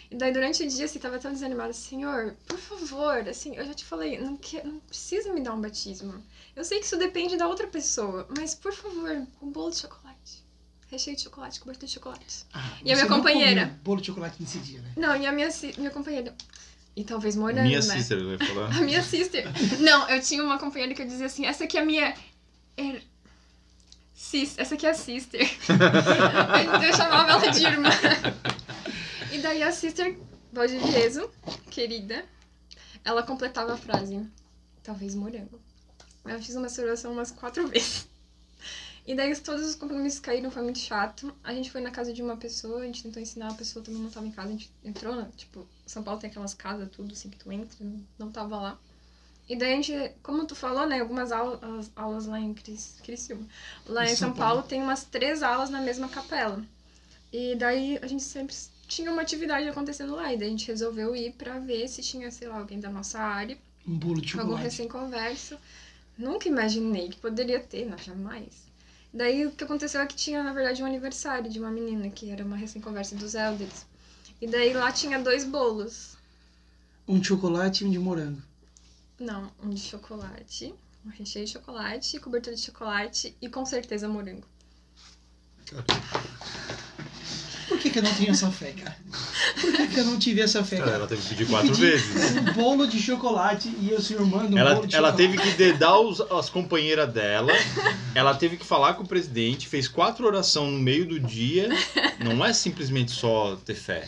Speaker 1: E daí durante o dia, assim, tava tão desanimada, senhor, por favor, assim, eu já te falei, não, que, não precisa me dar um batismo. Eu sei que isso depende da outra pessoa, mas por favor, um bolo de chocolate. Recheio de chocolate, cobertura de chocolate.
Speaker 2: Ah,
Speaker 1: E a
Speaker 2: você
Speaker 1: minha
Speaker 2: não
Speaker 1: companheira?
Speaker 2: comeu Bolo de chocolate nesse dia, né?
Speaker 1: Não, e a minha, si- minha companheira. E talvez morango,
Speaker 4: Minha
Speaker 1: né?
Speaker 4: sister, ele vai falar.
Speaker 1: A minha sister. Não, eu tinha uma companheira que eu dizia assim, essa aqui é a minha. er- Sis, essa aqui é a sister. eu chamava ela de irmã. E daí a sister Valdivieso, querida, ela completava a frase, talvez morango. Eu fiz uma oração umas quatro vezes. E daí todos os compromissos caíram, foi muito chato. A gente foi na casa de uma pessoa, a gente tentou ensinar, a pessoa também não tava em casa, a gente entrou, na, tipo, São Paulo tem aquelas casas, tudo assim que tu entra, não tava lá. E daí a gente, como tu falou, né, algumas aulas, aulas- aulas lá em Cris, Criciúma. Lá em, São, Paulo. tem umas três aulas na mesma capela. E daí a gente sempre tinha uma atividade acontecendo lá, e daí a gente resolveu ir pra ver se tinha, sei lá, alguém da nossa área,
Speaker 2: Um bolo de
Speaker 1: algum
Speaker 2: chocolate.
Speaker 1: recém-converso. Nunca imaginei que poderia ter, não, jamais. Daí o que aconteceu é que tinha, na verdade, um aniversário de uma menina, que era uma recém-conversa dos elders. E daí lá tinha dois bolos.
Speaker 2: Um de chocolate e um de morango.
Speaker 1: Não, um de chocolate. Um recheio de chocolate, cobertura de chocolate e com certeza morango.
Speaker 2: Por que, que eu não tenho essa fé, cara? Por que, que eu não tive essa fé,
Speaker 4: Cara,
Speaker 2: cara?
Speaker 4: ela teve que pedir quatro
Speaker 2: Pedi
Speaker 4: vezes.
Speaker 2: Um bolo de chocolate e eu senhor manda um
Speaker 4: Ela,
Speaker 2: bolo de
Speaker 4: ela
Speaker 2: chocolate.
Speaker 4: teve que dedar os, as companheiras dela, ela teve que falar com o presidente, fez quatro orações no meio do dia. Não é simplesmente só ter fé.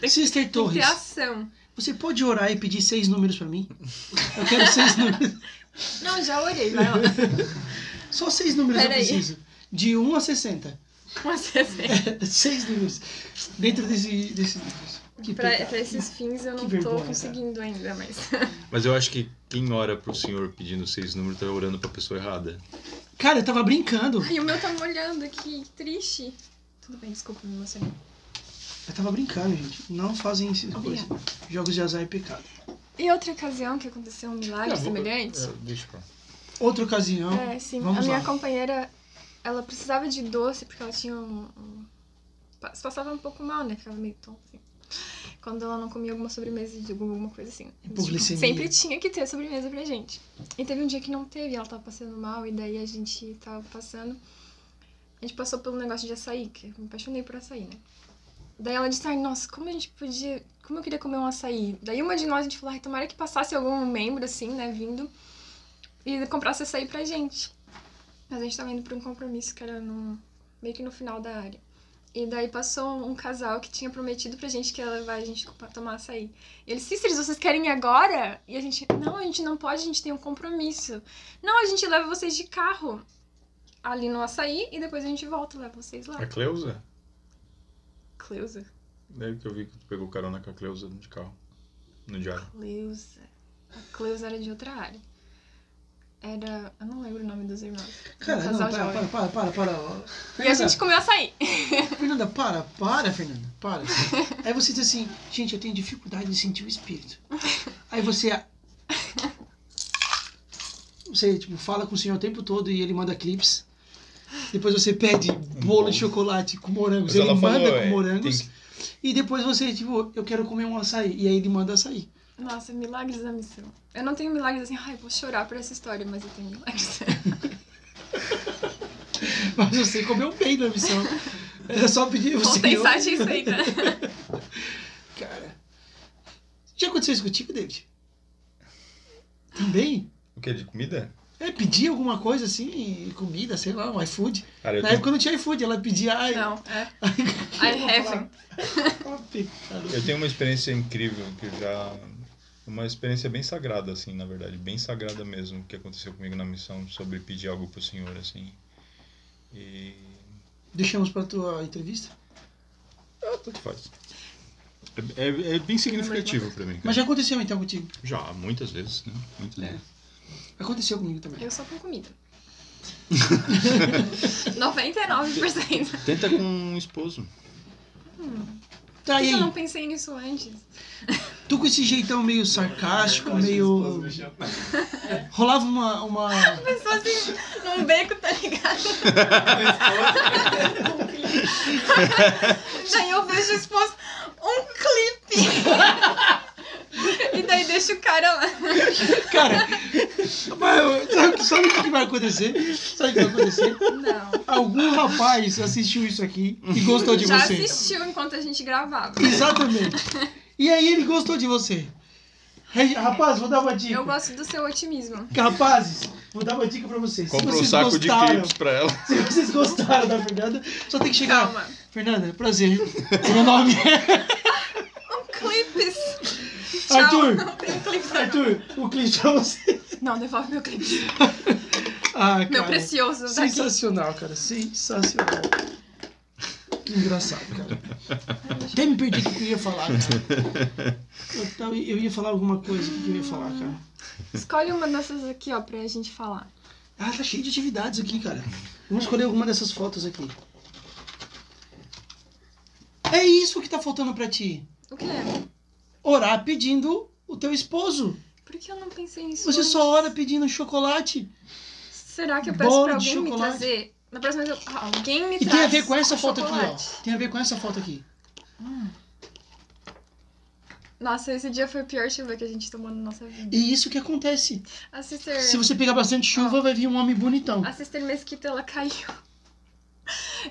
Speaker 2: Sister
Speaker 1: Tem que ter
Speaker 2: Torres,
Speaker 1: ação.
Speaker 2: você pode orar e pedir seis números pra mim? Eu quero seis números.
Speaker 1: Não, já orei, vai lá.
Speaker 2: Só seis números eu
Speaker 1: Peraí.
Speaker 2: preciso. De 1 a 60.
Speaker 1: Mas, assim,
Speaker 2: seis números. Dentro desse. desse que
Speaker 1: pra,
Speaker 2: pecado.
Speaker 1: pra esses fins eu não
Speaker 2: Que vergonha,
Speaker 1: tô
Speaker 2: cara.
Speaker 1: conseguindo ainda, mas.
Speaker 4: Mas eu acho que quem ora pro senhor pedindo seis números tá orando pra pessoa errada.
Speaker 2: Cara, eu tava brincando.
Speaker 1: Ai, o meu tá molhando aqui, que triste. Tudo bem, desculpa, me emocionei.
Speaker 2: Eu tava brincando, gente. Não fazem isso.
Speaker 1: Obrigada.
Speaker 2: Jogos de azar é pecado.
Speaker 1: E outra ocasião que aconteceu um milagre
Speaker 4: Não, vou-
Speaker 1: semelhante?
Speaker 4: é, deixa pra lá.
Speaker 2: Outra ocasião.
Speaker 1: É, sim.
Speaker 2: Vamos
Speaker 1: a minha
Speaker 2: lá.
Speaker 1: companheira, ela precisava de doce porque ela tinha um, um- pa- Se passava um pouco mal, né? Ficava meio tonta, assim. Quando ela não comia alguma sobremesa de alguma coisa assim.
Speaker 2: Hipoglicemia.
Speaker 1: sempre tinha que ter sobremesa pra gente. E teve um dia que não teve, ela tava passando mal, e daí a gente tava passando. A gente passou pelo negócio de açaí, que eu me apaixonei por açaí, né? Daí ela disse, ai, nossa, como a gente podia. Como eu queria comer um açaí. Daí uma de nós a gente falou, ai, tomara que passasse algum membro, assim, né, vindo e comprasse açaí pra gente. Mas a gente tava indo pra um compromisso que era no, meio que no final da área. E daí passou um casal que tinha prometido pra gente que ia levar a gente pra tomar açaí. E eles, sisters, vocês querem ir agora? E a gente, não, a gente não pode, a gente tem um compromisso. Não, a gente leva vocês de carro ali no açaí e depois a gente volta, leva vocês lá.
Speaker 2: É.
Speaker 4: A Cleusa?
Speaker 1: Cleusa?
Speaker 4: Daí que eu vi que tu pegou carona com a Cleusa de carro. No diário.
Speaker 1: Cleusa. A Cleusa era de outra área. Era. Eu não lembro o nome dos irmãos.
Speaker 2: Cara,
Speaker 1: um
Speaker 2: não,
Speaker 1: casal
Speaker 2: para, para,
Speaker 1: jovem.
Speaker 2: para, para, para.
Speaker 1: E a
Speaker 2: Fernanda,
Speaker 1: gente comeu açaí.
Speaker 2: Fernanda, para, para, Fernanda, para. Aí você diz assim, gente, eu tenho dificuldade de sentir o espírito. Aí você. Você, tipo, fala com o senhor o tempo todo e ele manda clips. Depois você pede bolo de chocolate com morangos,
Speaker 3: Mas
Speaker 2: ele
Speaker 3: ela
Speaker 2: manda
Speaker 3: falou,
Speaker 2: com
Speaker 3: é,
Speaker 2: morangos.
Speaker 3: tem
Speaker 2: E depois você, tipo, eu quero comer um açaí. E aí ele manda açaí.
Speaker 1: Nossa, milagres da missão. Eu não tenho milagres assim, ai, vou chorar por essa história, mas eu tenho milagres.
Speaker 2: Mas você comeu bem na missão. Era só pedir você.
Speaker 1: Compensate isso aí, né?
Speaker 2: Cara. Já aconteceu isso contigo, David? Também?
Speaker 3: O que? De comida?
Speaker 2: É, pedir alguma coisa assim, comida, sei lá, um iFood.
Speaker 3: Cara, eu
Speaker 2: Na
Speaker 3: tenho-
Speaker 2: época não tinha iFood, ela pedia. Ai,
Speaker 1: Não, é. I have.
Speaker 2: Ó, pecado.
Speaker 3: Eu tenho uma experiência incrível que eu já uma experiência bem sagrada, assim, na verdade, bem sagrada mesmo, que aconteceu comigo na missão sobre pedir algo pro Senhor, assim. E.
Speaker 2: Deixamos pra tua entrevista.
Speaker 3: Ah, tanto faz. É, é- é bem significativo pra mim.
Speaker 2: Mas
Speaker 3: Cara.
Speaker 2: já aconteceu então contigo?
Speaker 3: Já, muitas vezes, né? Muitas
Speaker 2: É.
Speaker 3: vezes.
Speaker 2: Aconteceu comigo também.
Speaker 1: Eu só com comida. 99%. Por
Speaker 3: Tenta com um esposo.
Speaker 2: Tá
Speaker 1: que
Speaker 2: e
Speaker 1: que eu não
Speaker 2: aí.
Speaker 1: pensei nisso antes?
Speaker 2: Tu com esse jeitão meio sarcástico,
Speaker 5: Eu acho que o esposo
Speaker 2: meio.
Speaker 5: mexeu a
Speaker 2: Rolava uma. uma...
Speaker 1: Pessoa assim, num beco, tá ligado? daí eu vejo o esposo, um clipe! e daí deixa o cara lá.
Speaker 2: Cara, mas sabe, sabe o que vai acontecer? Sabe o que vai acontecer?
Speaker 1: Não.
Speaker 2: Algum rapaz assistiu isso aqui e gostou de
Speaker 1: Já
Speaker 2: você.
Speaker 1: assistiu enquanto a gente gravava.
Speaker 2: Exatamente. E aí ele gostou de você. Regi- Rapaz, vou dar uma dica.
Speaker 1: Eu gosto do seu otimismo.
Speaker 2: Rapazes, vou dar uma dica pra vocês.
Speaker 3: Compra
Speaker 2: se
Speaker 3: um
Speaker 2: vocês
Speaker 3: saco
Speaker 2: gostaram,
Speaker 3: de clips pra ela.
Speaker 2: Se vocês gostaram da Fernanda, só tem que chegar.
Speaker 1: Calma.
Speaker 2: Fernanda, prazer. Meu nome é
Speaker 1: Um clipes! Tchau.
Speaker 2: Arthur.
Speaker 1: Não tem clipe pra não.
Speaker 2: Arthur. O clipe pra você.
Speaker 1: Não, devolve meu clipe.
Speaker 2: Ah, cara.
Speaker 1: Meu precioso. Daqui.
Speaker 2: Sensacional, cara. Sensacional. Que engraçado, cara. Até me perdi do que eu ia falar, cara. Eu, tava- eu ia falar alguma coisa o que eu ia falar, cara.
Speaker 1: Escolhe uma dessas aqui, ó, pra gente falar.
Speaker 2: Ah, tá cheio de atividades aqui, cara. Vamos escolher alguma dessas fotos aqui. É isso que tá faltando pra ti.
Speaker 1: O que é?
Speaker 2: Orar pedindo o teu esposo.
Speaker 1: Por que eu não pensei nisso?
Speaker 2: Você
Speaker 1: antes?
Speaker 2: só ora pedindo chocolate.
Speaker 1: Será que eu peço
Speaker 2: Bolo
Speaker 1: pra
Speaker 2: de
Speaker 1: alguém me
Speaker 2: chocolate.
Speaker 1: trazer? Na próxima vez eu... alguém me
Speaker 2: E
Speaker 1: traz.
Speaker 2: tem a ver com essa foto aqui,
Speaker 1: chocolate.
Speaker 2: ó. Tem a ver com essa foto aqui.
Speaker 1: Nossa, esse dia foi o pior chuva que a gente tomou na nossa vida.
Speaker 2: E isso que acontece.
Speaker 1: A sister,
Speaker 2: Se você pegar bastante chuva, vai vir um homem bonitão.
Speaker 1: a sister Mesquita, ela caiu.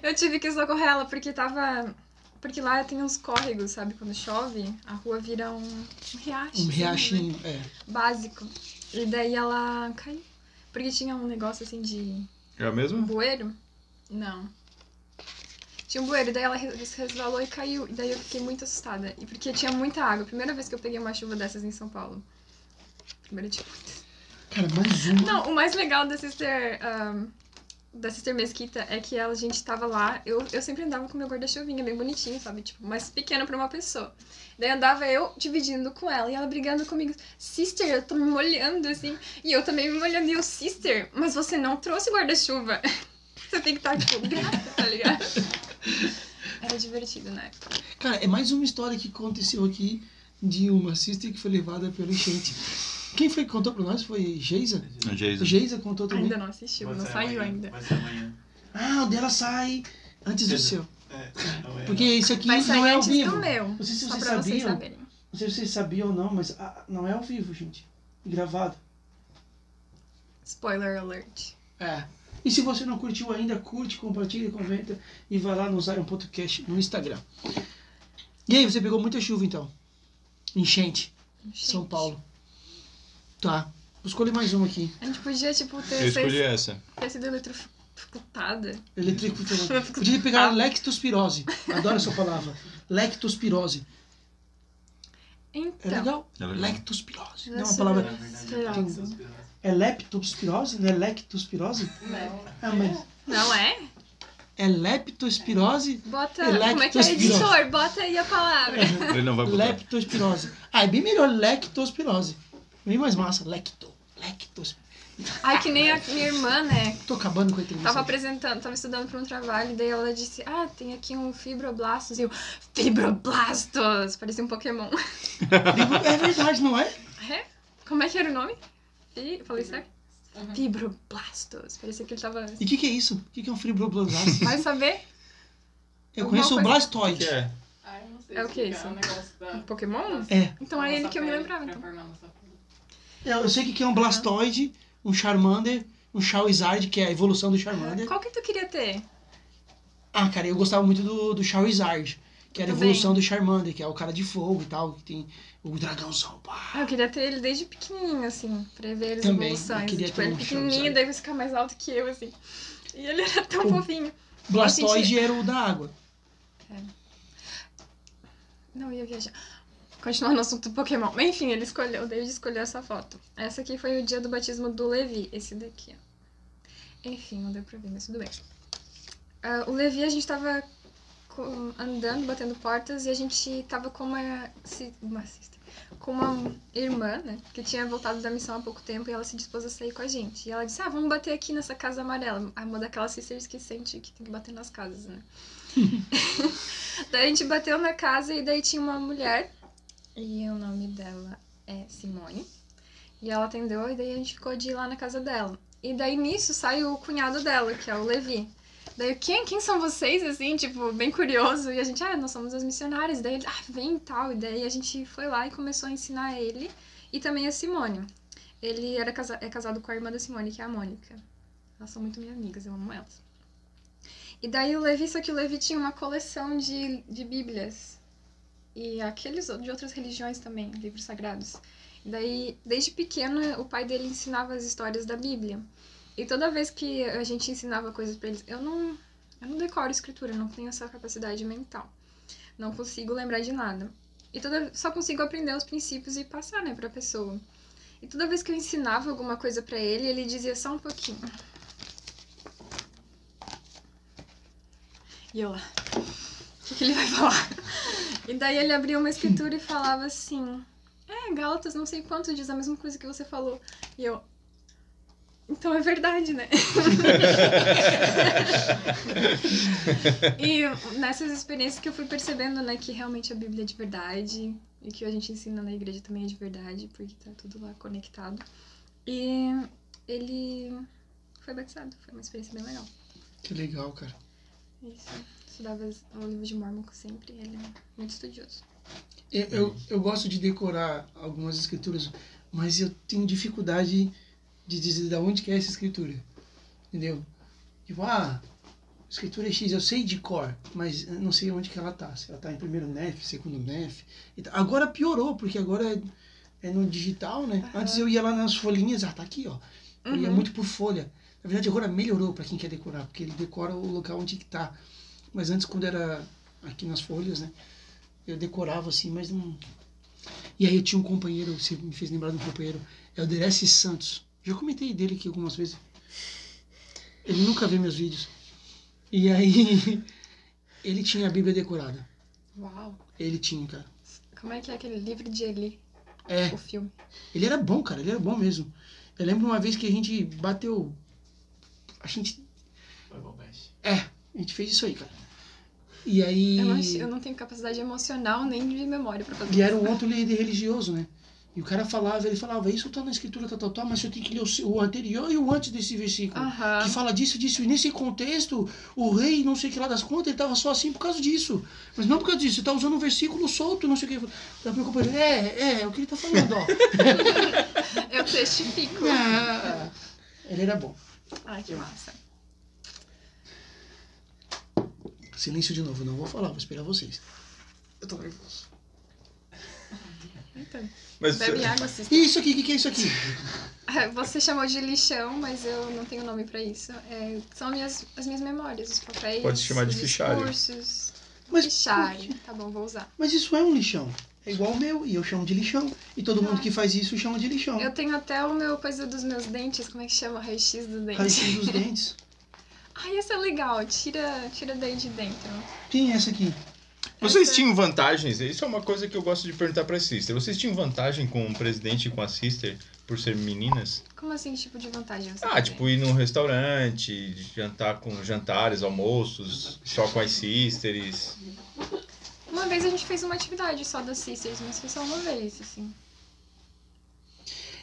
Speaker 1: Eu tive que socorrer ela porque tava. Porque lá tem uns córregos, sabe? Quando chove, a rua vira um, um riacho.
Speaker 2: Um
Speaker 1: assim, né?
Speaker 2: riachinho, é.
Speaker 1: Básico. E daí ela caiu. Porque tinha um negócio assim de
Speaker 3: É a mesma?
Speaker 1: Um bueiro? Não. Tinha um bueiro, daí ela res- resvalou e caiu. E daí eu fiquei muito assustada. E porque tinha muita água. Primeira vez que eu peguei uma chuva dessas em São Paulo. Primeira de muitas.
Speaker 2: Cara, mais um. uma.
Speaker 1: Não, o mais legal da Sister. ahm, da Sister Mesquita é que ela- a gente tava lá. Eu, eu sempre andava com meu guarda-chuvinha, bem bonitinho, sabe? Tipo, mas pequeno pra uma pessoa. Daí andava eu dividindo com ela e ela brigando comigo. Sister, eu tô me molhando, assim. E eu também me molhando. E eu, Sister, mas você não trouxe guarda-chuva. Você tem que estar, tipo, grata, tá ligado? Era divertido na época.
Speaker 2: Cara, é mais uma história que aconteceu aqui de uma sister que foi levada pelo enchente. Quem foi que contou pra nós? Foi Geisa?
Speaker 3: A Jason.
Speaker 2: Geisa contou também.
Speaker 1: Ainda não assistiu,
Speaker 5: Vai
Speaker 1: Tipo, não
Speaker 2: é
Speaker 5: sair
Speaker 1: saiu
Speaker 5: amanhã,
Speaker 1: ainda.
Speaker 5: Vai sair amanhã.
Speaker 2: Ah, o dela sai antes do
Speaker 5: Cedo.
Speaker 2: seu.
Speaker 5: É, amanhã.
Speaker 2: Porque isso aqui
Speaker 1: Vai
Speaker 2: não
Speaker 1: sair
Speaker 2: é ao
Speaker 1: antes
Speaker 2: vivo.
Speaker 1: do
Speaker 2: Não
Speaker 1: meu.
Speaker 2: sei se
Speaker 1: só
Speaker 2: vocês
Speaker 1: pra vocês
Speaker 2: sabiam.
Speaker 1: saberem.
Speaker 2: sei se vocês sabiam ou não, mas ah, não é ao vivo, gente. Gravado.
Speaker 1: Spoiler alert.
Speaker 2: É. E se você não curtiu ainda, curte, compartilha, comenta e vai lá no Zion.cast no Instagram. E aí, você pegou muita chuva então? Enchente, São
Speaker 1: Gente,
Speaker 2: Paulo. Tá. Vou escolher mais um aqui.
Speaker 1: A gente podia, tipo,
Speaker 3: Eu
Speaker 1: ter,
Speaker 3: escolhi
Speaker 1: ter,
Speaker 3: essa.
Speaker 1: ter sido eletrocutada.
Speaker 2: Eletricultura. Podia pegar lectospirose. Adoro essa palavra. Lectospirose. É
Speaker 1: Então,
Speaker 2: legal?
Speaker 3: É legal.
Speaker 2: Lectospirose. Não é uma
Speaker 1: Nossa,
Speaker 5: Na
Speaker 2: palavra.
Speaker 5: verdade,
Speaker 1: Será?
Speaker 5: tem essas piadas.
Speaker 2: É leptospirose? Não é lectospirose? Ah, mas.
Speaker 1: não é?
Speaker 2: É leptospirose?
Speaker 1: Bota.
Speaker 2: Electos
Speaker 1: Como é que é
Speaker 2: virose.
Speaker 1: editor? Bota aí a palavra.
Speaker 3: Ele não vai botar.
Speaker 2: Leptospirose. Ah, é bem melhor lectospirose. Bem mais massa. Lecto. Lectos.
Speaker 1: Ai, que nem a minha irmã, né?
Speaker 2: Tô acabando com a entrevista.
Speaker 1: Tava apresentando, tava estudando pra um trabalho, daí ela disse: Ah, tem aqui um fibroblastos. E eu, Fibroblastos! Parecia um Pokémon.
Speaker 2: É verdade, não é?
Speaker 1: É? Como é que era o nome? Fi... eu Falei certo? Uhum. Fibroblastos. Parecia que ele tava.
Speaker 2: E o que, que é isso? O que, que é um fibroblasto?
Speaker 1: Vai saber?
Speaker 2: Eu conheço o
Speaker 1: Alguma
Speaker 3: O que
Speaker 2: Blastoide.
Speaker 3: é?
Speaker 7: Ai, não sei
Speaker 1: É o que
Speaker 7: explicar,
Speaker 1: isso?
Speaker 7: É um negócio da.
Speaker 1: Um Pokémon?
Speaker 2: É.
Speaker 1: Então é ele que eu me lembrava. então.
Speaker 2: Eu sei o que, que é um Blastoide, um Charmander, um Charizard, que é a evolução do Charmander.
Speaker 1: Qual que tu queria ter?
Speaker 2: Ah, cara, eu gostava muito do, do Charizard, que era a
Speaker 1: Tudo bem.
Speaker 2: evolução do Charmander, que é o cara de fogo e tal, que tem o dragãozão, pá.
Speaker 1: Ah, eu queria ter ele desde pequenininho, assim, pra ver eles
Speaker 2: Também, eu
Speaker 1: evoluções.
Speaker 2: queria
Speaker 1: Tipo,
Speaker 2: ter
Speaker 1: ele
Speaker 2: um
Speaker 1: pequenininho,
Speaker 2: Charizard.
Speaker 1: daí você ficar mais alto que eu, assim. E ele era tão
Speaker 2: O-
Speaker 1: fofinho.
Speaker 2: Blastoide era o da água.
Speaker 1: Não, eu ia viajar. Continuar no assunto do Pokémon. Mas, Enfim, ele escolheu, o David escolheu essa foto. Essa aqui foi o dia do batismo do Levi, esse daqui, ó. Enfim, não deu pra ver, mas tudo bem. Ah, o Levi, a gente tava com- andando, batendo portas, e a gente tava com uma, si- uma sister, com uma irmã, né, que tinha voltado da missão há pouco tempo, e ela se dispôs a sair com a gente. E ela disse, ah, vamos bater aqui nessa casa amarela. Uma daquelas sisters que sente que tem que bater nas casas, né. daí a gente bateu na casa, e daí tinha uma mulher e o nome dela é Simone. E ela atendeu, e daí a gente ficou de ir lá na casa dela. E daí nisso sai o cunhado dela, que é o Levi. Daí, quem, quem são vocês, assim, tipo, bem curioso. E a gente, ah, nós somos as missionárias. Daí ele, ah, vem e tal. E daí a gente foi lá e começou a ensinar ele e também a Simone. Ele era casa é casado com a irmã da Simone, que é a Mônica. Elas são muito minhas amigas, eu amo elas. E daí o Levi, só que o Levi tinha uma coleção de, de bíblias e aqueles de outras religiões também, livros sagrados. Daí, desde pequeno, o pai dele ensinava as histórias da Bíblia. E toda vez que a gente ensinava coisas pra eles, eu não, eu não decoro escritura, eu não tenho essa capacidade mental. Não consigo lembrar de nada. E toda, só consigo aprender os princípios e passar, né, pra pessoa. E toda vez que eu ensinava alguma coisa pra ele, ele dizia só um pouquinho. E eu lá, o que que ele vai falar? E daí ele abria uma escritura e falava assim: É, Gálatas, não sei quanto diz a mesma coisa que você falou. E eu. Então é verdade, né? e nessas experiências que eu fui percebendo, né, que realmente a Bíblia é de verdade e que a gente ensina na igreja também é de verdade, porque tá tudo lá conectado. E ele foi batizado, foi uma experiência bem legal.
Speaker 2: Que legal, cara.
Speaker 1: Isso. Estudava o livro de Mormon sempre, ele é muito estudioso.
Speaker 2: Eu, eu, eu gosto de decorar algumas escrituras, mas eu tenho dificuldade de dizer de onde que é essa escritura. Entendeu? Tipo, ah, escritura é X, eu sei de cor, mas eu não sei onde que ela tá. Se ela tá em primeiro NEF, segundo NEF. e tal. Agora piorou, porque agora é, é no digital, né?
Speaker 1: Aham.
Speaker 2: Antes eu ia lá nas folhinhas, ah, tá aqui, ó. Eu ia
Speaker 1: Uhum.
Speaker 2: muito por folha. Na verdade, agora melhorou para quem quer decorar, porque ele decora o local onde que tá. Mas antes, quando era aqui nas folhas, né? Eu decorava assim, mas não. E aí eu tinha um companheiro, você me fez lembrar de um companheiro, é o Deresse Santos. Já comentei dele aqui algumas vezes. Ele nunca vê meus vídeos. E aí ele tinha a Bíblia decorada.
Speaker 1: Uau!
Speaker 2: Ele tinha, cara.
Speaker 1: Como é que é aquele livro de Eli,
Speaker 2: É.
Speaker 1: o filme?
Speaker 2: Ele era bom, cara, ele era bom mesmo. Eu lembro uma vez que a gente bateu. A gente.
Speaker 5: Foi bom, Bash.
Speaker 2: A gente fez isso aí, cara. E aí.
Speaker 1: Eu, não, acho- É eu não tenho capacidade emocional nem de memória pra fazer
Speaker 2: E era
Speaker 1: isso.
Speaker 2: um outro líder religioso, né? E o cara falava, ele falava, isso tá na escritura, tal, tal, tal, mas eu tenho que ler o se- o anterior e o antes desse versículo.
Speaker 1: Aham.
Speaker 2: um Que fala disso, disso, e nesse contexto, o rei, não sei o que lá das contas, ele tava só assim por causa disso. Mas não por causa disso, ele tá usando um versículo solto, não sei o que. Tá preocupado. É, é, é o que ele tá falando, ó.
Speaker 1: Eu testifico.
Speaker 2: Ah, ele era bom.
Speaker 1: Ai, que massa.
Speaker 2: Silêncio de novo, não vou falar, vou esperar vocês. Eu tô nervoso.
Speaker 1: Então,
Speaker 3: Mas
Speaker 1: bebe água, assista.
Speaker 2: E isso aqui, o que, que é isso aqui?
Speaker 1: Ah, Você chamou de lixão, mas eu não tenho nome pra isso. É, são minhas, as minhas memórias, os papéis.
Speaker 3: Pode se chamar de
Speaker 1: os
Speaker 3: fichário.
Speaker 1: Discursos.
Speaker 2: Mas,
Speaker 1: Fichário. Tá bom, vou usar.
Speaker 2: mas isso é um lixão. É igual o meu, e eu chamo de lixão. E todo mundo que faz isso chama de lixão.
Speaker 1: Eu tenho até o meu coisa dos meus dentes, como é que chama? Raio-x do dente.
Speaker 2: Raio dos dentes.
Speaker 1: Ai, essa é legal. Tira, tira daí de dentro.
Speaker 2: Tem é essa aqui.
Speaker 3: Vocês
Speaker 2: Uhum.
Speaker 1: Essa-
Speaker 3: tinham vantagens? Isso é uma coisa que eu gosto de perguntar pra sister. Vocês tinham vantagem com o presidente e com a sister por ser meninas?
Speaker 1: Como assim, que tipo de vantagem você
Speaker 3: Ah,
Speaker 1: tem?
Speaker 3: tipo ir num restaurante, jantar com jantares, almoços, só com as sisters.
Speaker 1: Uma vez a gente fez uma atividade só das Sisters, mas foi só uma vez, assim.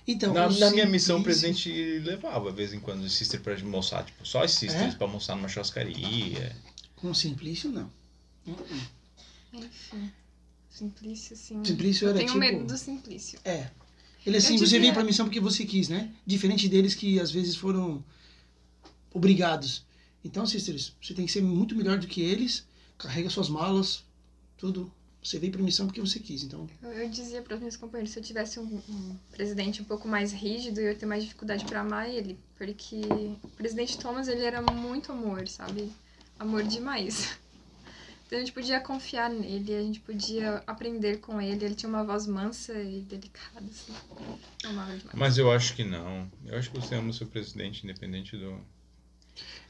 Speaker 2: Então,
Speaker 3: na,
Speaker 2: os
Speaker 3: na minha missão, o
Speaker 2: simples-
Speaker 3: presidente levava, de vez em quando, os sisters pra almoçar. Tipo, só as sisters
Speaker 2: É?
Speaker 3: pra almoçar numa churrascaria.
Speaker 2: Com simplício, não.
Speaker 1: Hum.
Speaker 2: Uh-uh.
Speaker 1: Enfim. Simplício, assim.
Speaker 2: Simplício
Speaker 1: eu
Speaker 2: era
Speaker 1: tenho
Speaker 2: tipo-
Speaker 1: medo do Simplício.
Speaker 2: É. Ele é assim, você
Speaker 1: dizia-
Speaker 2: veio pra missão porque você quis, né? Diferente deles que às vezes foram obrigados. Então, sisters, você tem que ser muito melhor do que eles. Carrega suas malas, tudo. Você veio pra missão porque você quis, então.
Speaker 1: Eu, eu dizia para os meus companheiros, se eu tivesse um, um presidente um pouco mais rígido, eu ia ter mais dificuldade pra amar ele. Porque o presidente Thomas, ele era muito amor, sabe? Amor demais. Então a gente podia confiar nele, a gente podia aprender com ele. Ele tinha uma voz mansa e delicada, assim. Eu Amava demais.
Speaker 4: Mas eu acho que não. Eu acho que você ama o seu presidente, independente do.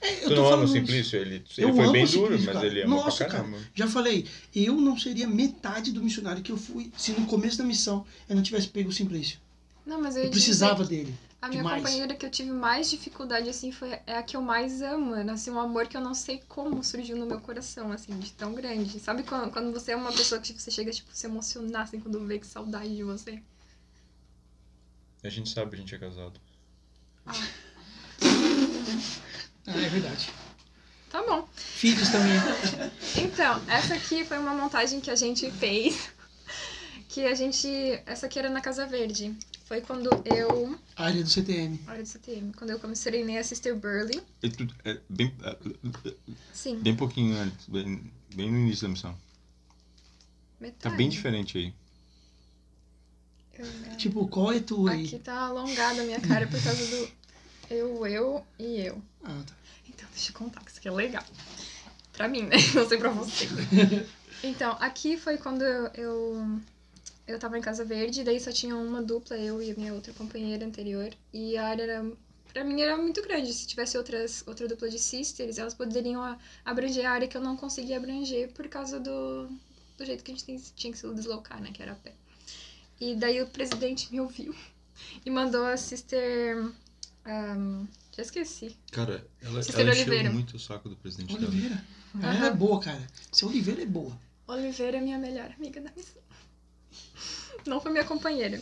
Speaker 2: É,
Speaker 4: Tu não ama o Simplício? Ele, ele
Speaker 2: Eu
Speaker 4: foi
Speaker 2: amo
Speaker 4: bem
Speaker 2: o
Speaker 4: duro,
Speaker 2: Simplício,
Speaker 4: mas
Speaker 2: cara.
Speaker 4: ele ama
Speaker 2: Nossa,
Speaker 4: pra
Speaker 2: cara.
Speaker 4: caramba.
Speaker 2: Já falei, eu não seria metade do missionário que eu fui se no começo da missão eu não tivesse pego o Simplício.
Speaker 1: Não, mas eu
Speaker 2: Eu
Speaker 1: ia dizer
Speaker 2: precisava dele.
Speaker 1: A minha
Speaker 2: demais.
Speaker 1: companheira que eu tive mais dificuldade, assim, foi é a que eu mais amo. né? Assim, um amor que eu não sei como surgiu no meu coração, assim, de tão grande. Sabe quando, quando você é uma pessoa que tipo, você chega, tipo, se emocionar, assim, quando vê que saudade de você?
Speaker 4: A gente sabe que a gente é casado.
Speaker 2: Ah, é verdade.
Speaker 1: Tá bom.
Speaker 2: Filhos também.
Speaker 1: Então, essa aqui foi uma montagem que a gente fez. Que a gente. Essa aqui era na Casa Verde. Foi quando eu.
Speaker 2: Área do CTM.
Speaker 1: Olha do CTM. Quando eu comecei a Sister Burley.
Speaker 3: É tudo- é bem,
Speaker 1: Sim,
Speaker 3: bem pouquinho antes, bem, bem no início da missão. Tá
Speaker 2: Ah,
Speaker 1: metade.
Speaker 2: é.
Speaker 3: bem diferente aí.
Speaker 1: Eu-
Speaker 2: Tipo, qual é tu aí?
Speaker 1: Aqui tá alongada a minha cara por causa do eu, eu e eu.
Speaker 2: Ah, tá.
Speaker 1: Então, deixa eu contar, que isso aqui é legal. Pra mim, né? Não sei pra você. Então, aqui foi quando eu, eu, eu tava em Casa Verde, daí só tinha uma dupla, eu e a minha outra companheira anterior. E a área era, pra mim era muito grande. Se tivesse outras, outra dupla de sisters, elas poderiam a- abranger a área que eu não conseguia abranger por causa do, do jeito que a gente tem- tinha que se deslocar, né? Que era a pé. E daí o presidente me ouviu e mandou a sister. ahm, já esqueci.
Speaker 4: Cara, ela,
Speaker 1: Cícero
Speaker 4: ela encheu
Speaker 1: Oliveira.
Speaker 4: muito o saco do presidente dela.
Speaker 2: Oliveira. Ela é boa, cara. Seu Oliveira é boa.
Speaker 1: Oliveira é minha melhor amiga da missão. Não foi minha companheira.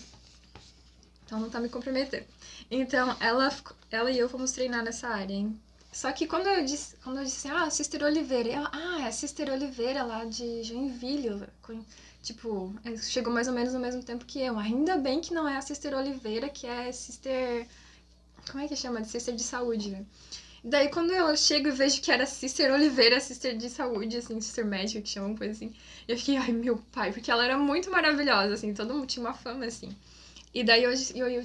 Speaker 1: Então não tá me comprometendo. Então ela, ficou- ela e eu fomos treinar nessa área, hein? Só que quando eu disse, quando eu disse assim, ah, Sister Oliveira, ela, ah, é a Sister Oliveira lá de Joinville. com- Tipo, chegou mais ou menos no mesmo tempo que eu. Ainda bem que não é a Sister Oliveira, que é Sister. Como é que chama? De Sister de saúde, né? Daí quando eu chego e vejo que era Sister Oliveira, Sister de saúde, assim, Sister médica, que chamam coisa assim. Eu fiquei, ai meu pai, porque ela era muito maravilhosa, assim, todo mundo tinha uma fama, assim. E daí hoje eu, eu,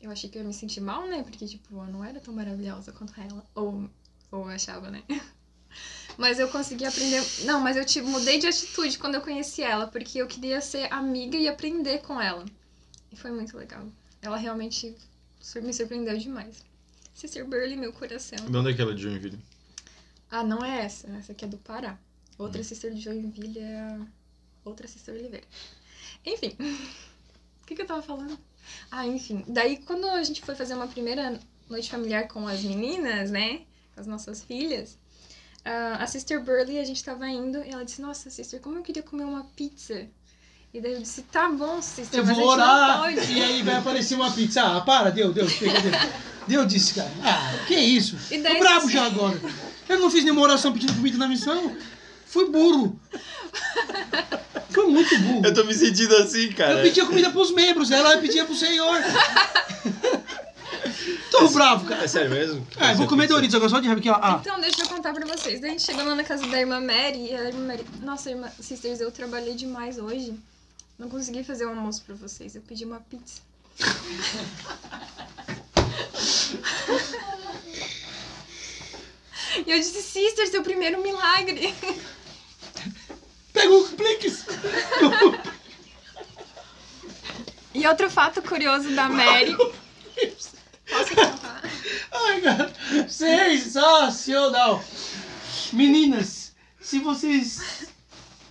Speaker 1: eu achei que eu ia me sentir mal, né? Porque, tipo, eu não era tão maravilhosa quanto ela. Ou, ou eu achava, né? Mas eu consegui aprender. Não, mas eu tipo, mudei de atitude quando eu conheci ela, porque eu queria ser amiga e aprender com ela. E foi muito legal. Ela realmente sur- me surpreendeu demais. Sister Burley, meu coração.
Speaker 4: De onde é que ela é de Joinville?
Speaker 1: Ah, não é essa. Essa aqui é do Pará. Outra
Speaker 2: Hum.
Speaker 1: sister de Joinville é a outra sister Oliveira. Enfim. O que, que eu tava falando? Ah, enfim. Daí, quando a gente foi fazer uma primeira noite familiar com as meninas, né? Com as nossas filhas. ah, a sister Burley, a gente tava indo e ela disse: Nossa, sister, como eu queria comer uma pizza. E daí eu disse: Tá bom, sister,
Speaker 2: Eu
Speaker 1: mas
Speaker 2: vou
Speaker 1: a
Speaker 2: orar
Speaker 1: gente não pode.
Speaker 2: e aí vai aparecer uma pizza. Ah, para, deu, deu, chega, deu. Deu disso, cara. Ah, que isso?
Speaker 1: E
Speaker 2: Tô
Speaker 1: daí-
Speaker 2: brabo já agora. Eu não fiz nenhuma oração pedindo comida na missão. Fui burro. Foi muito burro.
Speaker 4: Eu tô me sentindo assim,
Speaker 2: Eu
Speaker 4: cara.
Speaker 2: pedia comida pros membros, ela pedia pro senhor. Tô bravo, cara.
Speaker 4: É sério mesmo? Que
Speaker 2: Ah, eu vou
Speaker 4: você
Speaker 2: comer
Speaker 4: pensa?
Speaker 2: Doritos agora só de raiva aqui, ó. Ah,
Speaker 1: Então, deixa eu contar pra vocês. Daí a gente chegou lá na casa da irmã Mary e a irmã Mary, nossa, irmã, sisters, eu trabalhei demais hoje. Não consegui fazer o almoço pra vocês. Eu pedi uma pizza. e eu disse, sister, seu primeiro milagre.
Speaker 2: pega o Plix.
Speaker 1: E outro fato curioso da Mary. Posso contar?
Speaker 2: Ai, cara. Sensacional. Meninas, se vocês...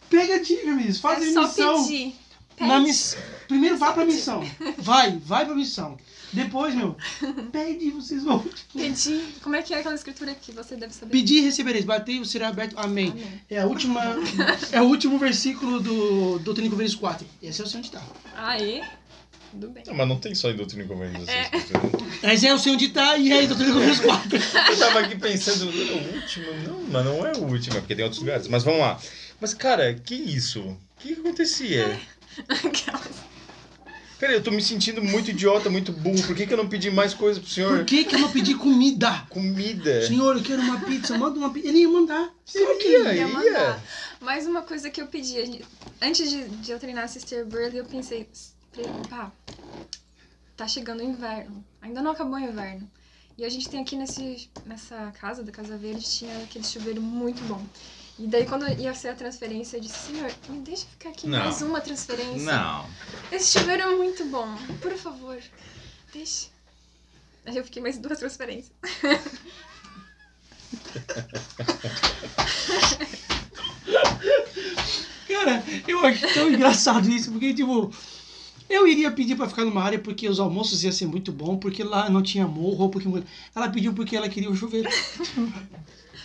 Speaker 2: Pega a dica, meninas. Fazem
Speaker 1: é só
Speaker 2: missão.
Speaker 1: pedir.
Speaker 2: Na
Speaker 1: Pede.
Speaker 2: miss... Primeiro vá pra missão. Vai, vai pra missão. Depois, meu, pede e vocês vão.
Speaker 1: Pedir. Como é que é aquela escritura aqui? Você deve saber.
Speaker 2: Pedir e recebereis. Batei e será aberto. Amém. É a última. é o último versículo do Doutrina e Convênios 4. Esse é o Senhor onde tá.
Speaker 1: Aí. Tudo bem.
Speaker 4: Não, Ah, mas não tem só em doutrina e convênios
Speaker 1: É.
Speaker 4: essas coisas.
Speaker 2: Mas é o Senhor onde tá e aí Doutrina e Convênios 4.
Speaker 4: Eu tava aqui pensando, é o último? Não, mas não é o último, é porque tem outros lugares. Mas vamos lá. Mas, cara, que isso? O que, que acontecia?
Speaker 2: É.
Speaker 4: Cara, eu tô me sentindo muito idiota, muito burro. Por que, que eu não pedi mais coisa pro
Speaker 2: Por
Speaker 4: senhor?
Speaker 2: que, que eu não pedi comida?
Speaker 4: Comida.
Speaker 2: Senhor, eu quero uma pizza, manda uma pizza. Ele ia mandar.
Speaker 4: Claro que
Speaker 2: um
Speaker 4: ia,
Speaker 1: ia
Speaker 4: ia.
Speaker 1: mandar.
Speaker 3: é?
Speaker 1: Mais uma coisa que eu pedi, a gente- antes de, de eu treinar a Sister Burley, eu pensei, "Pre- pá, tá chegando o inverno, ainda não acabou o inverno. E a gente tem aqui nesse, nessa casa, da Casa Verde, tinha aquele chuveiro muito bom. E daí quando ia ser a transferência, eu disse, senhor, me deixa ficar aqui
Speaker 3: Não.
Speaker 1: mais uma transferência.
Speaker 3: Não.
Speaker 1: Esse chuveiro é muito bom, por favor, deixa. Aí eu fiquei mais duas transferências.
Speaker 2: Cara, eu acho tão engraçado isso, porque, tipo, eu iria pedir pra ficar numa área porque os almoços iam ser muito bom, porque lá não tinha morro, porque. Ela pediu porque ela queria o chuveiro.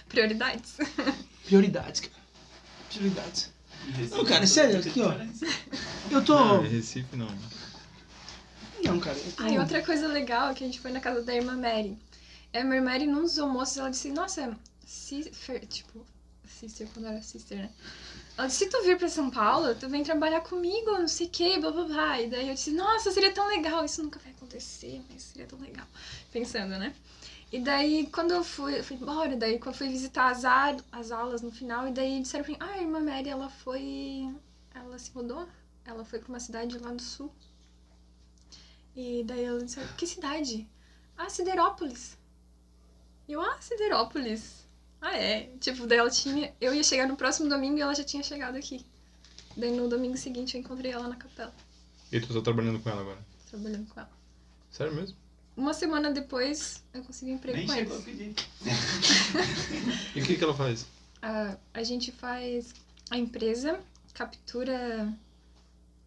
Speaker 1: Prioridades.
Speaker 2: Prioridades, cara. Prioridades.
Speaker 5: Em Recife,
Speaker 2: Não, cara,
Speaker 5: tudo
Speaker 2: sério,
Speaker 5: que
Speaker 2: aqui, ó.
Speaker 5: parece.
Speaker 2: Eu tô.
Speaker 4: Não, Ah, em Recife não.
Speaker 2: Não, cara. Eu tô...
Speaker 1: Ah, e outra coisa legal é que a gente foi na casa da irmã Mary. A irmã Mary, num dos almoços, ela disse, nossa, se, fer- tipo, sister, quando era sister, né? Ela disse, se tu vir pra São Paulo, tu vem trabalhar comigo, não sei o que, blá blá blá. E daí eu disse, nossa, seria tão legal, isso nunca vai acontecer, mas seria tão legal. Pensando, né? E daí, quando eu fui, eu fui embora, daí quando eu fui visitar as, a- as aulas no final, e daí disseram pra mim, ah, a irmã Mary, ela foi, ela se mudou, ela foi pra uma cidade lá do sul. E daí ela disse, que cidade? Ah, Siderópolis. E eu, ah, Siderópolis. Ah, é. Tipo, daí ela tinha... Eu ia chegar no próximo domingo e ela já tinha chegado aqui. Daí no domingo seguinte eu encontrei ela na capela,
Speaker 4: E tu tá trabalhando com ela agora?
Speaker 1: trabalhando com ela.
Speaker 4: Sério mesmo?
Speaker 1: Uma semana depois eu consegui um emprego
Speaker 5: Nem
Speaker 1: com
Speaker 5: chegou a
Speaker 1: eles.
Speaker 5: pedir.
Speaker 4: E o que, que ela faz?
Speaker 1: A, Ah, a gente faz... A empresa captura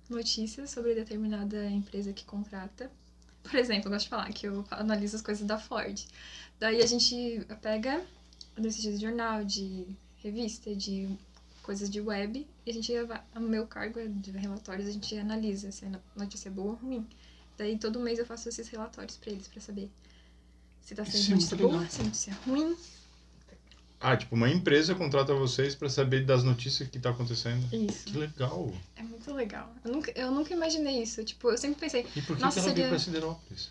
Speaker 1: notícias sobre determinada empresa que contrata. Por exemplo, eu gosto de falar que eu analiso as coisas da Ford. Daí a gente pega notícias de jornal, de revista, de coisas de web, e a gente, ava- o meu cargo é de relatórios, a gente analisa se a no- notícia é boa ou ruim. Daí todo mês eu faço esses relatórios pra eles, pra saber se tá
Speaker 2: Isso é
Speaker 1: sendo notícia
Speaker 2: muito
Speaker 1: boa,
Speaker 2: legal.
Speaker 1: se a notícia é ruim.
Speaker 4: Ah, tipo, uma empresa contrata vocês pra saber das notícias que tá acontecendo.
Speaker 1: Isso.
Speaker 4: Que legal.
Speaker 1: É muito legal. Eu nunca, eu nunca imaginei isso. Tipo, eu sempre pensei,
Speaker 4: E por que,
Speaker 1: Nossa,
Speaker 4: que ela veio
Speaker 1: seria-
Speaker 4: pra Siderópolis?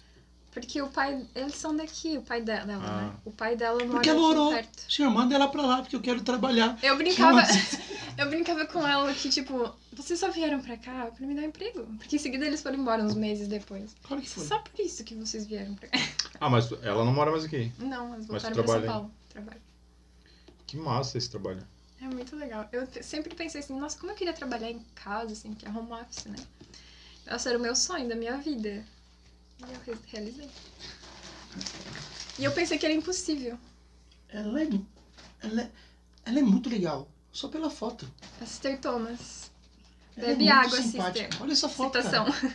Speaker 1: porque o pai, eles são daqui, o pai dela, né?
Speaker 4: Ah.
Speaker 1: O pai dela mora
Speaker 2: Porque ela
Speaker 1: aqui
Speaker 2: orou.
Speaker 1: perto.
Speaker 2: Senhor, manda ela pra lá, porque eu quero trabalhar.
Speaker 1: Eu brincava,
Speaker 2: assim?
Speaker 1: eu brincava com ela que, tipo, vocês só vieram pra cá pra me dar um emprego. Porque em seguida eles foram embora uns meses depois.
Speaker 2: Claro que foi.
Speaker 1: Só por isso que vocês vieram pra cá.
Speaker 4: Ah, mas tu- ela não mora mais aqui.
Speaker 1: Não, eles voltaram
Speaker 4: tu
Speaker 1: pra São
Speaker 4: trabalha
Speaker 1: Paulo. Trabalho.
Speaker 4: Que massa esse trabalho.
Speaker 1: É muito legal. Eu te- sempre pensei assim, nossa, como eu queria trabalhar em casa, assim, que é home office, né? Nossa, era o meu sonho da minha vida. E eu re- realizei. E eu pensei que era impossível.
Speaker 2: Ela é, ela, é, ela é muito legal. Só pela foto.
Speaker 1: A Sister Thomas.
Speaker 2: Ela
Speaker 1: Bebe
Speaker 2: é muito
Speaker 1: água,
Speaker 2: simpática.
Speaker 1: sister.
Speaker 2: Olha essa foto. cara.
Speaker 1: Citação.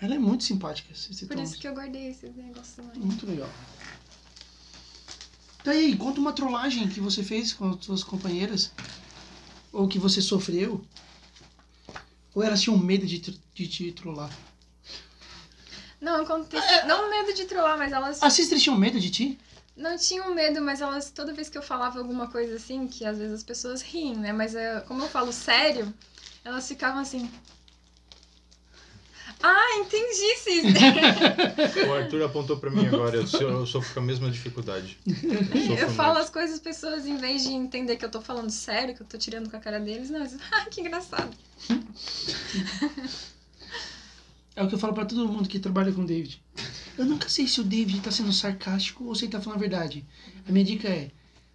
Speaker 2: Ela é muito simpática, Sister
Speaker 1: Por
Speaker 2: Thomas.
Speaker 1: isso que eu guardei esses negócios lá.
Speaker 2: Muito legal. Tá aí, conta uma trollagem que você fez com as suas companheiras. Ou que você sofreu. Ou elas tinham medo de, tr- de te trollar.
Speaker 1: Não, aconteceu. Não medo de trollar, mas elas
Speaker 2: As sisters tinham medo de ti?
Speaker 1: não tinham medo, mas elas, toda vez que eu falava alguma coisa assim, que às vezes as pessoas riem, né? Mas eh, como eu falo sério, elas ficavam assim. Ah, entendi, Sister.
Speaker 4: O Arthur apontou pra mim agora, eu, sou- eu sofro com a mesma dificuldade.
Speaker 1: eu
Speaker 4: sofro
Speaker 1: falo
Speaker 4: muito.
Speaker 1: as coisas, as pessoas, em vez de entender que eu tô falando sério, que eu tô tirando com a cara deles, não, eles, ah, que engraçado.
Speaker 2: É o que eu falo pra todo mundo que trabalha com o David. Eu nunca sei se o David tá sendo sarcástico ou se ele tá falando a verdade. A minha dica é,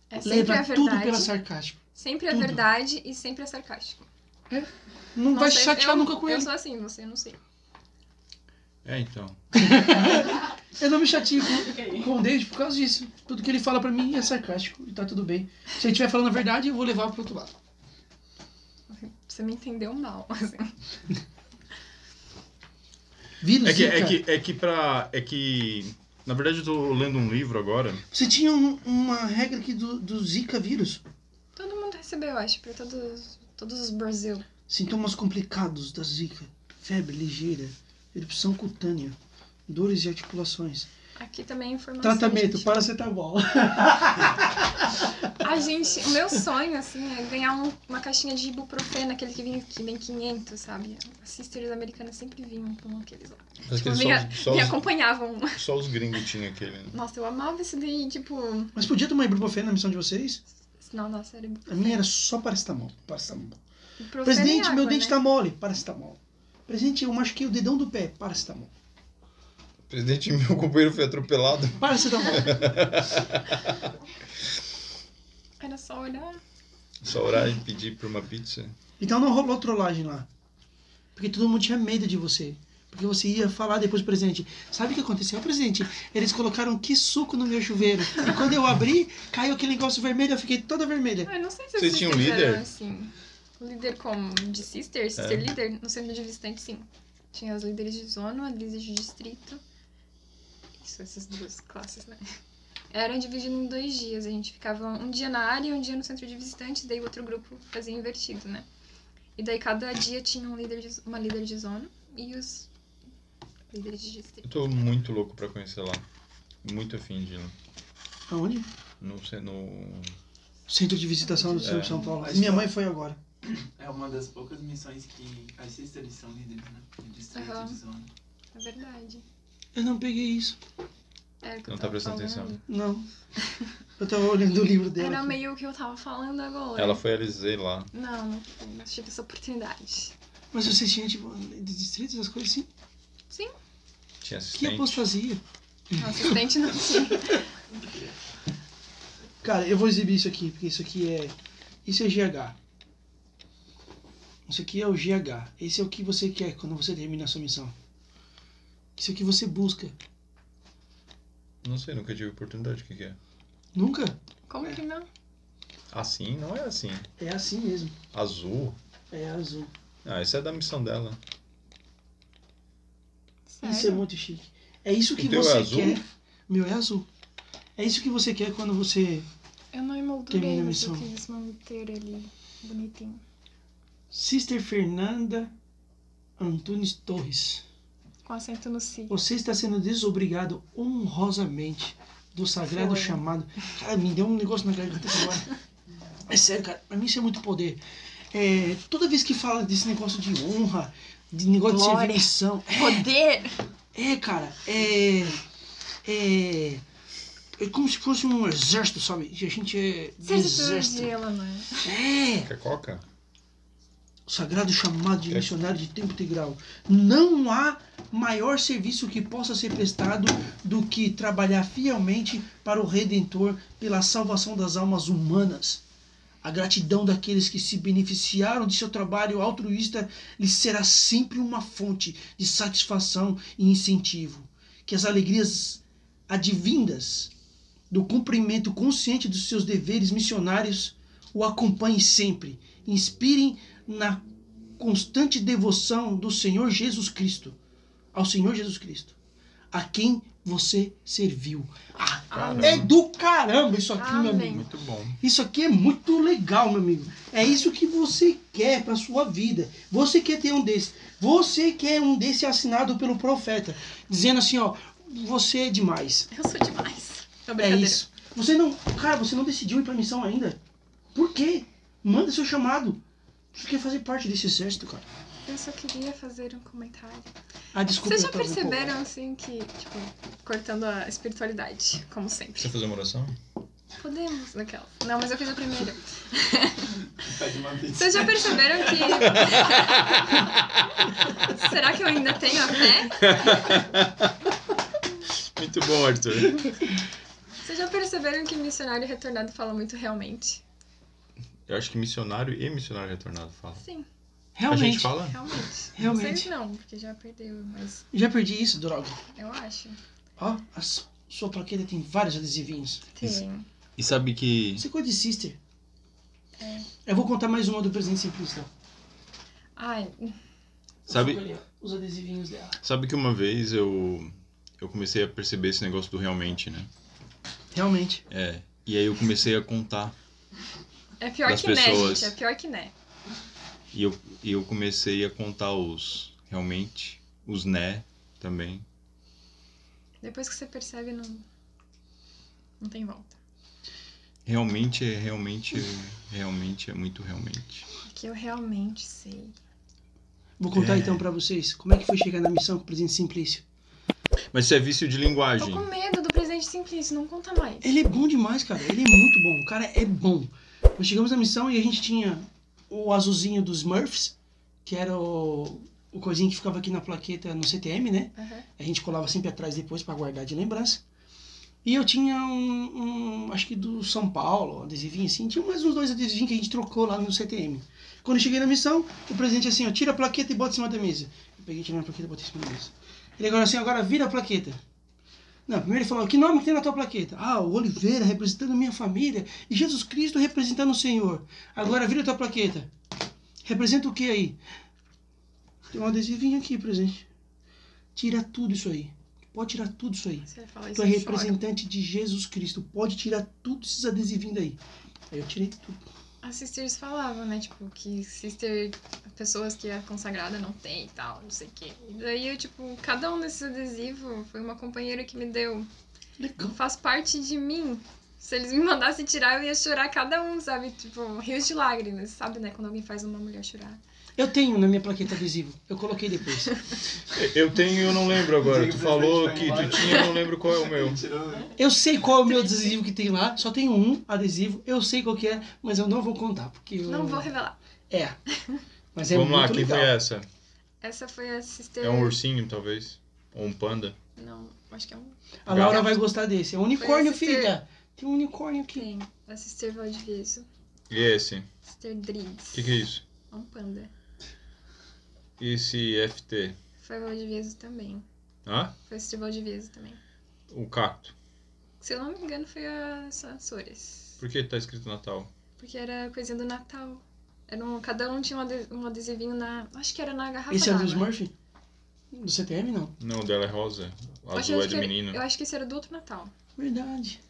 Speaker 1: É sempre a
Speaker 2: leva tudo
Speaker 1: verdade.
Speaker 2: pela sarcástico.
Speaker 1: Sempre a
Speaker 2: tudo.
Speaker 1: verdade e sempre é sarcástico.
Speaker 2: Não, vai se
Speaker 1: sei,
Speaker 2: chatear
Speaker 1: eu-
Speaker 2: nunca com
Speaker 1: Eu
Speaker 2: ele.
Speaker 1: sou assim, você eu não sei.
Speaker 4: É, então.
Speaker 2: Eu não me chateio com, com o David por causa disso. Tudo que ele fala pra mim é sarcástico e tá tudo bem. Se ele estiver falando a verdade, eu vou levar pro outro lado.
Speaker 1: Você me entendeu mal, assim.
Speaker 2: Vírus,
Speaker 4: É que, é
Speaker 2: Zika.
Speaker 4: que, é que pra. É que. Na verdade, eu tô lendo um livro agora.
Speaker 2: Você tinha um- uma regra aqui do, do Zika vírus.
Speaker 1: Todo mundo recebeu, eu acho, pra todos, todos os Brasil.
Speaker 2: Sintomas complicados da Zika. Febre ligeira, erupção cutânea, dores e articulações.
Speaker 1: Aqui também é informação.
Speaker 2: Tratamento,
Speaker 1: gente.
Speaker 2: paracetamol.
Speaker 1: A gente, o meu sonho, assim, é ganhar um- uma caixinha de ibuprofeno, aquele que vem, que vem 500, sabe? As sisters americanas sempre vinham com aqueles lá.
Speaker 4: Mas
Speaker 1: Tipo,
Speaker 4: aquele
Speaker 1: me,
Speaker 4: só, os- só,
Speaker 1: me
Speaker 4: os,
Speaker 1: acompanhavam.
Speaker 4: só os gringos tinham aquele, né?
Speaker 1: Nossa, eu amava esse daí, tipo...
Speaker 2: Mas podia tomar ibuprofeno na missão de vocês?
Speaker 1: Não, nossa, era
Speaker 2: A
Speaker 1: ibuprofeno.
Speaker 2: minha era só paracetamol. paracetamol.
Speaker 1: Ibuprofeno e
Speaker 2: Presidente,
Speaker 1: água,
Speaker 2: meu dente
Speaker 1: né?
Speaker 2: tá mole. Paracetamol. Presidente, eu machuquei o dedão do pé. Paracetamol.
Speaker 3: Presidente, meu companheiro foi atropelado.
Speaker 2: Paracetamol. tá-
Speaker 1: Era só olhar.
Speaker 3: Só orar e pedir por uma pizza.
Speaker 2: Então não rolou trollagem lá. Porque todo mundo tinha medo de você. Porque você ia falar depois pro presidente. Sabe o que aconteceu, presidente? Eles colocaram que suco no meu chuveiro. E quando eu abri, caiu aquele negócio vermelho, eu fiquei toda vermelha.
Speaker 1: Ah, eu não sei se
Speaker 3: Vocês
Speaker 1: vocês
Speaker 3: tinham
Speaker 1: fizeram
Speaker 3: líder? É.
Speaker 1: assim. Líder como? De sister? Sister líder? No centro de visitante, sim. Tinha as líderes de zona, as líderes de distrito. Isso, essas duas classes, né? Eram divididas em dois dias. A gente ficava um dia na área e um dia no centro de visitantes, daí o outro grupo fazia invertido, né? E daí cada dia tinha um líder de- uma líder de zona e os líderes de distrito.
Speaker 3: Eu tô muito louco pra conhecer lá. Muito afim de ir lá.
Speaker 2: Aonde?
Speaker 3: no, ce- no
Speaker 2: Centro de visitação do centro de São Paulo. Minha mãe foi agora.
Speaker 5: É uma das poucas missões que as sisters são líderes, né? De distrito
Speaker 1: Aham.
Speaker 5: de zona.
Speaker 1: É verdade.
Speaker 2: Eu não peguei isso.
Speaker 1: Era o que eu
Speaker 3: Não tá
Speaker 1: tava
Speaker 3: prestando
Speaker 1: falando.
Speaker 3: atenção.
Speaker 2: Não. Eu tava olhando o livro dela.
Speaker 1: Era
Speaker 2: aqui.
Speaker 1: meio o que eu tava falando agora.
Speaker 3: Ela foi a Eliseu lá.
Speaker 1: Não, não, fui, não tive essa oportunidade.
Speaker 2: Mas vocês tinham, tipo, de distrito, essas coisas assim?
Speaker 3: Tinha
Speaker 2: Que
Speaker 3: assistente.
Speaker 2: apostasia.
Speaker 1: Não, assistente não tinha.
Speaker 2: Cara, eu vou exibir isso aqui, porque isso aqui é. Isso é GH. Isso aqui é o GH. Esse é o que você quer quando você termina a sua missão. Isso é o que você busca.
Speaker 3: Não sei, nunca tive oportunidade. O que, que é?
Speaker 2: Nunca?
Speaker 1: Como que não?
Speaker 3: Assim? Não é assim.
Speaker 2: É assim mesmo.
Speaker 3: Azul?
Speaker 2: É azul.
Speaker 3: Ah, essa é da missão dela.
Speaker 2: Isso é
Speaker 1: Sério?
Speaker 2: muito chique. É isso que
Speaker 3: O teu é
Speaker 2: você
Speaker 3: azul?
Speaker 2: quer. Meu é azul. É isso que você quer quando você.
Speaker 1: Eu não
Speaker 2: Termina
Speaker 1: emoldurei,
Speaker 2: a
Speaker 1: mas eu
Speaker 2: missão.
Speaker 1: fiz uma inteira ali, bonitinho.
Speaker 2: Sister Fernanda Antunes Torres.
Speaker 1: Com acento no si.
Speaker 2: Você está sendo desobrigado honrosamente do sagrado
Speaker 1: Foi.
Speaker 2: chamado. Cara, me deu um negócio na garganta agora. É sério, cara, pra mim isso é muito poder. É, toda vez que fala desse negócio de honra, de negócio de
Speaker 1: Glória.
Speaker 2: servir missão,
Speaker 1: Poder!
Speaker 2: é, cara, é, é. É como se fosse um exército, sabe? E a gente é. do
Speaker 1: Certeza de
Speaker 2: Exército.
Speaker 1: ela, não é?
Speaker 2: É!
Speaker 3: Quer coca?
Speaker 2: sagrado chamado de
Speaker 3: É.
Speaker 2: missionário de tempo integral. Não há maior serviço que possa ser prestado do que trabalhar fielmente para o Redentor pela salvação das almas humanas. A gratidão daqueles que se beneficiaram de seu trabalho altruísta lhe será sempre uma fonte de satisfação e incentivo. Que as alegrias advindas do cumprimento consciente dos seus deveres missionários o acompanhem sempre, inspirem na constante devoção do Senhor Jesus Cristo, ao Senhor Jesus Cristo, a quem você serviu. Ah,
Speaker 3: Caramba.
Speaker 2: é do caramba isso aqui, meu
Speaker 1: Amém.
Speaker 2: amigo.
Speaker 3: Muito bom.
Speaker 2: Isso aqui é muito legal, meu amigo. É isso que você quer para sua vida. Você quer ter um desse. Você quer um desse assinado pelo profeta, dizendo assim, ó, você é demais.
Speaker 1: Eu sou demais. Não,
Speaker 2: É
Speaker 1: brincadeira.
Speaker 2: isso. Você não, cara, você não decidiu ir para missão ainda. Por quê? Manda seu chamado. Você quer fazer parte desse exército, cara?
Speaker 1: Eu só queria fazer um comentário.
Speaker 2: Ah, desculpa.
Speaker 1: Vocês já
Speaker 2: eu tava um pouco-
Speaker 1: perceberam, assim, que, tipo, cortando a espiritualidade, como sempre.
Speaker 3: Você fazer uma oração?
Speaker 1: Podemos, naquela. Não, mas eu fiz a primeira.
Speaker 5: Faz uma pizza.
Speaker 1: Vocês já perceberam que. Será que eu ainda tenho a fé?
Speaker 3: Muito bom, Arthur.
Speaker 1: Vocês já perceberam que missionário retornado fala muito realmente?
Speaker 3: Eu acho que missionário e missionário retornado fala.
Speaker 1: Sim,
Speaker 3: A gente
Speaker 2: Realmente.
Speaker 3: fala?
Speaker 1: realmente.
Speaker 2: Realmente.
Speaker 1: Vocês não, porque já perdeu, mas
Speaker 2: Já perdi isso, droga.
Speaker 1: eu acho.
Speaker 2: Ó, a s- sua plaqueta tem vários adesivinhos.
Speaker 1: Tem.
Speaker 4: E sabe que.
Speaker 2: Isso é coisa de sister.
Speaker 1: É.
Speaker 2: Eu vou contar mais uma do presente simplista.
Speaker 1: Ai,
Speaker 4: Sabe,
Speaker 2: Os adesivinhos dela.
Speaker 4: sabe que uma vez eu, eu comecei a perceber esse negócio do realmente, né?
Speaker 2: Realmente.
Speaker 4: É. E aí eu comecei a contar.
Speaker 1: é pior
Speaker 4: Das
Speaker 1: que né,
Speaker 4: pessoas.
Speaker 1: gente. É pior que né.
Speaker 4: E eu, e eu comecei a contar os realmente, os né também.
Speaker 1: Depois que você percebe, não. Não tem volta.
Speaker 4: Realmente é realmente, realmente é muito realmente.
Speaker 1: Porque eu realmente sei.
Speaker 2: Vou contar
Speaker 4: É.
Speaker 2: então pra vocês como é que foi chegar na missão com o presente simplício.
Speaker 4: Mas isso é vício de
Speaker 1: Tô
Speaker 4: linguagem.
Speaker 1: com medo do presente simplício, não conta mais.
Speaker 2: Ele é bom demais, cara. Ele é muito bom. O cara é bom. Nós chegamos na missão e a gente tinha o azulzinho dos Smurfs, que era o, o coisinho que ficava aqui na plaqueta no CTM, né?
Speaker 1: Aham.
Speaker 2: A gente colava sempre atrás depois pra guardar de lembrança. E eu tinha um, um, acho que do São Paulo, um adesivinho assim, tinha mais uns dois adesivinhos que a gente trocou lá no CTM. Quando eu cheguei na missão, o presidente assim, ó, tira a plaqueta e bota em cima da mesa. Eu peguei, tirei a plaqueta e botei em cima da mesa. Ele agora assim, agora vira a plaqueta. Não, primeiro ele falou, que nome que tem na tua plaqueta? Ah, o Oliveira representando a minha família e Jesus Cristo representando o Senhor. Agora vira a tua plaqueta. Representa o que aí? Tem um adesivinho aqui, presidente. Tira tudo isso aí. Pode tirar tudo isso aí.
Speaker 1: Você fala isso
Speaker 2: Tu é
Speaker 1: eu choro.
Speaker 2: representante de Jesus Cristo. Pode tirar tudo esses adesivinhos daí. Aí eu tirei tudo.
Speaker 1: As sisters falavam, né? Tipo, que sister, pessoas que é consagrada não tem e tal, não sei o quê. E daí eu, tipo, cada um desses adesivos foi uma companheira que me deu.
Speaker 2: Legal.
Speaker 1: Faz parte de mim. Se eles me mandassem tirar, eu ia chorar cada um, sabe? Tipo, rios de lágrimas, sabe, né? Quando alguém faz uma mulher chorar.
Speaker 2: Eu tenho na minha plaqueta adesivo. Eu coloquei depois.
Speaker 4: é? Eu tenho e eu não lembro agora. Tu
Speaker 5: Inclusive,
Speaker 4: falou
Speaker 5: vai
Speaker 4: que
Speaker 5: embora.
Speaker 4: tu tinha, eu não lembro qual é o meu.
Speaker 5: Ele tirou- né?
Speaker 2: Eu sei qual é o meu adesivo que tem lá. Só tenho um adesivo. Eu sei qual que é, mas eu não vou contar. Porque eu...
Speaker 1: Não vou revelar.
Speaker 2: É. Mas é
Speaker 4: Vamos lá,
Speaker 2: muito
Speaker 4: quem
Speaker 2: legal.
Speaker 4: foi essa?
Speaker 1: Essa foi a sister.
Speaker 4: É um ursinho, talvez? Ou um panda?
Speaker 1: Não, acho que é um.
Speaker 2: A Laura vai gostar desse. É um unicórnio,
Speaker 1: Foi esse
Speaker 2: filha. Tem um unicórnio aqui.
Speaker 1: Tem. A sister Valdivieso.
Speaker 4: E esse? O
Speaker 1: Sister Driggs.
Speaker 4: que, que é isso?
Speaker 1: É um panda.
Speaker 4: E esse FT?
Speaker 1: Foi Valdivieso também.
Speaker 4: Hã?
Speaker 1: Foi a sister Valdivieso também.
Speaker 4: O cacto.
Speaker 1: Se eu não me engano, foi a Sa- Sores.
Speaker 4: Por que tá escrito Natal?
Speaker 1: Porque era coisinha do Natal. Era um, cada um tinha um ade- um adesivinho na. Acho que era na garrafa.
Speaker 2: Esse é o dos
Speaker 1: d'água.
Speaker 2: Murphy? Do CTM, não.
Speaker 4: Não, o dela é rosa. O
Speaker 1: Eu acho-
Speaker 4: Azul é
Speaker 1: acho
Speaker 4: de
Speaker 1: que era-
Speaker 4: menino.
Speaker 1: Eu acho que esse era do outro Natal.
Speaker 2: Verdade.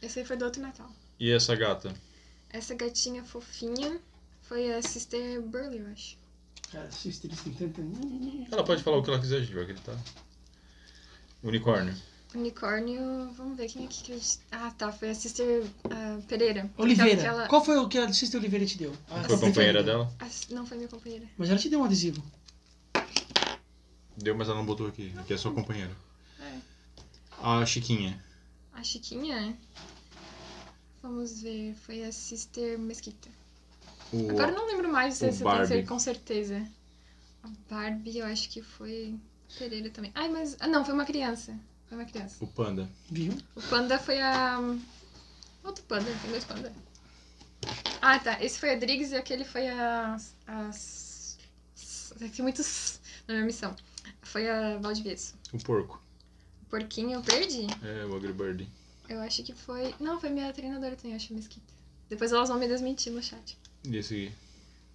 Speaker 1: Esse aí foi do outro Natal.
Speaker 4: E essa gata?
Speaker 1: Essa gatinha fofinha foi a Sister Burley, eu acho.
Speaker 2: Cara, sisters tem tanta...
Speaker 4: Ela pode falar o que ela quiser, a gente vai acreditar. Unicórnio.
Speaker 1: Unicórnio, vamos ver quem é que acredita. Ah, tá, foi a Sister ah, Pereira.
Speaker 2: Oliveira.
Speaker 1: Aquela- aquela-
Speaker 2: Qual foi o que a Sister Oliveira te deu? A
Speaker 4: Foi a companheira
Speaker 2: dela.
Speaker 4: dela?
Speaker 1: a- não foi minha companheira.
Speaker 2: Mas ela te deu um adesivo.
Speaker 4: Deu, mas ela não botou aqui. Aqui é sua companheira.
Speaker 1: É.
Speaker 4: A Chiquinha.
Speaker 1: A Chiquinha? é? Vamos ver, foi a Sister Mesquita.
Speaker 4: O...
Speaker 1: Agora eu não lembro mais se
Speaker 4: o
Speaker 1: essa tem
Speaker 4: Barbie.
Speaker 1: ser com certeza. A Barbie, eu acho que foi Pereira também. Ai, mas. Ah, não, foi uma criança. Foi uma criança.
Speaker 4: O panda.
Speaker 2: Viu?
Speaker 1: O panda foi a. hum, Outro panda, tem dois panda. Ah, tá. Esse foi a Driggs e aquele foi a. a... Tem muitos na minha missão. Foi a Valdivieso.
Speaker 4: O porco.
Speaker 1: O porquinho eu perdi.
Speaker 4: É, o Agribird.
Speaker 1: Eu acho que foi. Não, foi minha treinadora também, eu acho, Mesquita. Depois elas vão me desmentir no chat.
Speaker 4: E esse aqui?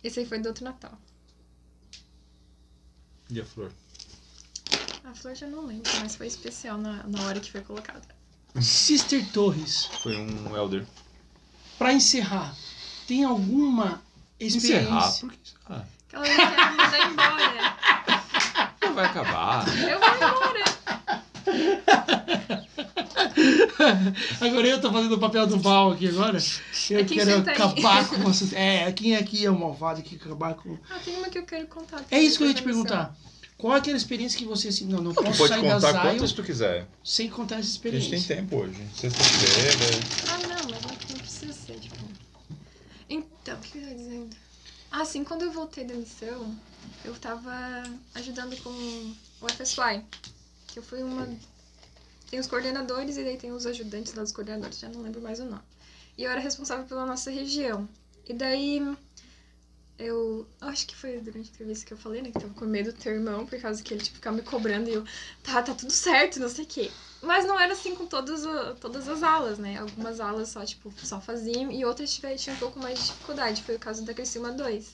Speaker 1: Esse aí foi do outro Natal.
Speaker 4: E a flor.
Speaker 1: A flor já não lembro, mas foi especial na, na hora que foi colocada.
Speaker 2: Sister Torres,
Speaker 4: Foi um Elder.
Speaker 2: pra encerrar, tem alguma experiência?
Speaker 4: Encerrar? Por que encerrar?
Speaker 1: Que Ela não quer me mandar embora.
Speaker 4: Não vai acabar.
Speaker 1: Eu vou embora.
Speaker 2: agora eu tô fazendo o papel do mal aqui agora. Eu
Speaker 1: É quem
Speaker 2: quero
Speaker 1: senta aí.
Speaker 2: acabar com o assunto. É, quem aqui é o malvado que acabar com.
Speaker 1: Ah, tem uma que eu quero contar.
Speaker 2: É isso que eu ia te
Speaker 1: Depois da
Speaker 2: perguntar. Qual é aquela experiência que você assim, não, não
Speaker 4: Tu
Speaker 2: posso
Speaker 4: pode
Speaker 2: sair da
Speaker 4: contar
Speaker 2: Zion
Speaker 4: quantas tu quiser.
Speaker 2: sem contar
Speaker 4: A
Speaker 2: essa
Speaker 4: gente
Speaker 2: experiência?
Speaker 4: tem tempo hoje. Sexta-feira.
Speaker 1: missão. Ah, não, mas não, não precisa ser, tipo. Então, o que eu tava dizendo? Ah, sim, quando eu voltei da missão, eu tava ajudando com o FSY. Que eu fui uma. Tem os coordenadores e daí tem os ajudantes lá dos coordenadores, já não lembro mais o nome. E eu era responsável pela nossa região. E daí. Eu eu acho que foi durante a entrevista que eu falei, né? Que tava com medo do teu irmão, por causa que ele tipo, ficava me cobrando e eu, tá, tá tudo certo, não sei o quê. Mas não era assim com todas, o- todas as alas, né? Algumas alas só, tipo, só faziam e outras tiveram, tinham um pouco mais de dificuldade. Foi o caso da Criciúma 2.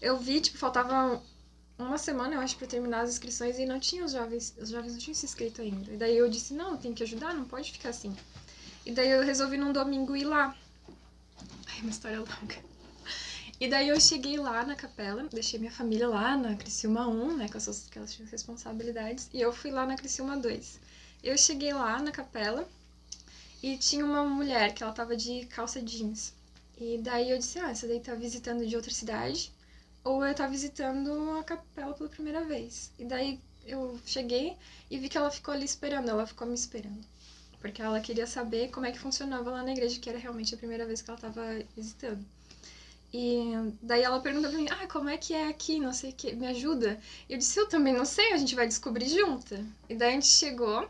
Speaker 1: Eu vi, tipo, faltava um, uma semana, eu acho, pra terminar as inscrições e não tinha os jovens, os jovens não tinham se inscrito ainda. E daí eu disse, não, tem que ajudar, não pode ficar assim. E daí eu resolvi num domingo ir lá. Ai, uma história longa. E daí eu cheguei lá na capela, deixei minha família lá na Criciúma 1, né, com as suas aquelas responsabilidades, e eu fui lá na Criciúma 2. Eu cheguei lá na capela e tinha uma mulher que ela tava de calça jeans. E daí eu disse, ah, essa daí tá visitando de outra cidade, ou eu tá visitando a capela pela primeira vez. E daí eu cheguei e vi que ela ficou ali esperando, ela ficou me esperando. Porque ela queria saber como é que funcionava lá na igreja, que era realmente a primeira vez que ela tava visitando. E daí ela pergunta pra mim, ah, como é que é aqui, não sei o que, me ajuda? E eu disse, eu também não sei, a gente vai descobrir junta. E daí a gente chegou,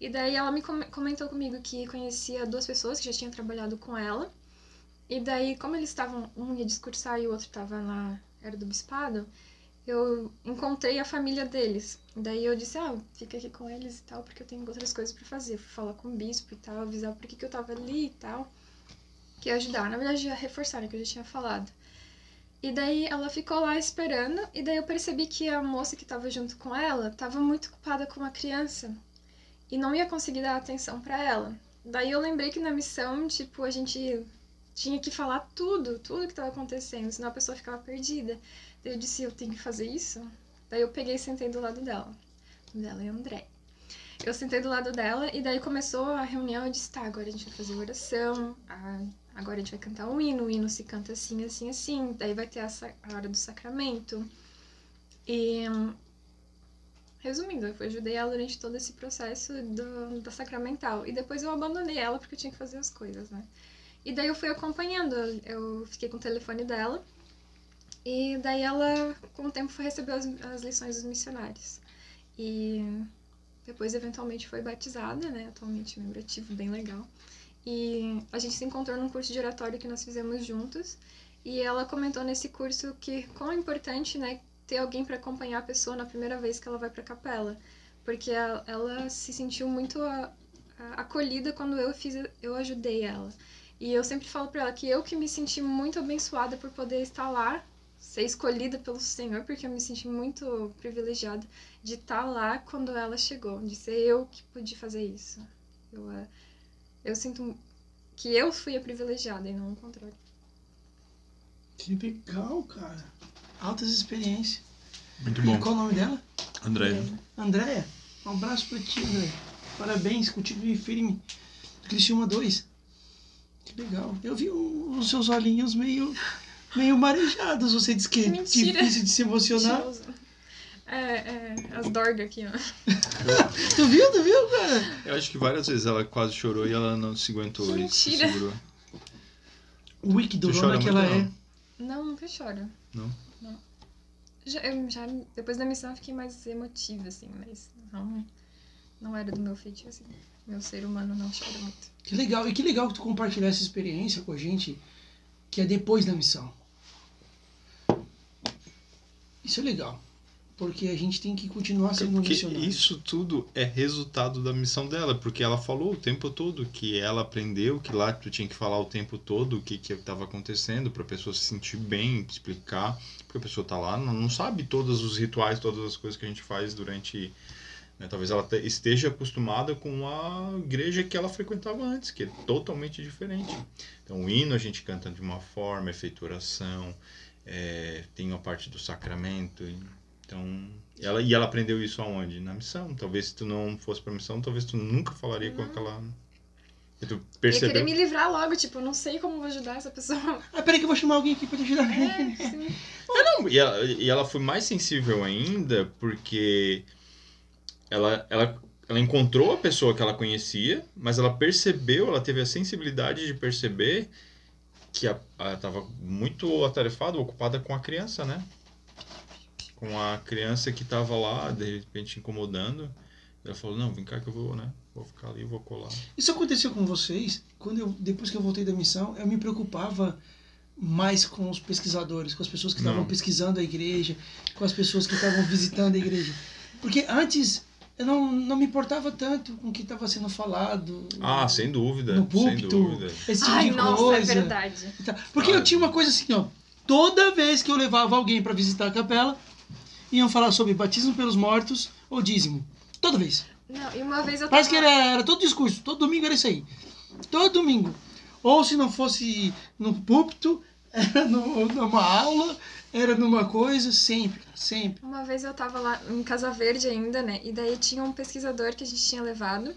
Speaker 1: E daí ela me com- comentou comigo que conhecia duas pessoas que já tinham trabalhado com ela. E daí, como eles estavam, um ia discursar e o outro estava na era do bispado, eu encontrei a família deles. Daí eu disse, ah, fica aqui com eles e tal, porque eu tenho outras coisas pra fazer. Fui falar com o bispo e tal, avisar por que que eu tava ali e tal. Que ia ajudar. Na verdade, ia reforçar o que eu já tinha falado. E daí ela ficou lá esperando, e daí eu percebi que a moça que tava junto com ela tava muito ocupada com uma criança e não ia conseguir dar atenção pra ela. Daí eu lembrei que na missão, tipo, a gente tinha que falar tudo, tudo que tava acontecendo, senão a pessoa ficava perdida. Daí eu disse, eu tenho que fazer isso? Daí eu peguei e sentei do lado dela. O nome dela é André. Eu sentei do lado dela e daí começou a reunião. Eu disse, tá, agora a gente vai fazer oração, a- agora a gente vai cantar um hino, o hino se canta assim, assim, assim. Daí vai ter a, sa- a hora do sacramento. E. hum, Resumindo, eu ajudei ela durante todo esse processo do, da sacramental. E depois eu abandonei ela porque eu tinha que fazer as coisas, né? E daí eu fui acompanhando, eu- eu fiquei com o telefone dela. E daí ela, com o tempo, foi receber as, as lições dos missionários. E depois, eventualmente, foi batizada, né? Atualmente, membro ativo, bem legal. E a gente se encontrou num curso de oratório que nós fizemos juntos. E ela comentou nesse curso que quão é importante, né, ter alguém para acompanhar a pessoa na primeira vez que ela vai para capela, porque ela, ela se sentiu muito a- a- acolhida quando eu fiz, eu ajudei ela. E eu sempre falo para ela que eu que me senti muito abençoada por poder estar lá ser escolhida pelo Senhor, porque eu me senti muito privilegiada de estar lá quando ela chegou, de ser eu que pude fazer isso. Eu, eh, eu sinto que eu fui a privilegiada e não o contrário.
Speaker 2: Que legal, cara. Altas experiências.
Speaker 3: Muito
Speaker 2: E
Speaker 3: bom.
Speaker 2: qual o nome dela?
Speaker 3: André,
Speaker 2: Andréia. Um abraço pra ti, Andréia. Parabéns, continue firme. Criciúma 2. Que legal. Eu vi o- os seus olhinhos meio, meio marejados. Você disse que é
Speaker 1: Mentira.
Speaker 2: difícil de se emocionar.
Speaker 1: Cheiroso. É, é, as dorgas aqui, ó.
Speaker 2: Tu viu, tu viu, cara?
Speaker 3: eu acho que várias vezes ela quase chorou e ela não se aguentou.
Speaker 1: Que
Speaker 3: e se
Speaker 1: mentira.
Speaker 3: segurou.
Speaker 2: O wiki do
Speaker 3: Tu chora
Speaker 2: que
Speaker 3: muito,
Speaker 2: ela
Speaker 3: não?
Speaker 2: é.
Speaker 1: Não, nunca choro.
Speaker 3: Não?
Speaker 1: Não. Já, eu já, depois da missão eu fiquei mais emotiva, assim, mas não, não era do meu feitio, assim. Meu ser humano não chora muito.
Speaker 2: Que legal. E que legal que tu compartilhar essa experiência com a gente, que é depois da missão. Isso é legal. Porque a gente tem que continuar sendo um
Speaker 3: Porque
Speaker 2: missionário.
Speaker 3: isso tudo é resultado da missão dela, porque ela falou o tempo todo que ela aprendeu que lá tu tinha que falar o tempo todo o que que estava acontecendo para a pessoa se sentir bem, explicar, porque a pessoa tá lá, não, não sabe todos os rituais, todas as coisas que a gente faz durante né, talvez ela te- esteja acostumada com a igreja que ela frequentava antes, que é totalmente diferente. Então, o hino a gente canta de uma forma, é feita oração, é, tem a parte do sacramento, e- então, ela, e ela aprendeu isso aonde? Na missão. Talvez se tu não fosse pra missão, talvez tu nunca falaria com aquela. né? E tu
Speaker 1: Eu Ia querer
Speaker 3: percebeu.
Speaker 1: me livrar logo, tipo, eu não sei como vou ajudar essa pessoa.
Speaker 2: Ah, peraí que eu vou chamar alguém aqui pra te ajudar.
Speaker 1: É, sim.
Speaker 3: Não, e ela, e ela foi mais sensível ainda porque ela, ela, ela encontrou a pessoa que ela conhecia, mas ela percebeu, ela teve a sensibilidade de perceber que a- ela estava muito atarefada, ocupada com a criança, né? Com a criança que estava lá, de repente incomodando. Ela falou: Não, vem cá que eu vou, né? Vou ficar ali, vou colar.
Speaker 2: Isso aconteceu com vocês? Quando eu, depois que eu voltei da missão, eu me preocupava mais com os pesquisadores, com as pessoas que estavam
Speaker 3: Não.
Speaker 2: pesquisando a igreja, com as pessoas que estavam visitando a igreja. Porque antes eu não, não me importava tanto com o que estava sendo falado.
Speaker 3: Ah, sem dúvida,
Speaker 2: No
Speaker 3: sem
Speaker 2: púlpito.
Speaker 3: dúvida.
Speaker 2: Esse tipo
Speaker 1: Ai,
Speaker 2: de
Speaker 1: nossa,
Speaker 2: coisa.
Speaker 1: é verdade.
Speaker 2: e tal. Porque eu tinha uma coisa assim, ó. Toda vez que eu levava alguém para visitar a capela, iam falar sobre batismo pelos mortos ou dízimo. Toda vez.
Speaker 1: Não, e uma vez eu tava...
Speaker 2: Parece que era, era todo discurso, todo domingo era isso aí. Todo domingo. Ou se não fosse no púlpito, era no- numa aula, era numa coisa, sempre, cara, sempre.
Speaker 1: Uma vez eu tava lá em Casa Verde ainda, né? E daí tinha um pesquisador que a gente tinha levado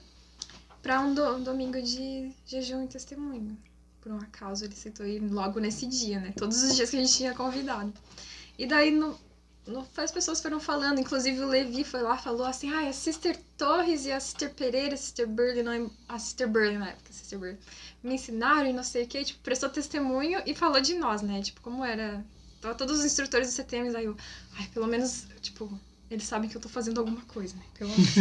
Speaker 1: pra um, do- um domingo de jejum e testemunho. Por um acaso ele aceitou ir logo nesse dia, né? Todos os dias que a gente tinha convidado. E daí no, no, as pessoas foram falando, inclusive o Levi foi lá falou assim: ah, a Sister Torres e a Sister Pereira, a Sister Burley, não, é- a Sister Burley na época, a Sister Burley, me ensinaram e não sei o que, tipo, prestou testemunho e falou de nós, né? Tipo, como era. Tava todos os instrutores do CTMs aí, eu, Ai, pelo menos, tipo, Eles sabem que eu tô fazendo alguma coisa, né? Pelo menos.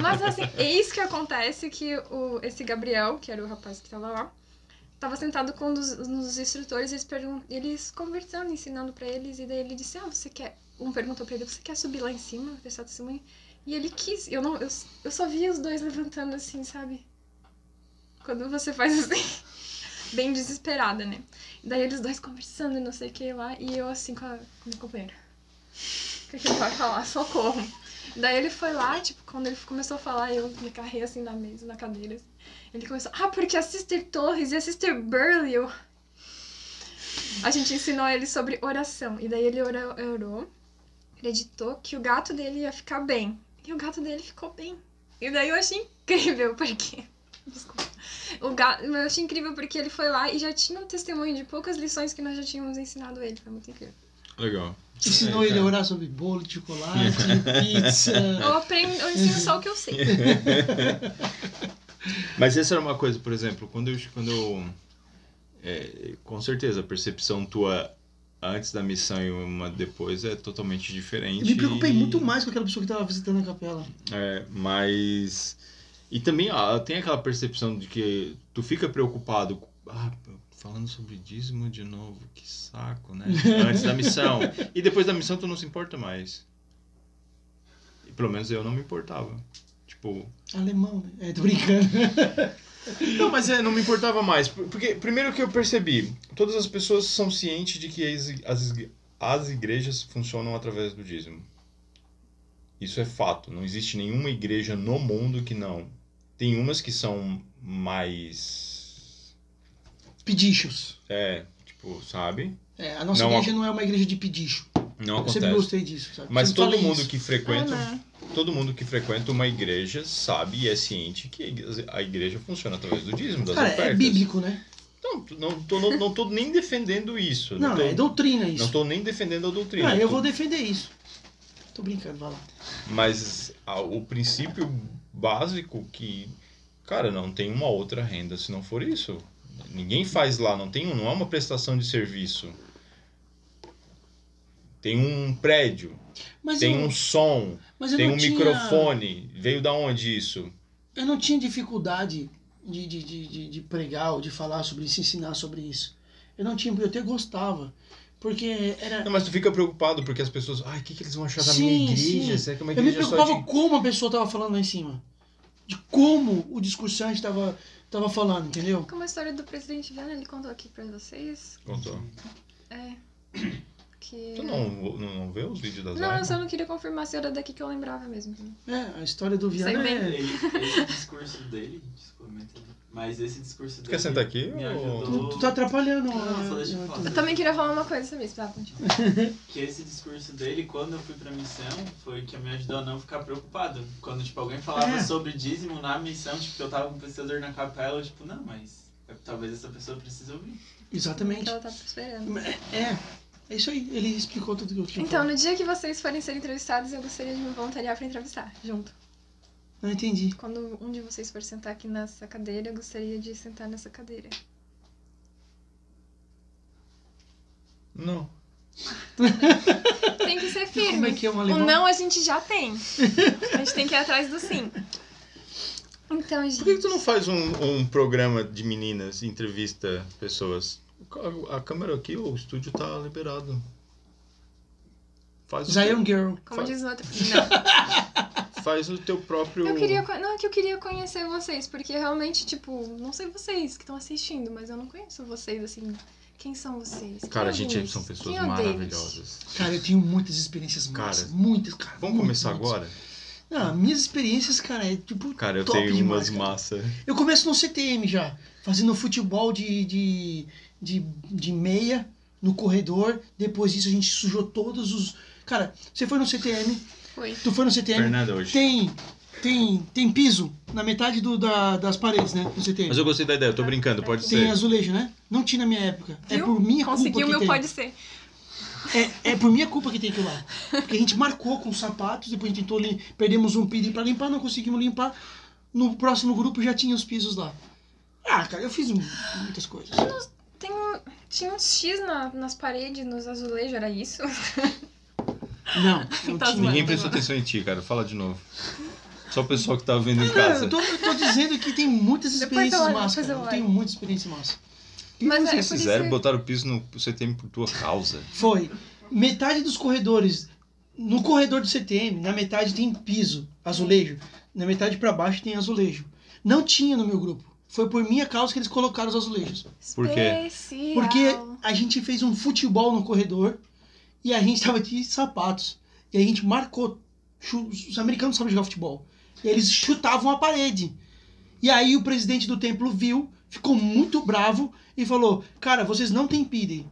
Speaker 1: Mas assim, eis que acontece que o, esse Gabriel, que era o rapaz que tava lá, tava sentado com um dos, um dos instrutores, eles, pergun- eles conversando, ensinando pra eles, e daí ele disse, ah, você quer. Um perguntou pra ele, você quer subir lá em cima, prestar testemunho? E ele quis. Eu não. Eu, eu só via os dois levantando assim, sabe? Quando você faz assim. Bem desesperada, né? Daí eles dois conversando e não sei o que lá, e eu assim com a, com a minha companheira. O que, que ele vai falar? Socorro. Daí ele foi lá, tipo, quando ele começou a falar, eu me carrei assim na mesa, na cadeira. assim. Ele começou, ah, porque a Sister Torres e a Sister Burley. eu-" A gente ensinou ele sobre oração. E daí ele orou, orou, acreditou que o gato dele ia ficar bem. E o gato dele ficou bem. E daí eu achei incrível, porque. Desculpa. O gato, eu achei incrível porque ele foi lá e já tinha um testemunho de poucas lições que nós já tínhamos ensinado ele. Foi muito incrível.
Speaker 4: Legal.
Speaker 2: Ensinou
Speaker 4: É,
Speaker 2: ele a
Speaker 4: cara.
Speaker 2: orar sobre bolo de chocolate, pizza.
Speaker 1: Eu aprendo, eu ensino só o que eu sei.
Speaker 3: Mas essa era uma coisa, por exemplo, quando eu. Quando eu é, com certeza, a percepção tua antes da missão e uma depois é totalmente diferente.
Speaker 2: Eu me preocupei
Speaker 3: e-
Speaker 2: muito mais com aquela pessoa que tava visitando a capela.
Speaker 3: É, mas. E também ó, tem aquela percepção de que tu fica preocupado. com- Ah, falando sobre dízimo de novo, que saco, né? Antes da missão. E depois da missão tu não se importa mais. E pelo menos eu não me importava. Tipo.
Speaker 2: Alemão, né? É, tô brincando.
Speaker 3: Não, mas é, não me importava mais. por- Porque, primeiro que eu percebi, todas as pessoas são cientes de que as, as, as igrejas funcionam através do dízimo. Isso é fato. Não existe nenhuma igreja no mundo que não. Tem umas que são mais.
Speaker 2: Pedichos.
Speaker 3: É, tipo, sabe?
Speaker 2: É, a nossa
Speaker 3: Não,
Speaker 2: igreja não é uma igreja de pedicho.
Speaker 3: Não
Speaker 2: Eu sempre
Speaker 3: acontece.
Speaker 2: gostei disso, sabe?
Speaker 3: Mas
Speaker 2: Sempre
Speaker 3: todo
Speaker 2: falei
Speaker 3: mundo
Speaker 2: isso.
Speaker 3: que frequenta,
Speaker 1: Ah, né?
Speaker 3: todo mundo que frequenta uma igreja sabe e é ciente que a igreja- a igreja funciona através do dízimo, das
Speaker 2: Cara,
Speaker 3: ofertas.
Speaker 2: é bíblico, né?
Speaker 3: Não, tu- não tô, não, não tô nem defendendo isso.
Speaker 2: Não,
Speaker 3: tô-
Speaker 2: é doutrina
Speaker 3: Não
Speaker 2: isso.
Speaker 3: estou nem defendendo a doutrina.
Speaker 2: Ah, eu
Speaker 3: tô-
Speaker 2: vou defender isso. Tô brincando, vai lá.
Speaker 3: Mas ah, o princípio básico que, cara, não tem uma outra renda se não for isso. Ninguém faz lá, não tem, um- não é uma prestação de serviço. Tem um prédio,
Speaker 2: Mas
Speaker 3: tem
Speaker 2: eu,
Speaker 3: um som,
Speaker 2: mas eu
Speaker 3: tem
Speaker 2: não
Speaker 3: um
Speaker 2: tinha,
Speaker 3: microfone. Veio da onde isso?
Speaker 2: Eu não tinha dificuldade de, de, de, de, de pregar ou de falar sobre isso, ensinar sobre isso. Eu não tinha, eu até gostava. Porque era.
Speaker 3: Não, mas tu fica preocupado porque as pessoas, ai, o que, que eles vão achar da
Speaker 2: Sim,
Speaker 3: minha
Speaker 2: sim.
Speaker 3: igreja? Será que é uma
Speaker 2: Eu me
Speaker 3: igreja só
Speaker 2: preocupava
Speaker 3: de...
Speaker 2: como a pessoa tava falando lá em cima. De como o discursante tava, tava falando, entendeu?
Speaker 1: Como a história do presidente Viana, ele contou aqui pra vocês.
Speaker 3: Contou.
Speaker 1: É. Que.
Speaker 3: Tu não, né? não, não vê os vídeos das
Speaker 1: Não, eu
Speaker 3: lives?
Speaker 1: só não queria confirmar se era daqui que eu lembrava mesmo.
Speaker 2: É, a história do
Speaker 1: Sei
Speaker 2: Viana é.
Speaker 1: bem.
Speaker 5: Ele, esse discurso dele, desculpa, me interromper, mas esse discurso
Speaker 3: Tu
Speaker 5: dele.
Speaker 3: quer sentar aqui?
Speaker 5: Me
Speaker 3: ou-
Speaker 2: Tu, tu tá atrapalhando.
Speaker 5: Não,
Speaker 2: a-
Speaker 5: só deixa eu
Speaker 2: a-
Speaker 5: falar.
Speaker 1: Eu também queria falar uma coisa sobre isso, tá? Continua.
Speaker 5: Que esse discurso dele, quando eu fui pra missão, foi que me ajudou a não ficar preocupado. Quando, tipo, alguém falava
Speaker 2: É.
Speaker 5: sobre dízimo na missão, tipo, eu tava com um pesquisador na capela, eu, tipo, não, mas é- talvez essa pessoa precise ouvir.
Speaker 1: Que
Speaker 2: Exatamente.
Speaker 1: ela tá esperando.
Speaker 2: É, é isso aí. Ele explicou tudo que eu tinha.
Speaker 1: Então,
Speaker 2: falado.
Speaker 1: no dia que vocês forem ser entrevistados, eu gostaria de me voluntariar pra entrevistar, junto.
Speaker 2: Não entendi.
Speaker 1: Quando um de vocês for sentar aqui nessa cadeira, eu gostaria de sentar nessa cadeira.
Speaker 3: Não.
Speaker 1: Tem que ser
Speaker 2: E
Speaker 1: firme.
Speaker 2: como é que é um
Speaker 1: O
Speaker 2: alemão?
Speaker 1: não a gente já tem. A gente tem que ir atrás do sim. Então, gente.
Speaker 3: Por que, que tu não faz um, um programa de meninas, entrevista pessoas? A, a câmera aqui, o estúdio tá liberado. Faz o,
Speaker 2: Zion Girl.
Speaker 1: Como
Speaker 3: Fala.
Speaker 1: diz no outro. Não.
Speaker 3: teu,
Speaker 2: um
Speaker 3: faz o teu próprio.
Speaker 1: Eu queria. co- Não, é que eu queria conhecer vocês, porque realmente, tipo, não sei vocês que estão assistindo, mas eu não conheço vocês assim. Quem são vocês? Quem
Speaker 3: Cara,
Speaker 1: é
Speaker 3: a gente é-
Speaker 1: Luiz?
Speaker 3: são pessoas
Speaker 1: Quem é o David?
Speaker 3: maravilhosas.
Speaker 2: Cara, eu tenho muitas experiências massas.
Speaker 3: Cara,
Speaker 2: muitas, cara.
Speaker 3: Vamos
Speaker 2: muitas,
Speaker 3: começar
Speaker 2: muitas.
Speaker 3: agora?
Speaker 2: Não, minhas experiências, cara, é tipo.
Speaker 3: Cara, eu
Speaker 2: top
Speaker 3: tenho
Speaker 2: demais,
Speaker 3: umas
Speaker 2: cara.
Speaker 3: massa.
Speaker 2: Eu começo no CTM já, fazendo futebol de, de, de, de meia no corredor. Depois disso a gente sujou todos os. Cara, você foi no CTM,
Speaker 1: Foi.
Speaker 2: tu foi no CTM,
Speaker 3: Fernanda hoje.
Speaker 2: tem, tem, tem piso na metade do, da- das paredes, né? No CTM.
Speaker 3: Mas eu gostei da ideia, eu tô brincando, pode
Speaker 2: Tem
Speaker 3: ser.
Speaker 2: azulejo, né? Não tinha na minha época. É
Speaker 1: Viu?
Speaker 2: por minha
Speaker 1: Consegui
Speaker 2: culpa
Speaker 1: o meu
Speaker 2: que tem.
Speaker 1: pode ser.
Speaker 2: É, é por minha culpa que tem aquilo lá. Porque a gente marcou com sapatos, depois a gente tentou lim... perdemos um pedido pra limpar, não conseguimos limpar. No próximo grupo já tinha os pisos lá. Ah, cara, eu fiz mu- muitas coisas.
Speaker 1: Tem um- Tinha uns X na- nas paredes, nos azulejos, era isso?
Speaker 2: Não, não
Speaker 1: Tá
Speaker 2: tinha.
Speaker 1: zoando.
Speaker 4: Ninguém prestou atenção em ti, cara. Fala de novo. Só o pessoal
Speaker 3: tá
Speaker 4: que tava vendo em
Speaker 2: Cara,
Speaker 4: casa.
Speaker 2: eu tô, eu tô dizendo que tem muitas
Speaker 1: Depois
Speaker 2: experiências
Speaker 1: eu olho,
Speaker 2: massas.
Speaker 1: depois
Speaker 2: cara.
Speaker 1: eu
Speaker 2: Eu
Speaker 1: olho.
Speaker 2: tenho muita experiência massa.
Speaker 4: O que
Speaker 1: Mas é,
Speaker 4: vocês
Speaker 1: por isso-
Speaker 4: fizeram? Botaram o piso no CTM por tua causa.
Speaker 2: Foi. Metade dos corredores. No corredor do CTM, na metade tem piso, azulejo. Na metade pra baixo tem azulejo. Não tinha no meu grupo. Foi por minha causa que eles colocaram os azulejos.
Speaker 4: Por quê?
Speaker 1: Especial.
Speaker 2: Porque a gente fez um futebol no corredor e a gente tava de sapatos. E a gente marcou. Chu- Os americanos sabem jogar futebol. E eles chutavam a parede. E aí o presidente do templo viu, ficou muito bravo e falou: Cara, vocês não tem pidem.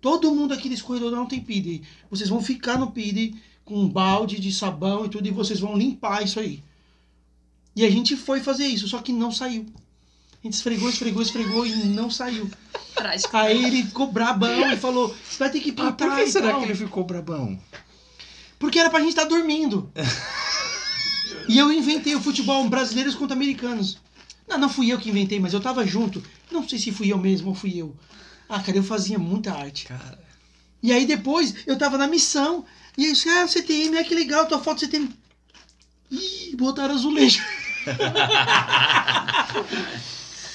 Speaker 2: Todo mundo aqui nesse corredor não tem pidem. Vocês vão ficar no pidem com um balde de sabão e tudo e vocês vão limpar isso aí. E a gente foi fazer isso, só que não saiu. A gente esfregou, esfregou, esfregou e não saiu.
Speaker 1: Trágico.
Speaker 2: Aí ele ficou brabão e falou: Você vai ter
Speaker 4: Ah,
Speaker 2: que pintar.
Speaker 1: Tá,
Speaker 2: e
Speaker 1: então.
Speaker 2: tal."
Speaker 4: ficou brabão?
Speaker 2: Porque era pra gente estar dormindo. e eu inventei o futebol brasileiros contra americanos. Não, não fui eu que inventei, mas eu tava junto. Não sei se fui eu mesmo ou fui eu. Ah, cara, eu fazia muita arte.
Speaker 4: Cara.
Speaker 2: E aí depois eu tava na missão. E aí, eu disse, ah, CTM, ah, que legal, tua foto CTM. Ih, botaram azulejo.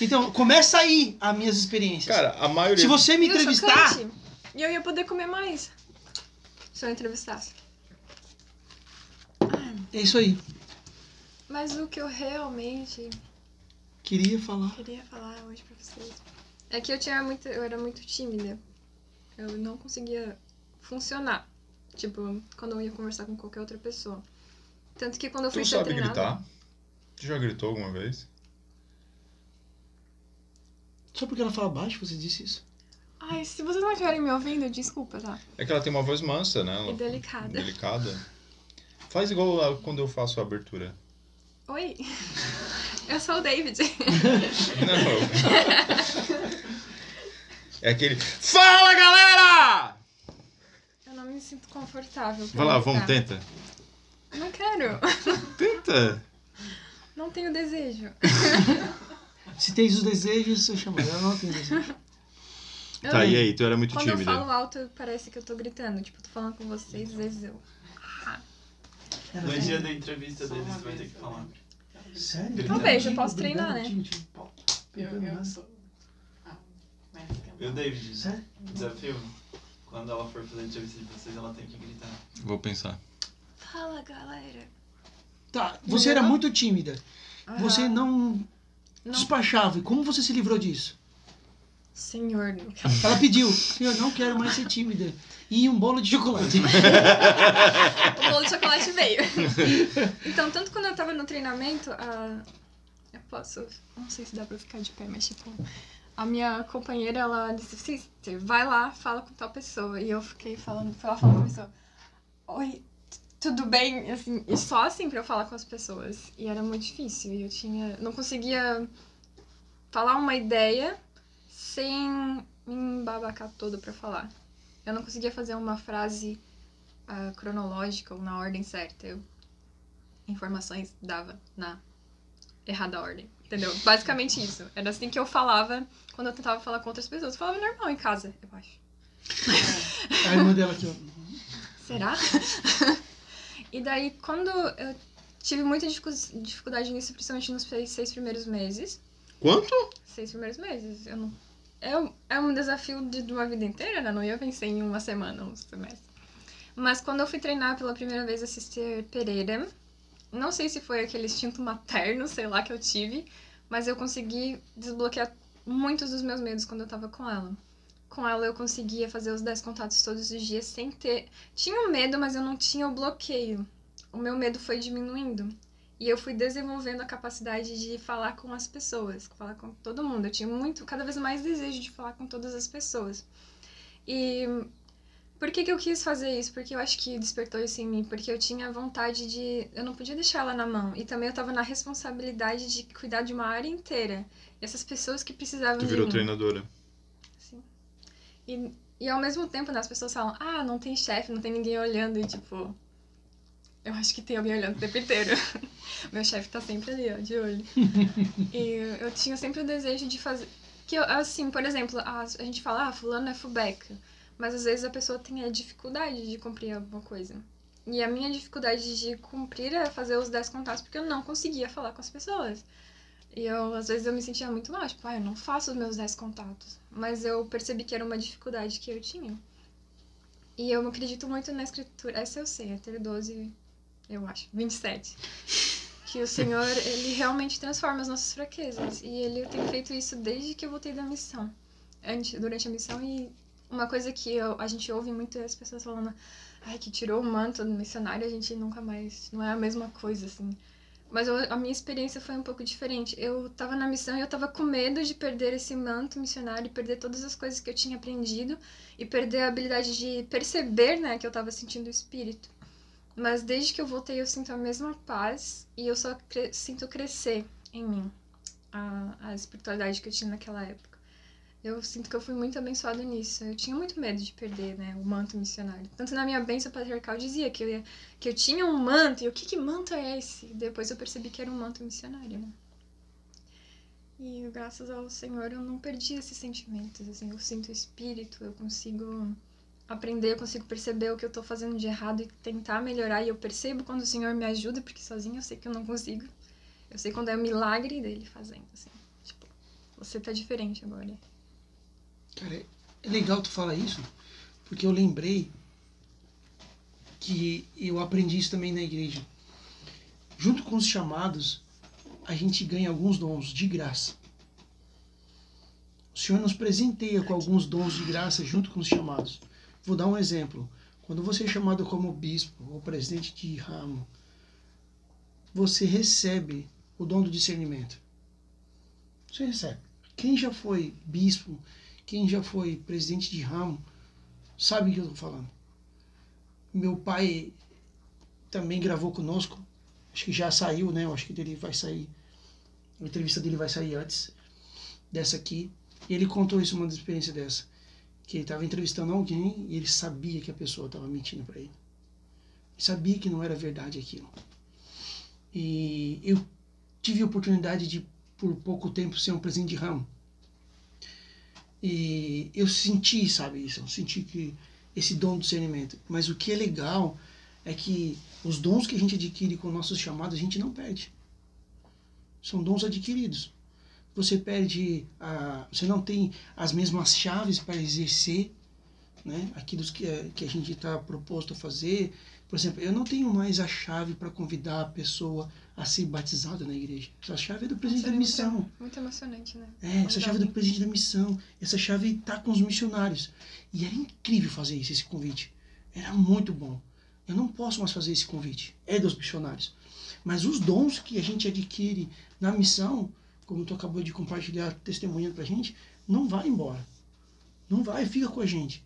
Speaker 2: então, começa aí as minhas experiências.
Speaker 4: Cara, a maioria.
Speaker 2: se você me
Speaker 1: Viu,
Speaker 2: entrevistar,
Speaker 1: chocante? E eu ia poder comer mais. Se eu entrevistasse.
Speaker 2: é isso aí.
Speaker 1: Mas o que eu realmente
Speaker 2: Queria falar.
Speaker 1: queria falar hoje pra vocês é que eu tinha muito. Eu era muito tímida. Eu não conseguia funcionar. Tipo, quando eu ia conversar com qualquer outra pessoa. Tanto que quando eu fui
Speaker 4: Tu
Speaker 1: ser
Speaker 4: sabe
Speaker 1: treinada-
Speaker 4: gritar? Tu já gritou alguma vez?
Speaker 2: Só porque ela fala baixo, você disse isso?
Speaker 1: Ai, se vocês não estiverem me ouvindo, desculpa, tá?
Speaker 4: É que ela tem uma voz mansa, né?
Speaker 1: E
Speaker 4: Ela-
Speaker 1: delicada.
Speaker 4: Delicada. Faz igual lá quando eu faço a abertura.
Speaker 1: Oi! Eu sou o David.
Speaker 4: Não. É aquele. Fala galera!
Speaker 1: Eu não me sinto confortável. pra
Speaker 4: Vai lá,
Speaker 1: gritar.
Speaker 4: vamos, tenta.
Speaker 1: Não quero.
Speaker 4: Tenta!
Speaker 1: Não tenho desejo.
Speaker 2: Se tens os desejos, eu chamo. Ela não tem desejo.
Speaker 1: Eu
Speaker 4: Tá,
Speaker 1: não-
Speaker 4: e aí? Tu era muito
Speaker 1: Quando eu
Speaker 4: tímida.
Speaker 1: falo alto, parece que eu tô gritando. Tipo, eu tô falando com vocês, às vezes eu. "Ah,
Speaker 2: Ela
Speaker 5: No
Speaker 2: tem-
Speaker 5: dia da entrevista deles, vai ter que
Speaker 2: né?
Speaker 5: falar.
Speaker 2: Sério?
Speaker 1: Talvez, eu posso treinar, né?
Speaker 7: Então Eu, eu sou. Ah,
Speaker 5: Viu, David?
Speaker 2: Sério?
Speaker 5: Desafio? Quando ela for fazer a entrevista de vocês, ela tem que gritar.
Speaker 4: Vou pensar.
Speaker 1: Fala, galera.
Speaker 2: Tá, você era muito tímida. Você
Speaker 1: Ah,
Speaker 2: não
Speaker 1: Não.
Speaker 2: despachava. E como você se livrou disso?
Speaker 1: Senhor, não quero.
Speaker 2: Ela pediu, eu não quero mais ser tímida. E um bolo de chocolate.
Speaker 1: o bolo de chocolate veio. então, tanto quando eu tava no treinamento, a... eu posso. Não sei se dá pra ficar de pé, mas tipo. A minha companheira, ela disse, Sister, vai lá, fala com tal pessoa. E eu fiquei falando, fui lá falar com a pessoa. Oi, t- tudo bem? E Assim, e só assim pra eu falar com as pessoas. E era muito difícil. E eu tinha. Não conseguia falar uma ideia sem me embabacar toda pra falar. Eu não conseguia fazer uma frase ah, cronológica ou na ordem certa. Eu, informações dava na errada ordem. Entendeu? Basicamente isso. Era assim que eu falava quando eu tentava falar com outras pessoas. Eu falava normal em casa, eu acho.
Speaker 2: A irmã dela aqui, ó.
Speaker 1: Será? e daí, quando eu tive muita discu- dificuldade nisso, principalmente nos seis, seis primeiros meses.
Speaker 4: Quanto?
Speaker 1: Seis primeiros meses, eu não. É, um- é um desafio de, de uma vida inteira, né? Não ia vencer em uma semana, um semestre. Mas quando eu fui treinar pela primeira vez a Sister Pereira, não sei se foi aquele instinto materno, sei lá, que eu tive, mas eu consegui desbloquear muitos dos meus medos quando eu tava com ela. Com ela eu conseguia fazer os 10 contatos todos os dias sem ter tinha um medo, mas eu não tinha o bloqueio. O meu medo foi diminuindo. E eu fui desenvolvendo a capacidade de falar com as pessoas, falar com todo mundo. Eu tinha muito, cada vez mais desejo de falar com todas as pessoas. E por que, que eu quis fazer isso? Porque eu acho que despertou isso em mim. Porque eu tinha vontade de. Eu não podia deixar ela na mão. E também eu tava na responsabilidade de cuidar de uma área inteira. E essas pessoas que precisavam
Speaker 4: Tu
Speaker 1: de
Speaker 4: virou
Speaker 1: mim.
Speaker 4: treinadora.
Speaker 1: Sim. E, e ao mesmo tempo, né, as pessoas falam, ah, não tem chefe, não tem ninguém olhando, e tipo. Eu acho que tem alguém olhando o tempo inteiro. Meu chefe tá sempre ali, ó, de olho. e eu tinha sempre o desejo de fazer. Que eu, assim, por exemplo, a, a gente fala, ah, fulano é fubeca. Mas às vezes a pessoa tem a dificuldade de cumprir alguma coisa. E a minha dificuldade de cumprir é fazer os 10 contatos porque eu não conseguia falar com as pessoas. E eu, às vezes, eu me sentia muito mal, tipo, ah, eu não faço os meus 10 contatos. Mas eu percebi que era uma dificuldade que eu tinha. E eu acredito muito na escritura. Essa eu sei, é ter 12, eu acho, 27. Que o Senhor, ele realmente transforma as nossas fraquezas. E ele tem feito isso desde que eu voltei da missão. Antes, durante a missão, e uma coisa que eu- a gente ouve muito é as pessoas falando, ai, que tirou o manto do missionário, a gente nunca mais. Não é a mesma coisa, assim. Mas eu- a minha experiência foi um pouco diferente. Eu tava na missão e eu tava com medo de perder esse manto missionário, perder todas as coisas que eu tinha aprendido e perder a habilidade de perceber, né, que eu tava sentindo o espírito. Mas desde que eu voltei, eu sinto a mesma paz e eu só cre- sinto crescer em mim a, a espiritualidade que eu tinha naquela época. Eu sinto que eu fui muito abençoado nisso. Eu tinha muito medo de perder, né, o manto missionário. Tanto na minha bênção patriarcal dizia que eu ia que eu tinha um manto, e o que que manto é esse? Depois eu percebi que era um manto missionário, né? E graças ao Senhor eu não perdi esses sentimentos, assim, eu sinto o espírito, eu consigo aprender, eu consigo perceber o que eu tô fazendo de errado e tentar melhorar, e eu percebo quando o Senhor me ajuda, porque sozinho eu sei que eu não consigo. Eu sei quando é o milagre dele fazendo, assim, tipo, você tá diferente agora.
Speaker 2: Cara, é- é legal tu falar isso, porque eu lembrei que eu aprendi isso também na igreja. Junto com os chamados, a gente ganha alguns dons de graça. O Senhor nos presenteia com alguns dons de graça junto com os chamados. Vou dar um exemplo. Quando você é chamado como bispo ou presidente de ramo, você recebe o dom do discernimento. Você recebe. Quem já foi bispo, quem já foi presidente de ramo sabe o que eu estou falando. Meu pai também gravou conosco, acho que já saiu, né? Eu acho que dele vai sair, a entrevista dele vai sair antes dessa aqui. E ele contou isso, uma experiência dessa, que ele estava entrevistando alguém e ele sabia que a pessoa estava mentindo para ele. Ele sabia que não era verdade aquilo. E eu tive a oportunidade de, por pouco tempo, ser um presidente de ramo. E eu senti, sabe, isso, eu senti que esse dom do discernimento. Mas o que é legal é que os dons que a gente adquire com nossos chamados, a gente não perde. São dons adquiridos. Você perde, a, você não tem as mesmas chaves para exercer né, aquilo que, a- que a gente está proposto a fazer. Por exemplo, eu não tenho mais a chave para convidar a pessoa a ser batizada na igreja. Essa chave é do presidente da
Speaker 1: Seria muito-
Speaker 2: missão.
Speaker 1: Muito emocionante, né?
Speaker 2: É, essa
Speaker 1: Convidar
Speaker 2: chave do
Speaker 1: alguém.
Speaker 2: presidente da missão, essa chave tá com os missionários. E era incrível fazer isso, esse convite. Era muito bom. Eu não posso mais fazer esse convite. É dos missionários. Mas os dons que a gente adquire na missão, como tu acabou de compartilhar, testemunhando pra gente, não vai embora. Não vai, fica com a gente.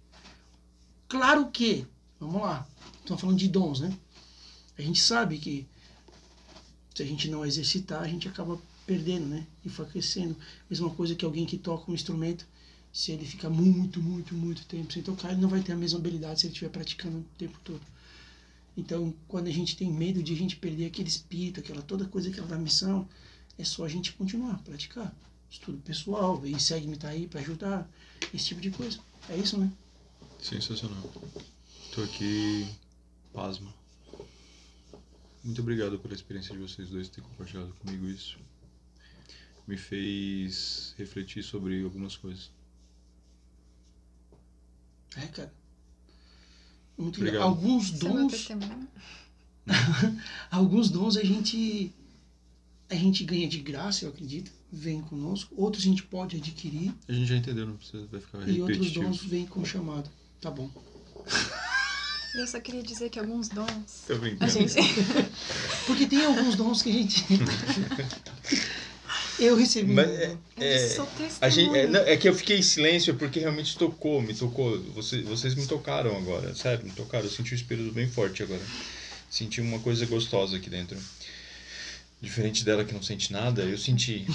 Speaker 2: Claro que, vamos lá, estamos falando de dons, né? A gente sabe que se a gente não exercitar, a gente acaba perdendo, né? Enfraquecendo. Mesma coisa que alguém que toca um instrumento, se ele ficar muito, muito, muito tempo sem tocar, ele não vai ter a mesma habilidade se ele estiver praticando o tempo todo. Então, quando a gente tem medo de a gente perder aquele espírito, aquela toda coisa, aquela da missão, é só a gente continuar, praticar. Estudo pessoal, vem segue-me tá aí para ajudar, esse tipo de coisa. É isso, né?
Speaker 4: Sensacional. Tô aqui pasmo. Muito obrigado pela experiência de vocês dois ter compartilhado comigo isso. Me fez refletir sobre algumas coisas.
Speaker 2: É, cara. Muito
Speaker 4: Obrigado.
Speaker 2: legal. Alguns
Speaker 1: Esse é o meu
Speaker 2: dons,
Speaker 1: testemunho.
Speaker 2: alguns dons a gente a gente ganha de graça, eu acredito, vem conosco. Outros a gente pode adquirir.
Speaker 4: A gente já entendeu, não precisa vai
Speaker 3: É
Speaker 4: ficar
Speaker 2: E outros
Speaker 4: repetitivo.
Speaker 2: dons vêm com chamado. Tá bom.
Speaker 1: E eu só queria dizer que alguns dons.
Speaker 4: Tô
Speaker 3: É,
Speaker 4: brincando.
Speaker 1: A
Speaker 2: Assim,
Speaker 1: gente.
Speaker 2: Porque tem alguns dons que a gente. eu recebi.
Speaker 3: Mas
Speaker 2: um
Speaker 3: é-
Speaker 2: dom.
Speaker 1: Eu
Speaker 3: é,
Speaker 1: sou
Speaker 3: a gente, é,
Speaker 1: testemunha.
Speaker 3: não, é que eu fiquei em silêncio porque realmente tocou, me tocou. Vocês, vocês me tocaram agora, sério, me tocaram. Eu senti o espírito bem forte agora. Senti uma coisa gostosa aqui dentro. Diferente dela que não sente nada, eu senti.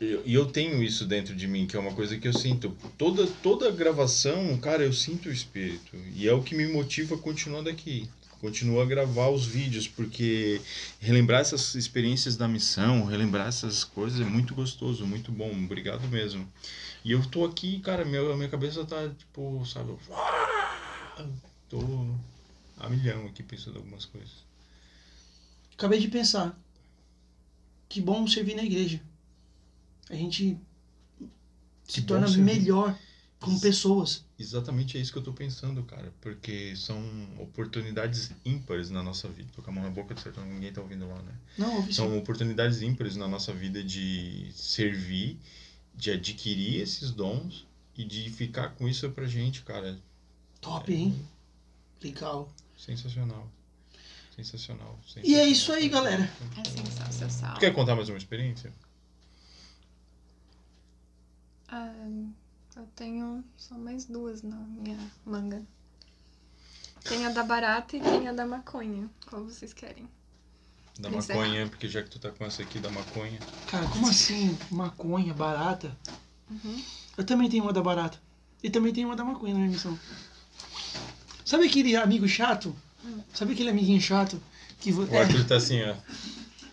Speaker 3: Eu- E eu, tenho isso dentro de mim, que é uma coisa que eu sinto. Toda, toda gravação, cara, eu sinto o espírito. E é o que me motiva a continuar daqui. Continua a gravar os vídeos, porque relembrar essas experiências da missão, relembrar essas coisas é muito gostoso, muito bom. Obrigado mesmo. E eu tô aqui, cara, meu, minha cabeça tá tipo, sabe? eu- "Ah, Tô a milhão aqui pensando algumas coisas.
Speaker 2: Acabei de pensar. Que bom servir na igreja. A gente se
Speaker 3: Que bom
Speaker 2: torna
Speaker 3: servir.
Speaker 2: melhor como pessoas.
Speaker 3: Exatamente é isso que eu tô pensando, cara. Porque são oportunidades ímpares na nossa vida. Tô com a mão na boca, de certo, ninguém tá ouvindo lá, né?
Speaker 2: Não, ouvi sim.
Speaker 3: São oportunidades ímpares na nossa vida de servir, de adquirir esses dons e de ficar com isso pra gente, cara. é.
Speaker 2: Top, hein? Legal.
Speaker 3: Sensacional. Sensacional.
Speaker 2: E é isso aí,
Speaker 3: sensacional.
Speaker 2: galera.
Speaker 1: É sensacional.
Speaker 3: Tu quer contar mais uma experiência?
Speaker 1: Ah, eu tenho só mais duas na minha manga. Tem a da barata e tem a da maconha. Qual vocês querem?
Speaker 3: Da
Speaker 1: Pois é.
Speaker 3: maconha, porque já que tu tá com essa aqui da maconha.
Speaker 2: Cara, como assim? Maconha, barata?
Speaker 1: Uhum.
Speaker 2: Eu também tenho uma da barata. E também tenho uma da maconha na minha missão. Sabe aquele amigo chato?
Speaker 1: Hum.
Speaker 2: Sabe aquele amiguinho chato? Que vo-
Speaker 3: O Arthur tá assim, ó.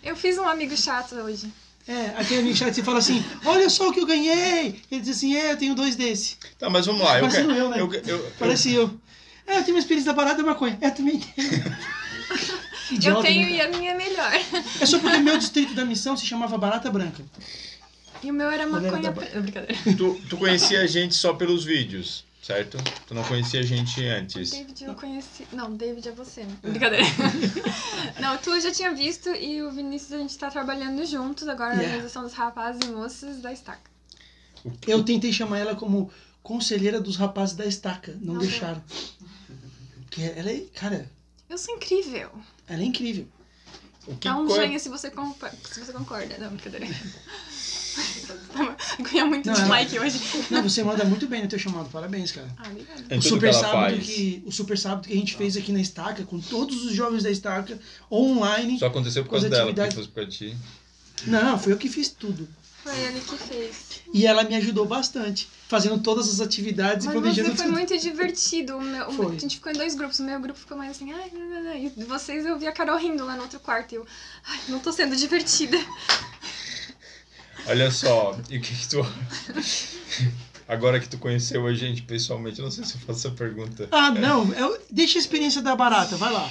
Speaker 1: Eu fiz um amigo chato hoje.
Speaker 2: é, é, aquele amigo chato que você fala assim, olha só o que eu ganhei! Ele diz assim, é, eu tenho dois desse.
Speaker 3: Tá, mas vamos lá. Eu
Speaker 2: Parece
Speaker 3: quero.
Speaker 2: eu, né?
Speaker 3: eu, eu,
Speaker 2: Parece eu. É, eu tenho uma experiência da barata e da maconha. É, eu também tenho.
Speaker 1: eu tenho
Speaker 2: né?
Speaker 1: e a minha é melhor.
Speaker 2: É só porque meu distrito da missão se chamava Barata Branca.
Speaker 1: E o meu era
Speaker 2: Mas era
Speaker 1: maconha.
Speaker 2: da
Speaker 1: pre- Brincadeira.
Speaker 3: tu, tu conhecia a gente só pelos vídeos, certo? Tu não conhecia a gente antes.
Speaker 1: David eu conheci. Não, David é você. Brincadeira. Não, tu eu já tinha visto e o Vinícius a gente tá trabalhando juntos agora na
Speaker 2: Yeah.
Speaker 1: organização dos rapazes e moças da estaca.
Speaker 2: Eu tentei chamar ela como conselheira dos rapazes da estaca. Não
Speaker 1: Não
Speaker 2: deixaram. Porque ela é, cara,
Speaker 1: Eu sou incrível.
Speaker 2: ela é incrível.
Speaker 3: O que
Speaker 1: Dá um
Speaker 3: qual é-
Speaker 1: joinha se você, compa- se você concorda. Não, brincadeira. Ganha muito
Speaker 2: Não, ela-
Speaker 1: dislike hoje.
Speaker 2: Não, você manda muito bem no teu chamado. Parabéns, cara.
Speaker 1: Ah, obrigada.
Speaker 3: em
Speaker 2: O
Speaker 3: É tudo
Speaker 2: super,
Speaker 3: que ela
Speaker 2: sábado
Speaker 3: faz?
Speaker 2: que, o super sábado que a gente fez aqui na Estaca, com todos os jovens da Estaca, online.
Speaker 3: Só aconteceu por
Speaker 2: Com as
Speaker 3: causa dela, porque
Speaker 2: atividades-
Speaker 3: fosse pra ti.
Speaker 2: Não, foi eu que fiz tudo.
Speaker 1: Foi ele que fez.
Speaker 2: E ela me ajudou bastante, fazendo todas as atividades
Speaker 1: Mas
Speaker 2: e
Speaker 1: você
Speaker 2: planejando
Speaker 1: foi
Speaker 2: tudo.
Speaker 1: muito divertido. O meu- o meu-
Speaker 2: Foi.
Speaker 1: a gente ficou em dois grupos. O meu grupo ficou mais assim, ai, não, não, não. E vocês eu vi a Carol rindo lá no outro quarto. E eu, ai, não tô sendo divertida.
Speaker 3: Olha só, e o que, que tu. Agora que tu conheceu a gente pessoalmente, eu não sei se eu faço essa pergunta.
Speaker 2: Ah, não, eu- deixa a experiência da barata, vai lá.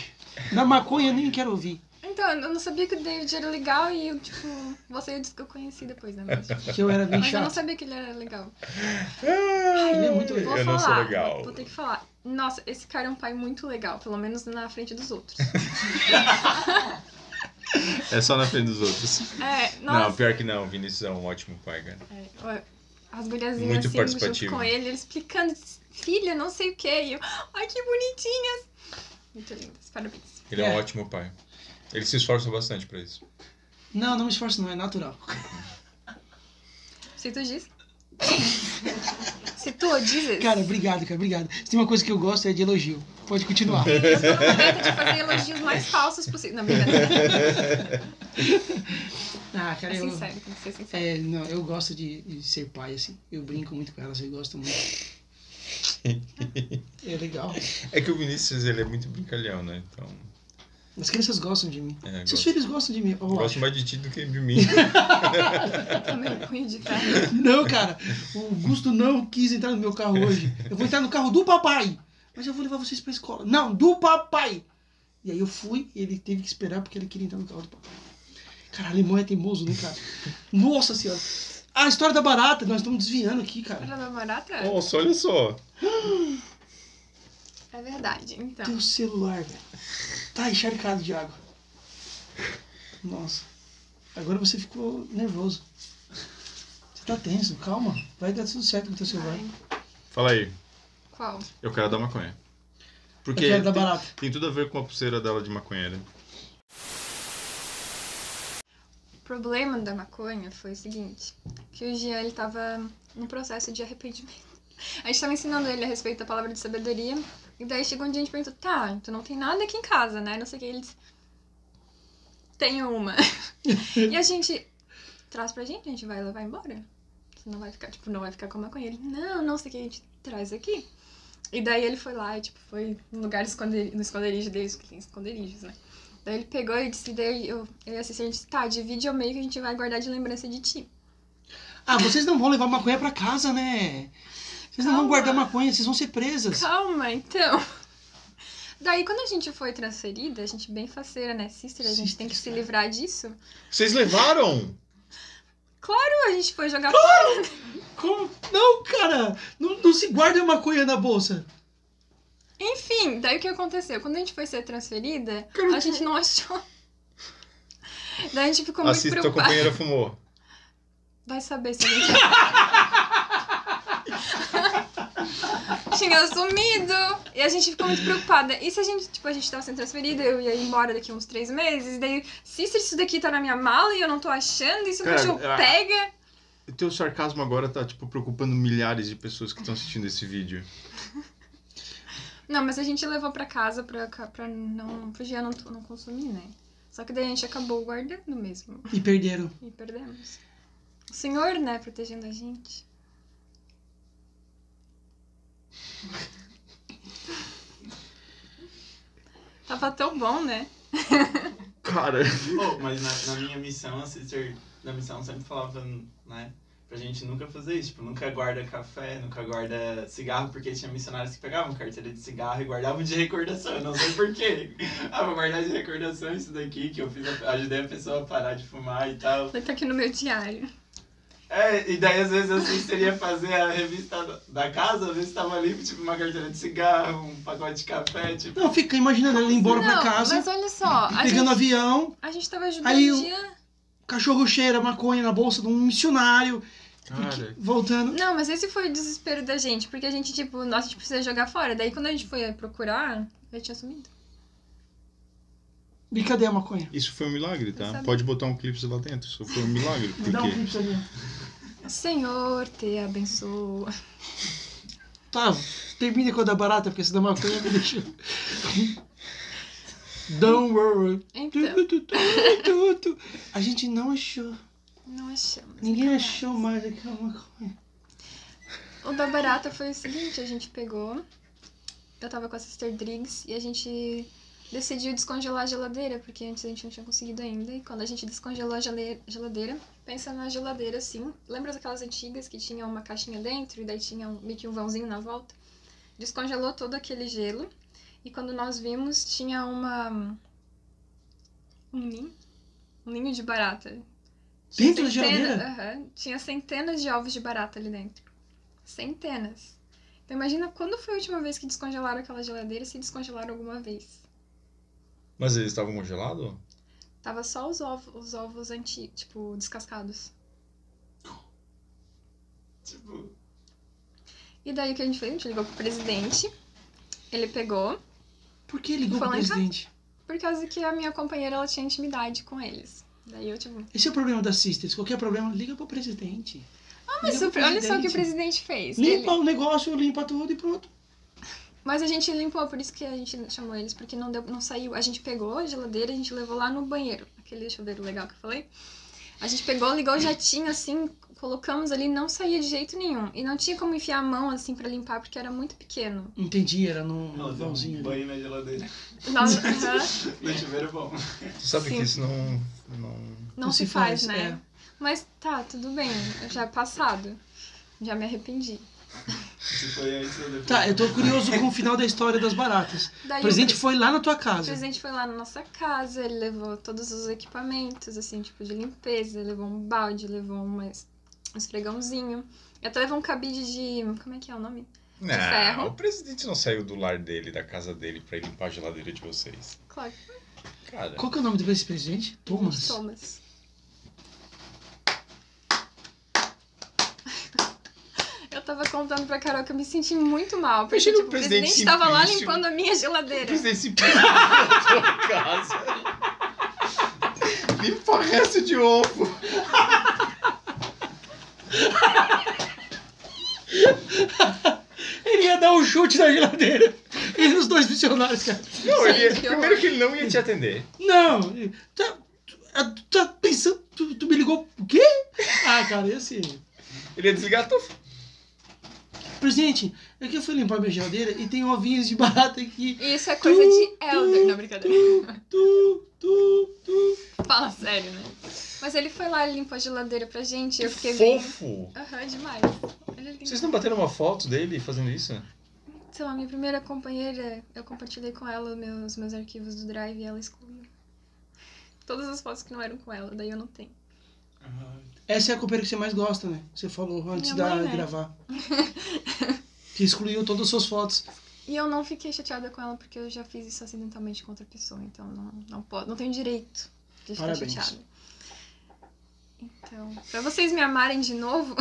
Speaker 2: Na maconha eu nem quero ouvir.
Speaker 1: Então, eu não sabia que o David era legal e eu, tipo, você eu disse que eu conheci depois, né? Mas,
Speaker 2: Que eu era bem
Speaker 1: mas eu não
Speaker 2: chato.
Speaker 1: sabia que ele era legal.
Speaker 2: Ele é muito
Speaker 1: Vou
Speaker 2: legal.
Speaker 1: falar,
Speaker 3: Eu não sou legal.
Speaker 1: Vou, vou ter que falar. Nossa, esse cara é um pai muito legal, pelo menos na frente dos outros.
Speaker 3: É só na frente dos outros.
Speaker 1: É, nossa.
Speaker 3: Não, pior que não, Vinícius é um ótimo pai, cara.
Speaker 1: É, ó, As guriazinhas
Speaker 3: Muito
Speaker 1: assim, junto
Speaker 3: participativo.
Speaker 1: com ele, ele explicando, filha, não sei o que. E eu, ai, que bonitinhas. Muito lindas, parabéns.
Speaker 3: Ele é, um
Speaker 2: É.
Speaker 3: ótimo pai. Ele se esforça bastante pra isso.
Speaker 2: Não, não me esforço não, é natural.
Speaker 1: Se tu diz. Se tu dizes.
Speaker 2: Cara, obrigado, cara, obrigado. Se tem uma coisa que eu gosto é de elogio. Pode continuar.
Speaker 1: eu tô numa meta de fazer elogios mais falsos possível. Não, brincadeira.
Speaker 2: Ah, cara,
Speaker 1: É
Speaker 2: eu...
Speaker 1: sincero, tem que ser sincero.
Speaker 2: É, não, eu gosto de, de ser pai, assim. Eu brinco muito com elas, eu gosto muito. É legal.
Speaker 3: É que o Vinícius, ele é muito brincalhão, né? Então,
Speaker 2: As crianças gostam de mim.
Speaker 3: é,
Speaker 2: Seus
Speaker 3: gosto,
Speaker 2: filhos gostam de mim, eu
Speaker 3: gosto
Speaker 2: acho.
Speaker 3: mais de ti do que de mim.
Speaker 1: Também punho de ferro.
Speaker 2: Não, cara, o Gusto não quis entrar no meu carro hoje. Eu vou entrar no carro do papai. Mas eu vou levar vocês pra escola. Não, do papai. E aí eu fui e ele teve que esperar porque ele queria entrar no carro do papai. Cara, alemão é teimoso, né, cara? Nossa senhora. A história da barata, nós estamos desviando aqui, cara.
Speaker 1: Pra namorar atrás.
Speaker 3: Nossa, olha só.
Speaker 1: É verdade, então.
Speaker 2: Teu celular, velho. Tá encharcado de água. Nossa. Agora você ficou nervoso. Você tá tenso, calma. Vai dar tudo certo com o teu celular.
Speaker 3: Fala aí,
Speaker 1: Qual?
Speaker 3: eu quero dar maconha. Porque
Speaker 2: Eu quero dar
Speaker 3: tem,
Speaker 2: barato.
Speaker 3: tem tudo a ver com a pulseira dela de maconheira.
Speaker 1: O problema da maconha foi o seguinte, que o Jean ele tava num processo de arrependimento. A gente tava ensinando ele a respeito da palavra de sabedoria, e daí chegou um dia e a gente perguntou, tá, então não tem nada aqui em casa, né? Não sei o que, ele disse, tenho uma. e a gente, traz pra gente, a gente vai levar embora. Você não vai ficar, tipo, não vai ficar com a maconha. Ele, não, não sei o que, a gente traz aqui. E daí ele foi lá e, tipo, foi no lugar do esconderijo, no esconderijo deles, que tem esconderijos, né? Daí ele pegou e disse, daí eu, ele assistiu e disse, tá, divide ao meio que a gente vai guardar de lembrança de ti.
Speaker 2: Ah, vocês não vão levar maconha pra casa, né? Vocês não vão
Speaker 1: Calma.
Speaker 2: guardar maconha, vocês vão ser presas.
Speaker 1: Calma, então. Daí, quando a gente foi transferida, a gente bem faceira, né? Sister, a gente tem que se livrar disso.
Speaker 4: Vocês levaram?
Speaker 1: Então, a gente foi jogar fora.
Speaker 2: Como? Não, cara! Não, não se guarda maconha na bolsa.
Speaker 1: Enfim, daí o que aconteceu? Quando a gente foi ser transferida, a gente não achou. Daí a gente ficou muito
Speaker 4: Assista, tua
Speaker 1: preocupada.
Speaker 4: companheira fumou.
Speaker 1: Vai saber se a gente. Tinha sumido! E a gente ficou muito preocupada. E se a gente, tipo, a gente tava sendo transferida, eu ia embora daqui uns três meses, daí, se isso daqui tá na minha mala e eu não tô achando, e se o
Speaker 4: Cara,
Speaker 1: cachorro
Speaker 4: ah.
Speaker 1: pega.
Speaker 4: O teu sarcasmo agora tá, tipo, preocupando milhares de pessoas que estão assistindo esse vídeo.
Speaker 1: Não, mas a gente levou pra casa pra, ca- pra não fugir, não, não consumir, né? Só que daí a gente acabou guardando mesmo.
Speaker 2: E perderam.
Speaker 1: E perdemos. O senhor, né, protegendo a gente. Tava tão bom, né?
Speaker 4: Cara,
Speaker 5: Pô, mas na, na minha missão, a sister da missão sempre falava, né? Pra gente nunca fazer isso. Tipo, nunca guarda café, nunca guarda cigarro, porque tinha missionários que pegavam carteira de cigarro e guardavam de recordação. Eu não sei porquê. Ah, vou guardar de recordação isso daqui, que eu fiz a- ajudei a pessoa a parar de fumar e tal.
Speaker 1: Ele tá aqui no meu diário.
Speaker 5: É, e daí às vezes eu seria fazer a revista da- da casa, às vezes tava ali, tipo, uma carteira de cigarro, um pacote de café, tipo.
Speaker 2: Não, fica imaginando ela indo embora
Speaker 1: não,
Speaker 2: pra casa,
Speaker 1: mas olha só. A gente,
Speaker 2: pegando avião,
Speaker 1: a gente tava ajudando
Speaker 2: Aí o-
Speaker 1: o dia...
Speaker 2: cachorro cheira maconha na bolsa de um missionário,
Speaker 4: cara.
Speaker 2: voltando.
Speaker 1: Não, mas esse foi o desespero da gente. Porque a gente, tipo, nossa, a gente precisa jogar fora. Daí quando a gente foi procurar, eu tinha sumido.
Speaker 2: E cadê a maconha?
Speaker 4: Isso foi um milagre,
Speaker 1: Eu
Speaker 4: tá?
Speaker 1: sabia.
Speaker 4: Pode botar um clipe lá dentro. Isso foi um milagre.
Speaker 2: Me dá um
Speaker 4: Porque.
Speaker 2: clipe ali.
Speaker 1: Senhor, te abençoa.
Speaker 2: Tá, termina com a da barata, porque essa da maconha me deixou. Don't worry.
Speaker 1: Então,
Speaker 2: Tu, tu, tu, tu, tu. A gente não achou.
Speaker 1: não achamos.
Speaker 2: Ninguém
Speaker 1: Cara.
Speaker 2: achou mais aquela maconha.
Speaker 1: O da barata foi o seguinte, a gente pegou, eu tava com a Sister Driggs e a gente decidiu descongelar a geladeira, porque antes a gente não tinha conseguido ainda, e quando a gente descongelou a gele- geladeira, pensa na geladeira assim, lembra daquelas antigas que tinha uma caixinha dentro e daí tinha um, meio que um vãozinho na volta? Descongelou todo aquele gelo e quando nós vimos tinha uma... um ninho, um ninho de barata. Tinha
Speaker 2: Dentro da
Speaker 1: centena-
Speaker 2: geladeira?
Speaker 1: Aham, tinha centenas de ovos de barata ali dentro. Centenas. Então imagina quando foi a última vez que descongelaram aquela geladeira, se descongelaram alguma vez.
Speaker 4: Mas eles estavam congelados?
Speaker 1: Tava só os ovos, os ovos anti, tipo, descascados.
Speaker 5: Tipo,
Speaker 1: E daí o que a gente fez? A gente ligou pro presidente. Ele pegou,
Speaker 2: Por que ligou pro
Speaker 1: Falando em ca-
Speaker 2: presidente?
Speaker 1: por causa que a minha companheira ela tinha intimidade com eles. Daí eu, tipo,
Speaker 2: Esse é o problema das sisters. Qualquer problema, liga pro presidente.
Speaker 1: ah, mas
Speaker 2: Liga
Speaker 1: o
Speaker 2: pro
Speaker 1: pre- olha só o que o
Speaker 2: presidente.
Speaker 1: presidente fez. Ele-
Speaker 2: Limpa o negócio, limpa tudo e pronto.
Speaker 1: Mas a gente limpou, por isso que a gente chamou eles, porque não, deu, não saiu. A gente pegou a geladeira, a gente levou lá no banheiro, aquele chuveiro legal que eu falei. A gente pegou, ligou o jatinho assim, colocamos ali, não saía de jeito nenhum. E não tinha como enfiar a mão assim pra limpar, porque era muito pequeno.
Speaker 2: Entendi, era num
Speaker 5: ela deu
Speaker 2: vãozinho
Speaker 5: um
Speaker 2: ali.
Speaker 5: banho na geladeira.
Speaker 1: Nós- aham,
Speaker 5: No chuveiro é bom.
Speaker 4: Tu sabe
Speaker 1: Sim.
Speaker 4: que isso não. não...
Speaker 1: não se faz, né? Mas tá, tudo bem, já é passado. Já me arrependi.
Speaker 5: Se foi antes ou depois.
Speaker 2: é. Tá, eu tô curioso com o final da história das baratas.
Speaker 1: Daí
Speaker 2: O
Speaker 1: o
Speaker 2: presidente foi lá na tua
Speaker 1: O
Speaker 2: casa.
Speaker 1: presidente foi lá na nossa casa, ele levou todos os equipamentos, assim, tipo, de limpeza, levou um balde, levou uma, es- um esfregãozinho. E até levou um cabide de. Como é que é o nome?
Speaker 4: Não,
Speaker 1: ferro.
Speaker 4: o presidente não saiu do lar dele, da casa dele, pra ir limpar a geladeira de vocês.
Speaker 1: Claro,
Speaker 4: Cara.
Speaker 2: Qual que é o nome desse presidente?
Speaker 1: de
Speaker 2: Thomas.
Speaker 1: Thomas. Eu tava contando pra Carol que eu me senti muito mal, porque
Speaker 4: Imagina o
Speaker 1: tipo, o
Speaker 4: presidente
Speaker 1: presidente estava lá
Speaker 4: simplício.
Speaker 1: limpando a minha
Speaker 4: O
Speaker 1: geladeira.
Speaker 4: presidente se pisa na tua casa. Limpa resto de ovo.
Speaker 2: Ele ia dar um chute na geladeira. E nos dois missionários, cara.
Speaker 4: Não, ele,
Speaker 1: Gente, que
Speaker 4: primeiro
Speaker 1: horror.
Speaker 4: que ele não ia te atender.
Speaker 2: Não, tá, tu- ah, tu tá pensando. Tu, é assim. tu me ligou o quê? Ah, cara, esse.
Speaker 4: Ele ia desligar a tua
Speaker 2: Presidente, é que eu fui limpar minha geladeira e tem ovinhos de barata aqui.
Speaker 1: Isso é coisa de Elder, não, brincadeira.
Speaker 2: Tu, tu, tu.
Speaker 1: Fala sério, né? Mas ele foi lá e limpou a geladeira pra gente e eu fiquei vendo.
Speaker 4: Fofo!
Speaker 1: Aham, demais. Ele é lindo.
Speaker 4: Vocês não bateram uma foto dele fazendo isso?
Speaker 1: Então, a minha primeira companheira, eu compartilhei com ela os meus, meus arquivos do Drive e ela excluiu. Todas as fotos que não eram com ela, daí eu não tenho.
Speaker 2: Essa é a copeira que você mais gosta, né? Você falou antes
Speaker 1: Minha
Speaker 2: da
Speaker 1: mãe, né?
Speaker 2: gravar. que excluiu todas as suas fotos.
Speaker 1: E eu não fiquei chateada com ela porque eu já fiz isso acidentalmente com outra pessoa, então não, não posso, não tenho direito de ficar
Speaker 2: Parabéns.
Speaker 1: chateada. Então, pra vocês me amarem de novo,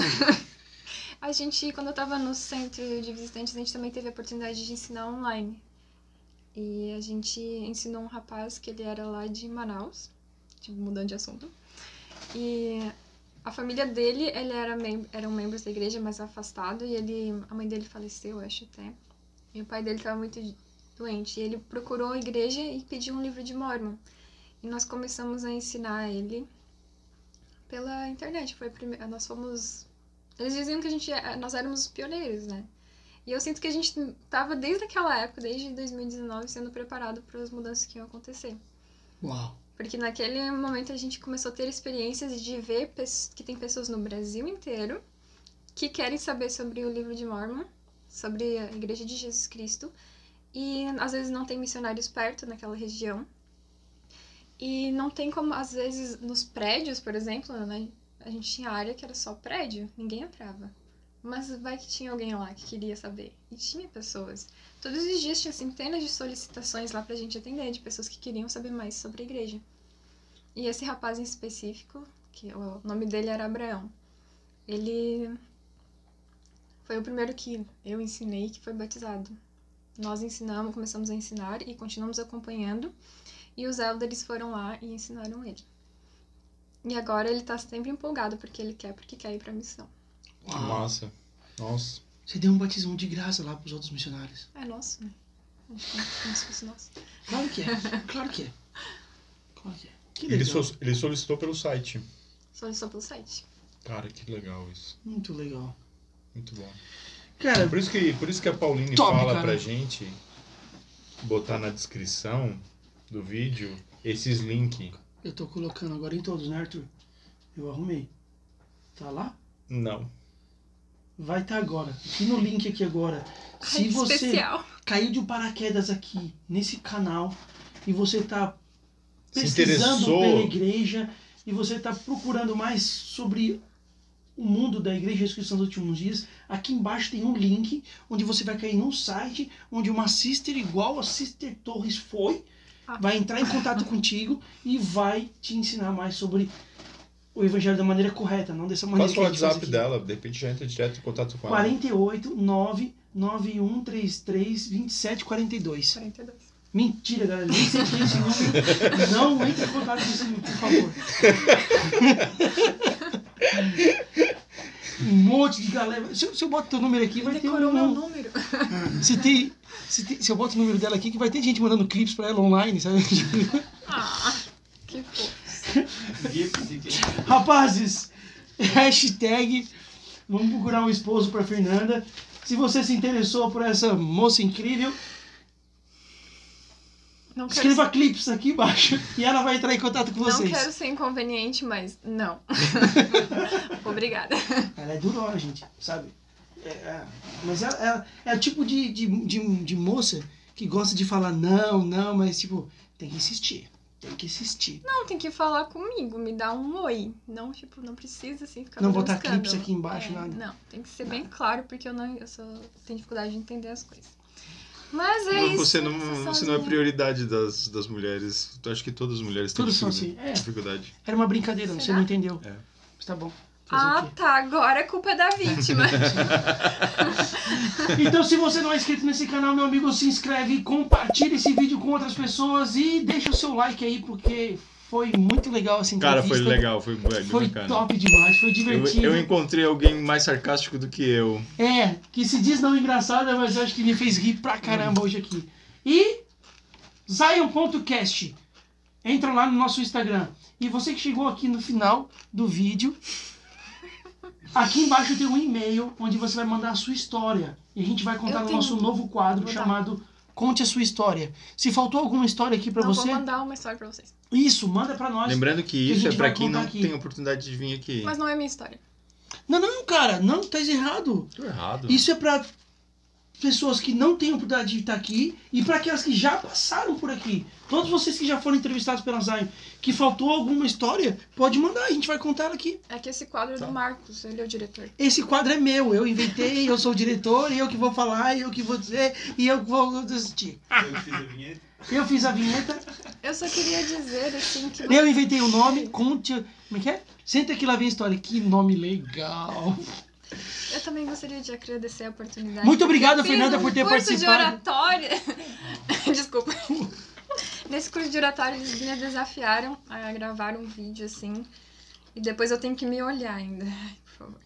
Speaker 1: a gente, quando eu tava no centro de visitantes, a gente também teve a oportunidade de ensinar online. E a gente ensinou um rapaz que ele era lá de Manaus, tipo, mudando de assunto. E a família dele, ele era mem eram membros da igreja, mas afastado, e ele, a mãe dele faleceu, eu acho até. E o pai dele estava muito doente. E ele procurou a igreja e pediu um livro de Mormon. E nós começamos a ensinar ele pela internet. Foi a primeira, nós fomos. Eles diziam que a gente, é- nós éramos os pioneiros, né? E eu sinto que a gente tava desde aquela época, desde 2019, sendo preparado para as mudanças que iam acontecer.
Speaker 2: Uau.
Speaker 1: Porque naquele momento a gente começou a ter experiências de ver pes- que tem pessoas no Brasil inteiro que querem saber sobre o livro de Mormon, sobre a Igreja de Jesus Cristo, e às vezes não tem missionários perto naquela região. E não tem como, às vezes, nos prédios, por exemplo, né, a gente tinha área que era só prédio, ninguém entrava. Mas vai que tinha alguém lá que queria saber. E tinha pessoas. Todos os dias tinha centenas de solicitações lá pra gente atender, de pessoas que queriam saber mais sobre a igreja. E esse rapaz em específico, que o nome dele era Abraão, ele foi o primeiro que eu ensinei que foi batizado. Nós ensinamos, começamos a ensinar e continuamos acompanhando. E os elders foram lá e ensinaram ele. E agora ele tá sempre empolgado porque ele quer, porque quer ir pra missão.
Speaker 4: Que massa. Nossa.
Speaker 2: Você deu um batismo de graça lá pros outros missionários.
Speaker 1: É nosso, né? Como se fosse nosso.
Speaker 2: Claro que é. claro que é. Claro que é. Que
Speaker 4: Ele,
Speaker 2: legal.
Speaker 4: so- ele solicitou pelo site.
Speaker 1: Só só pelo site.
Speaker 4: Cara, que legal isso.
Speaker 2: Muito legal.
Speaker 4: Muito bom.
Speaker 2: Cara,
Speaker 4: Por isso que, por isso que a Pauline
Speaker 2: Top,
Speaker 4: fala
Speaker 2: cara.
Speaker 4: pra gente botar na descrição do vídeo esses links.
Speaker 2: eu tô colocando agora em todos, né, Arthur? Eu arrumei. Tá lá?
Speaker 4: Não.
Speaker 2: Vai estar agora. Aqui no link aqui agora. Se
Speaker 1: Ai, que
Speaker 2: você
Speaker 1: especial.
Speaker 2: caiu de paraquedas aqui nesse canal e você tá está
Speaker 4: Se
Speaker 2: pesquisando
Speaker 4: interessou.
Speaker 2: pela igreja e você está procurando mais sobre o mundo da igreja Jesus Cristo dos últimos dias, aqui embaixo tem um link onde você vai cair num site onde uma sister igual a Sister Torres foi
Speaker 1: Ah.
Speaker 2: vai entrar em contato contigo e vai te ensinar mais sobre o evangelho da maneira correta, não dessa maneira
Speaker 4: Passa é o
Speaker 2: que a gente faz
Speaker 4: WhatsApp
Speaker 2: aqui.
Speaker 4: dela, de repente já entra direto em contato com ela.
Speaker 2: 48 9 9133 2742.
Speaker 1: 42.
Speaker 2: Mentira, galera. Nem sei quem é esse número. Não entre em contato com esse número, por favor. Um monte de galera. Se eu, se eu boto teu número aqui, vai ter
Speaker 1: Decorou meu
Speaker 2: um.
Speaker 1: número.
Speaker 2: Se tem, se tem- se eu boto o número dela aqui, que vai ter gente mandando clipes pra ela online, sabe?
Speaker 1: Ah, que fofo.
Speaker 5: Gifts e que-
Speaker 2: Rapazes, hashtag. Vamos procurar um esposo pra Fernanda. Se você se interessou por essa moça incrível,
Speaker 1: Não quero,
Speaker 2: escreva clipes aqui embaixo e ela vai entrar em contato com
Speaker 1: não
Speaker 2: vocês.
Speaker 1: quero ser inconveniente, mas não. Obrigada.
Speaker 2: Ela é durona, gente, sabe? É, é, mas ela, ela- é o tipo de, de, de, de moça que gosta de falar não, não, mas tipo, tem que insistir. Tem que insistir.
Speaker 1: Não, tem que falar comigo, me dá um oi. Não, tipo, não precisa assim ficar
Speaker 2: Não
Speaker 1: fazendo
Speaker 2: botar
Speaker 1: escândalo.
Speaker 2: clipes aqui embaixo, nada.
Speaker 1: Não, tem que ser bem claro, porque eu não eu sou, tenho dificuldade de entender as coisas. Mas é isso.
Speaker 4: Você não,
Speaker 1: eu sou
Speaker 4: você não é
Speaker 2: um.
Speaker 1: sozinha.
Speaker 4: prioridade das, das mulheres. Eu acho que todas as mulheres têm
Speaker 2: Todas são
Speaker 4: dificuldade.
Speaker 2: assim, é.
Speaker 4: dificuldade.
Speaker 2: Era uma brincadeira, você
Speaker 1: Será?
Speaker 2: não entendeu.
Speaker 4: É.
Speaker 2: Mas tá bom. Fazer o
Speaker 1: Ah,
Speaker 2: quê?
Speaker 1: tá. Agora a culpa é da vítima.
Speaker 2: Então, se você não é inscrito nesse canal, meu amigo, se inscreve, compartilha esse vídeo com outras pessoas e deixa o seu like aí, porque foi muito legal essa entrevista.
Speaker 4: Cara, foi legal, foi bem
Speaker 2: Foi
Speaker 4: bacana.
Speaker 2: top demais, foi
Speaker 4: Eu,
Speaker 2: divertido.
Speaker 4: eu encontrei alguém mais sarcástico do que eu.
Speaker 2: É, que se diz não engraçada, mas eu acho que me fez rir pra caramba hoje aqui. E Zion.cast. Entra lá no nosso Instagram. E você que chegou aqui no final do vídeo, Aqui embaixo tem um e-mail onde você vai mandar a sua história. E a gente vai contar
Speaker 1: Eu
Speaker 2: no
Speaker 1: tenho.
Speaker 2: nosso novo quadro
Speaker 1: Vou dar.
Speaker 2: chamado Conte a sua história. Se faltou alguma história aqui pra
Speaker 1: Não,
Speaker 2: você,
Speaker 1: vou mandar uma história pra vocês.
Speaker 2: isso, manda pra nós.
Speaker 4: Lembrando que
Speaker 2: Que a
Speaker 4: isso é
Speaker 2: gente
Speaker 4: pra
Speaker 2: vai
Speaker 4: quem
Speaker 2: contar
Speaker 4: não
Speaker 2: aqui.
Speaker 4: tem oportunidade de vir aqui.
Speaker 1: Mas não é minha história.
Speaker 2: Não, não, cara, não, tá errado.
Speaker 4: Tô errado.
Speaker 2: Isso é pra pessoas que não têm oportunidade de estar aqui e pra aquelas que já passaram por aqui. Todos vocês que já foram entrevistados pela Zayn, que faltou alguma história, pode mandar, a gente vai contar ela aqui.
Speaker 1: É que esse quadro é
Speaker 2: Tá.
Speaker 1: do Marcos, ele é o diretor.
Speaker 2: Esse quadro é meu, eu inventei, eu sou o diretor, eu que vou falar, eu que vou dizer, e eu que vou decidir.
Speaker 5: Eu fiz a vinheta.
Speaker 2: Eu fiz a vinheta,
Speaker 1: Eu só queria dizer, assim, que.
Speaker 2: eu inventei o nome, conte. Como é que é? Senta aqui lá vem a história. Que nome legal.
Speaker 1: Eu também gostaria de agradecer a oportunidade.
Speaker 2: Muito obrigado,
Speaker 1: Fiz
Speaker 2: Fernanda,
Speaker 1: um
Speaker 2: por ter
Speaker 1: curso
Speaker 2: participado.
Speaker 1: de oratória. Desculpa. Nesse curso de oratória, eles me desafiaram a gravar um vídeo assim. E depois eu tenho que me olhar ainda, Ai, por favor.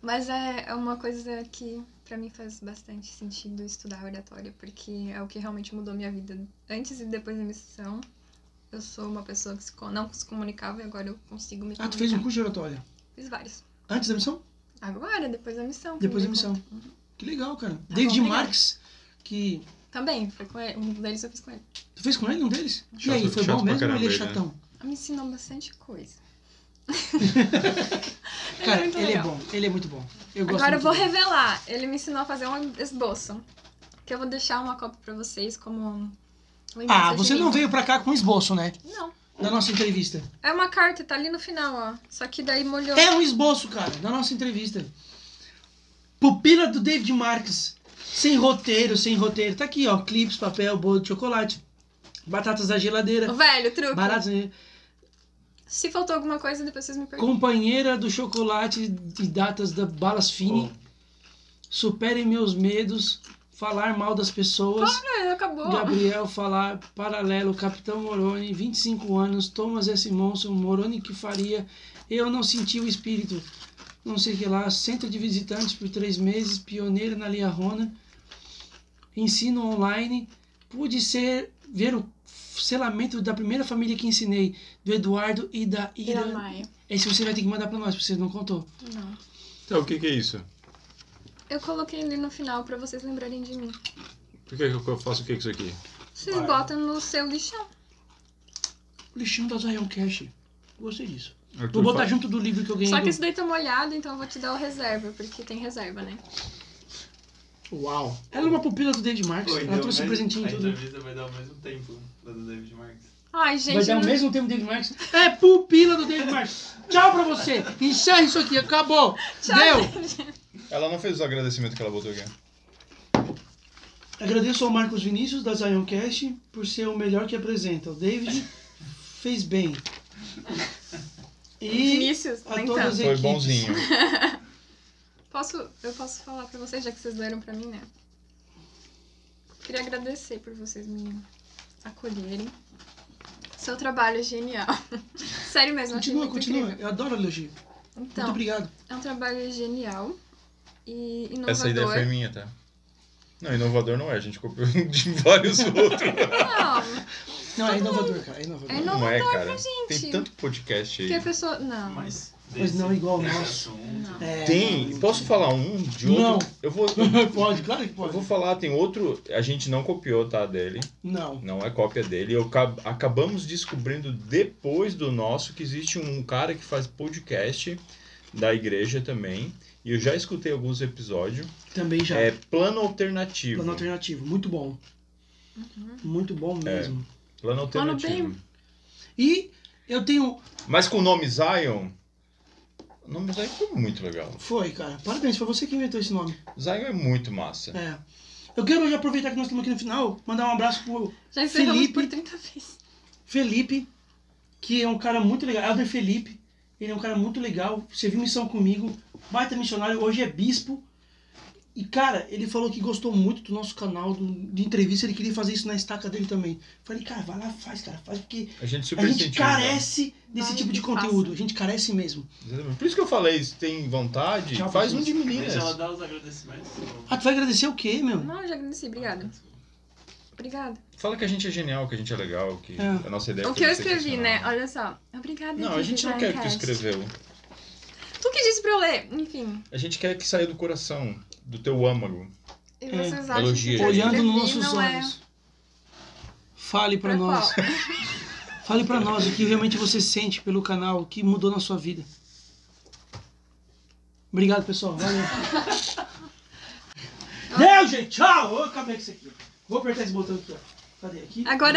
Speaker 1: Mas é é uma coisa que pra mim faz bastante sentido estudar oratória, porque é o que realmente mudou minha vida antes e depois da missão. Eu sou uma pessoa que se co- não se comunicava e agora eu consigo me
Speaker 2: Ah,
Speaker 1: comunicar.
Speaker 2: tu fez um curso de oratória.
Speaker 1: Fiz vários.
Speaker 2: Antes da missão?
Speaker 1: Agora, depois da missão. que
Speaker 2: Depois
Speaker 1: eu
Speaker 2: da
Speaker 1: me
Speaker 2: missão.
Speaker 1: conto. Uhum.
Speaker 2: Que legal, cara.
Speaker 1: Tá
Speaker 2: David
Speaker 1: bom, obrigada.
Speaker 2: Marques, que.
Speaker 1: Também, foi com ele. Um deles eu fiz com ele.
Speaker 2: Tu fez com ele um deles? e
Speaker 4: Chato-
Speaker 2: aí, foi
Speaker 4: chato pra
Speaker 2: bom mesmo ou
Speaker 4: caramba
Speaker 2: ele é
Speaker 4: ele, né?
Speaker 2: chatão?
Speaker 1: Ela Me ensinou bastante coisa. Ele
Speaker 2: Cara,
Speaker 1: é muito
Speaker 2: ele
Speaker 1: legal.
Speaker 2: é bom, ele é muito bom. Eu gosto
Speaker 1: Agora eu
Speaker 2: muito
Speaker 1: vou
Speaker 2: dele.
Speaker 1: revelar. Ele me ensinou a fazer um esboço. Que eu vou deixar uma cópia pra vocês como um- lembrança
Speaker 2: Ah,
Speaker 1: de
Speaker 2: você
Speaker 1: mim.
Speaker 2: não veio pra cá com esboço, né?
Speaker 1: Não.
Speaker 2: Da nossa entrevista.
Speaker 1: É uma carta, tá ali no final, ó. Só que daí molhou.
Speaker 2: É um esboço, cara, da nossa entrevista. Pupila do David Marques. Sem roteiro, sem roteiro. Tá aqui, ó. Clips, papel, bolo de chocolate. Batatas da geladeira.
Speaker 1: O velho, truque.
Speaker 2: Baratas. né?
Speaker 1: Se faltou alguma coisa, depois vocês me perguntam.
Speaker 2: Companheira do chocolate e datas da balas fine.
Speaker 5: Oh.
Speaker 2: Superem meus medos. Falar mal das pessoas.
Speaker 1: Ah, acabou.
Speaker 2: Gabriel falar paralelo, Capitão Moroni, 25 anos, Thomas S. Monson, Moroni que faria, eu não senti o espírito, não sei o que lá, centro de visitantes por três meses, pioneiro na Lia Rona, ensino online, pude ser, ver o selamento da primeira família que ensinei, do Eduardo e da
Speaker 1: E a
Speaker 2: Ira.
Speaker 1: Maia.
Speaker 2: Esse você vai ter que mandar pra nós, porque você é não contou.
Speaker 1: Não.
Speaker 4: Então, o que, que é isso?
Speaker 1: Eu coloquei ali no final pra vocês lembrarem de mim.
Speaker 4: Por que, que eu faço o que com isso aqui?
Speaker 1: Vocês
Speaker 5: Vai.
Speaker 1: botam no seu lixão.
Speaker 2: O lixão da Zion Cash. Gostei disso.
Speaker 4: Arthur,
Speaker 2: Vou botar
Speaker 4: fa-
Speaker 2: junto do livro que eu ganhei.
Speaker 1: Só que
Speaker 2: do-
Speaker 1: esse daí tá molhado, então eu vou te dar o reserva, porque tem reserva, né?
Speaker 2: Uau. Ela é uma pupila do David Marks.
Speaker 5: Pô,
Speaker 2: ela
Speaker 5: deu
Speaker 2: trouxe um
Speaker 5: mesmo-
Speaker 2: presentinho
Speaker 5: a
Speaker 2: e tudo.
Speaker 5: entrevista vai dar ao mesmo tempo da do David Marques.
Speaker 1: Ai, gente.
Speaker 2: Vai dar um
Speaker 1: não-
Speaker 2: o mesmo tempo do David Marks. É pupila do David Marks. Tchau pra você. Encerra isso aqui. Acabou.
Speaker 1: Tchau,
Speaker 2: Deu.
Speaker 3: Ela não fez o agradecimento que ela botou aqui.
Speaker 2: Agradeço ao Marcos Vinícius, da Zioncast, por ser o melhor que apresenta. O David fez bem. E
Speaker 1: Vinícius,
Speaker 2: a
Speaker 1: nem
Speaker 2: todas
Speaker 1: tanto.
Speaker 2: as
Speaker 3: Foi
Speaker 2: equipes.
Speaker 3: bonzinho.
Speaker 1: Posso, eu posso falar pra vocês, já que vocês deram pra mim, né? Queria agradecer por vocês me acolherem. Seu trabalho é genial. Sério mesmo, achei
Speaker 2: Continua,
Speaker 1: muito
Speaker 2: continua.
Speaker 1: incrível.
Speaker 2: Eu adoro elogio. Muito
Speaker 1: Então,
Speaker 2: obrigado.
Speaker 1: é um trabalho genial e inovador.
Speaker 3: Essa ideia foi minha, tá? Não, inovador não é, a gente copiou de vários outros.
Speaker 1: Não,
Speaker 2: Não, é inovador, cara. É inovador.
Speaker 1: é
Speaker 3: Não é,
Speaker 1: inovador,
Speaker 3: cara. Tem
Speaker 1: gente.
Speaker 3: tanto podcast
Speaker 1: porque a
Speaker 3: aí.
Speaker 1: pessoa... Não,
Speaker 5: Mas,
Speaker 2: Mas não
Speaker 5: desse-
Speaker 2: igual o
Speaker 5: desse
Speaker 2: nosso.
Speaker 5: assunto-
Speaker 2: É,
Speaker 3: Tem, posso falar um de outro?
Speaker 2: Não.
Speaker 3: Eu vou,
Speaker 2: Pode, claro que
Speaker 3: eu
Speaker 2: pode.
Speaker 3: vou falar, tem outro, a gente não copiou, tá, dele.
Speaker 2: Não.
Speaker 3: Não é cópia dele. Eu ca- acabamos descobrindo depois do nosso que existe um cara que faz podcast da igreja também. E eu já escutei alguns episódios.
Speaker 2: Também já.
Speaker 3: É Plano Alternativo.
Speaker 2: Plano alternativo, muito bom.
Speaker 1: Uhum.
Speaker 2: Muito bom
Speaker 3: É.
Speaker 2: mesmo.
Speaker 3: Plano
Speaker 1: Plano
Speaker 3: Alternativo.
Speaker 2: E eu tenho.
Speaker 3: Mas com o nome Zion. O nome Zion foi muito legal.
Speaker 2: Foi, cara. Parabéns, foi você que inventou esse nome.
Speaker 3: Zion é muito massa.
Speaker 2: É. Eu quero já aproveitar que nós estamos aqui no final, mandar um abraço pro
Speaker 1: já encerramos
Speaker 2: Felipe.
Speaker 1: por 30 vezes.
Speaker 2: Felipe, que é um cara muito legal. Elder Felipe, ele é um cara muito legal. Serviu missão comigo, baita missionário, hoje é bispo. E, cara, ele falou que gostou muito do nosso canal do- de entrevista, ele queria fazer isso na estaca dele também. Falei, cara, vai lá, faz, cara, faz, porque
Speaker 3: A gente super né?
Speaker 2: a gente
Speaker 3: incentiva.
Speaker 2: carece desse
Speaker 1: Vai,
Speaker 2: tipo de
Speaker 1: faça.
Speaker 2: conteúdo, a gente carece mesmo.
Speaker 3: Exatamente. Por isso que eu falei, se tem vontade,
Speaker 2: Tchau,
Speaker 3: faz um
Speaker 2: Jesus.
Speaker 3: de meninas.
Speaker 5: Deixa ela dar os agradecimentos.
Speaker 2: Ah, tu vai agradecer o quê, meu?
Speaker 1: Não, já agradeci, obrigada. Obrigada.
Speaker 3: Fala que a gente é genial, que a gente é legal, que
Speaker 2: É.
Speaker 3: a nossa ideia
Speaker 1: Ah. O
Speaker 3: foi
Speaker 1: que eu escrevi,
Speaker 3: sensacional.
Speaker 1: né? Olha só. Obrigada,
Speaker 3: Não, a gente não
Speaker 1: Design
Speaker 3: quer que tu
Speaker 1: Cast.
Speaker 3: escreveu.
Speaker 1: Tu que disse pra eu ler? Enfim,
Speaker 3: A gente quer que saia do coração, do teu âmago.
Speaker 1: e
Speaker 2: É,
Speaker 1: vocês acham
Speaker 3: elogia,
Speaker 1: que eu
Speaker 2: Olhando
Speaker 1: escrevi
Speaker 2: nos nossos
Speaker 1: não é
Speaker 2: olhos. Fale pra
Speaker 1: pra
Speaker 2: nós.
Speaker 1: qual?
Speaker 2: Fale pra nós o que realmente você sente pelo canal, o que mudou na sua vida. Obrigado, pessoal. Valeu. Deu, gente. Tchau. Eu acabei com isso aqui. Vou apertar esse botão aqui. ó. Cadê? Aqui.
Speaker 1: Agora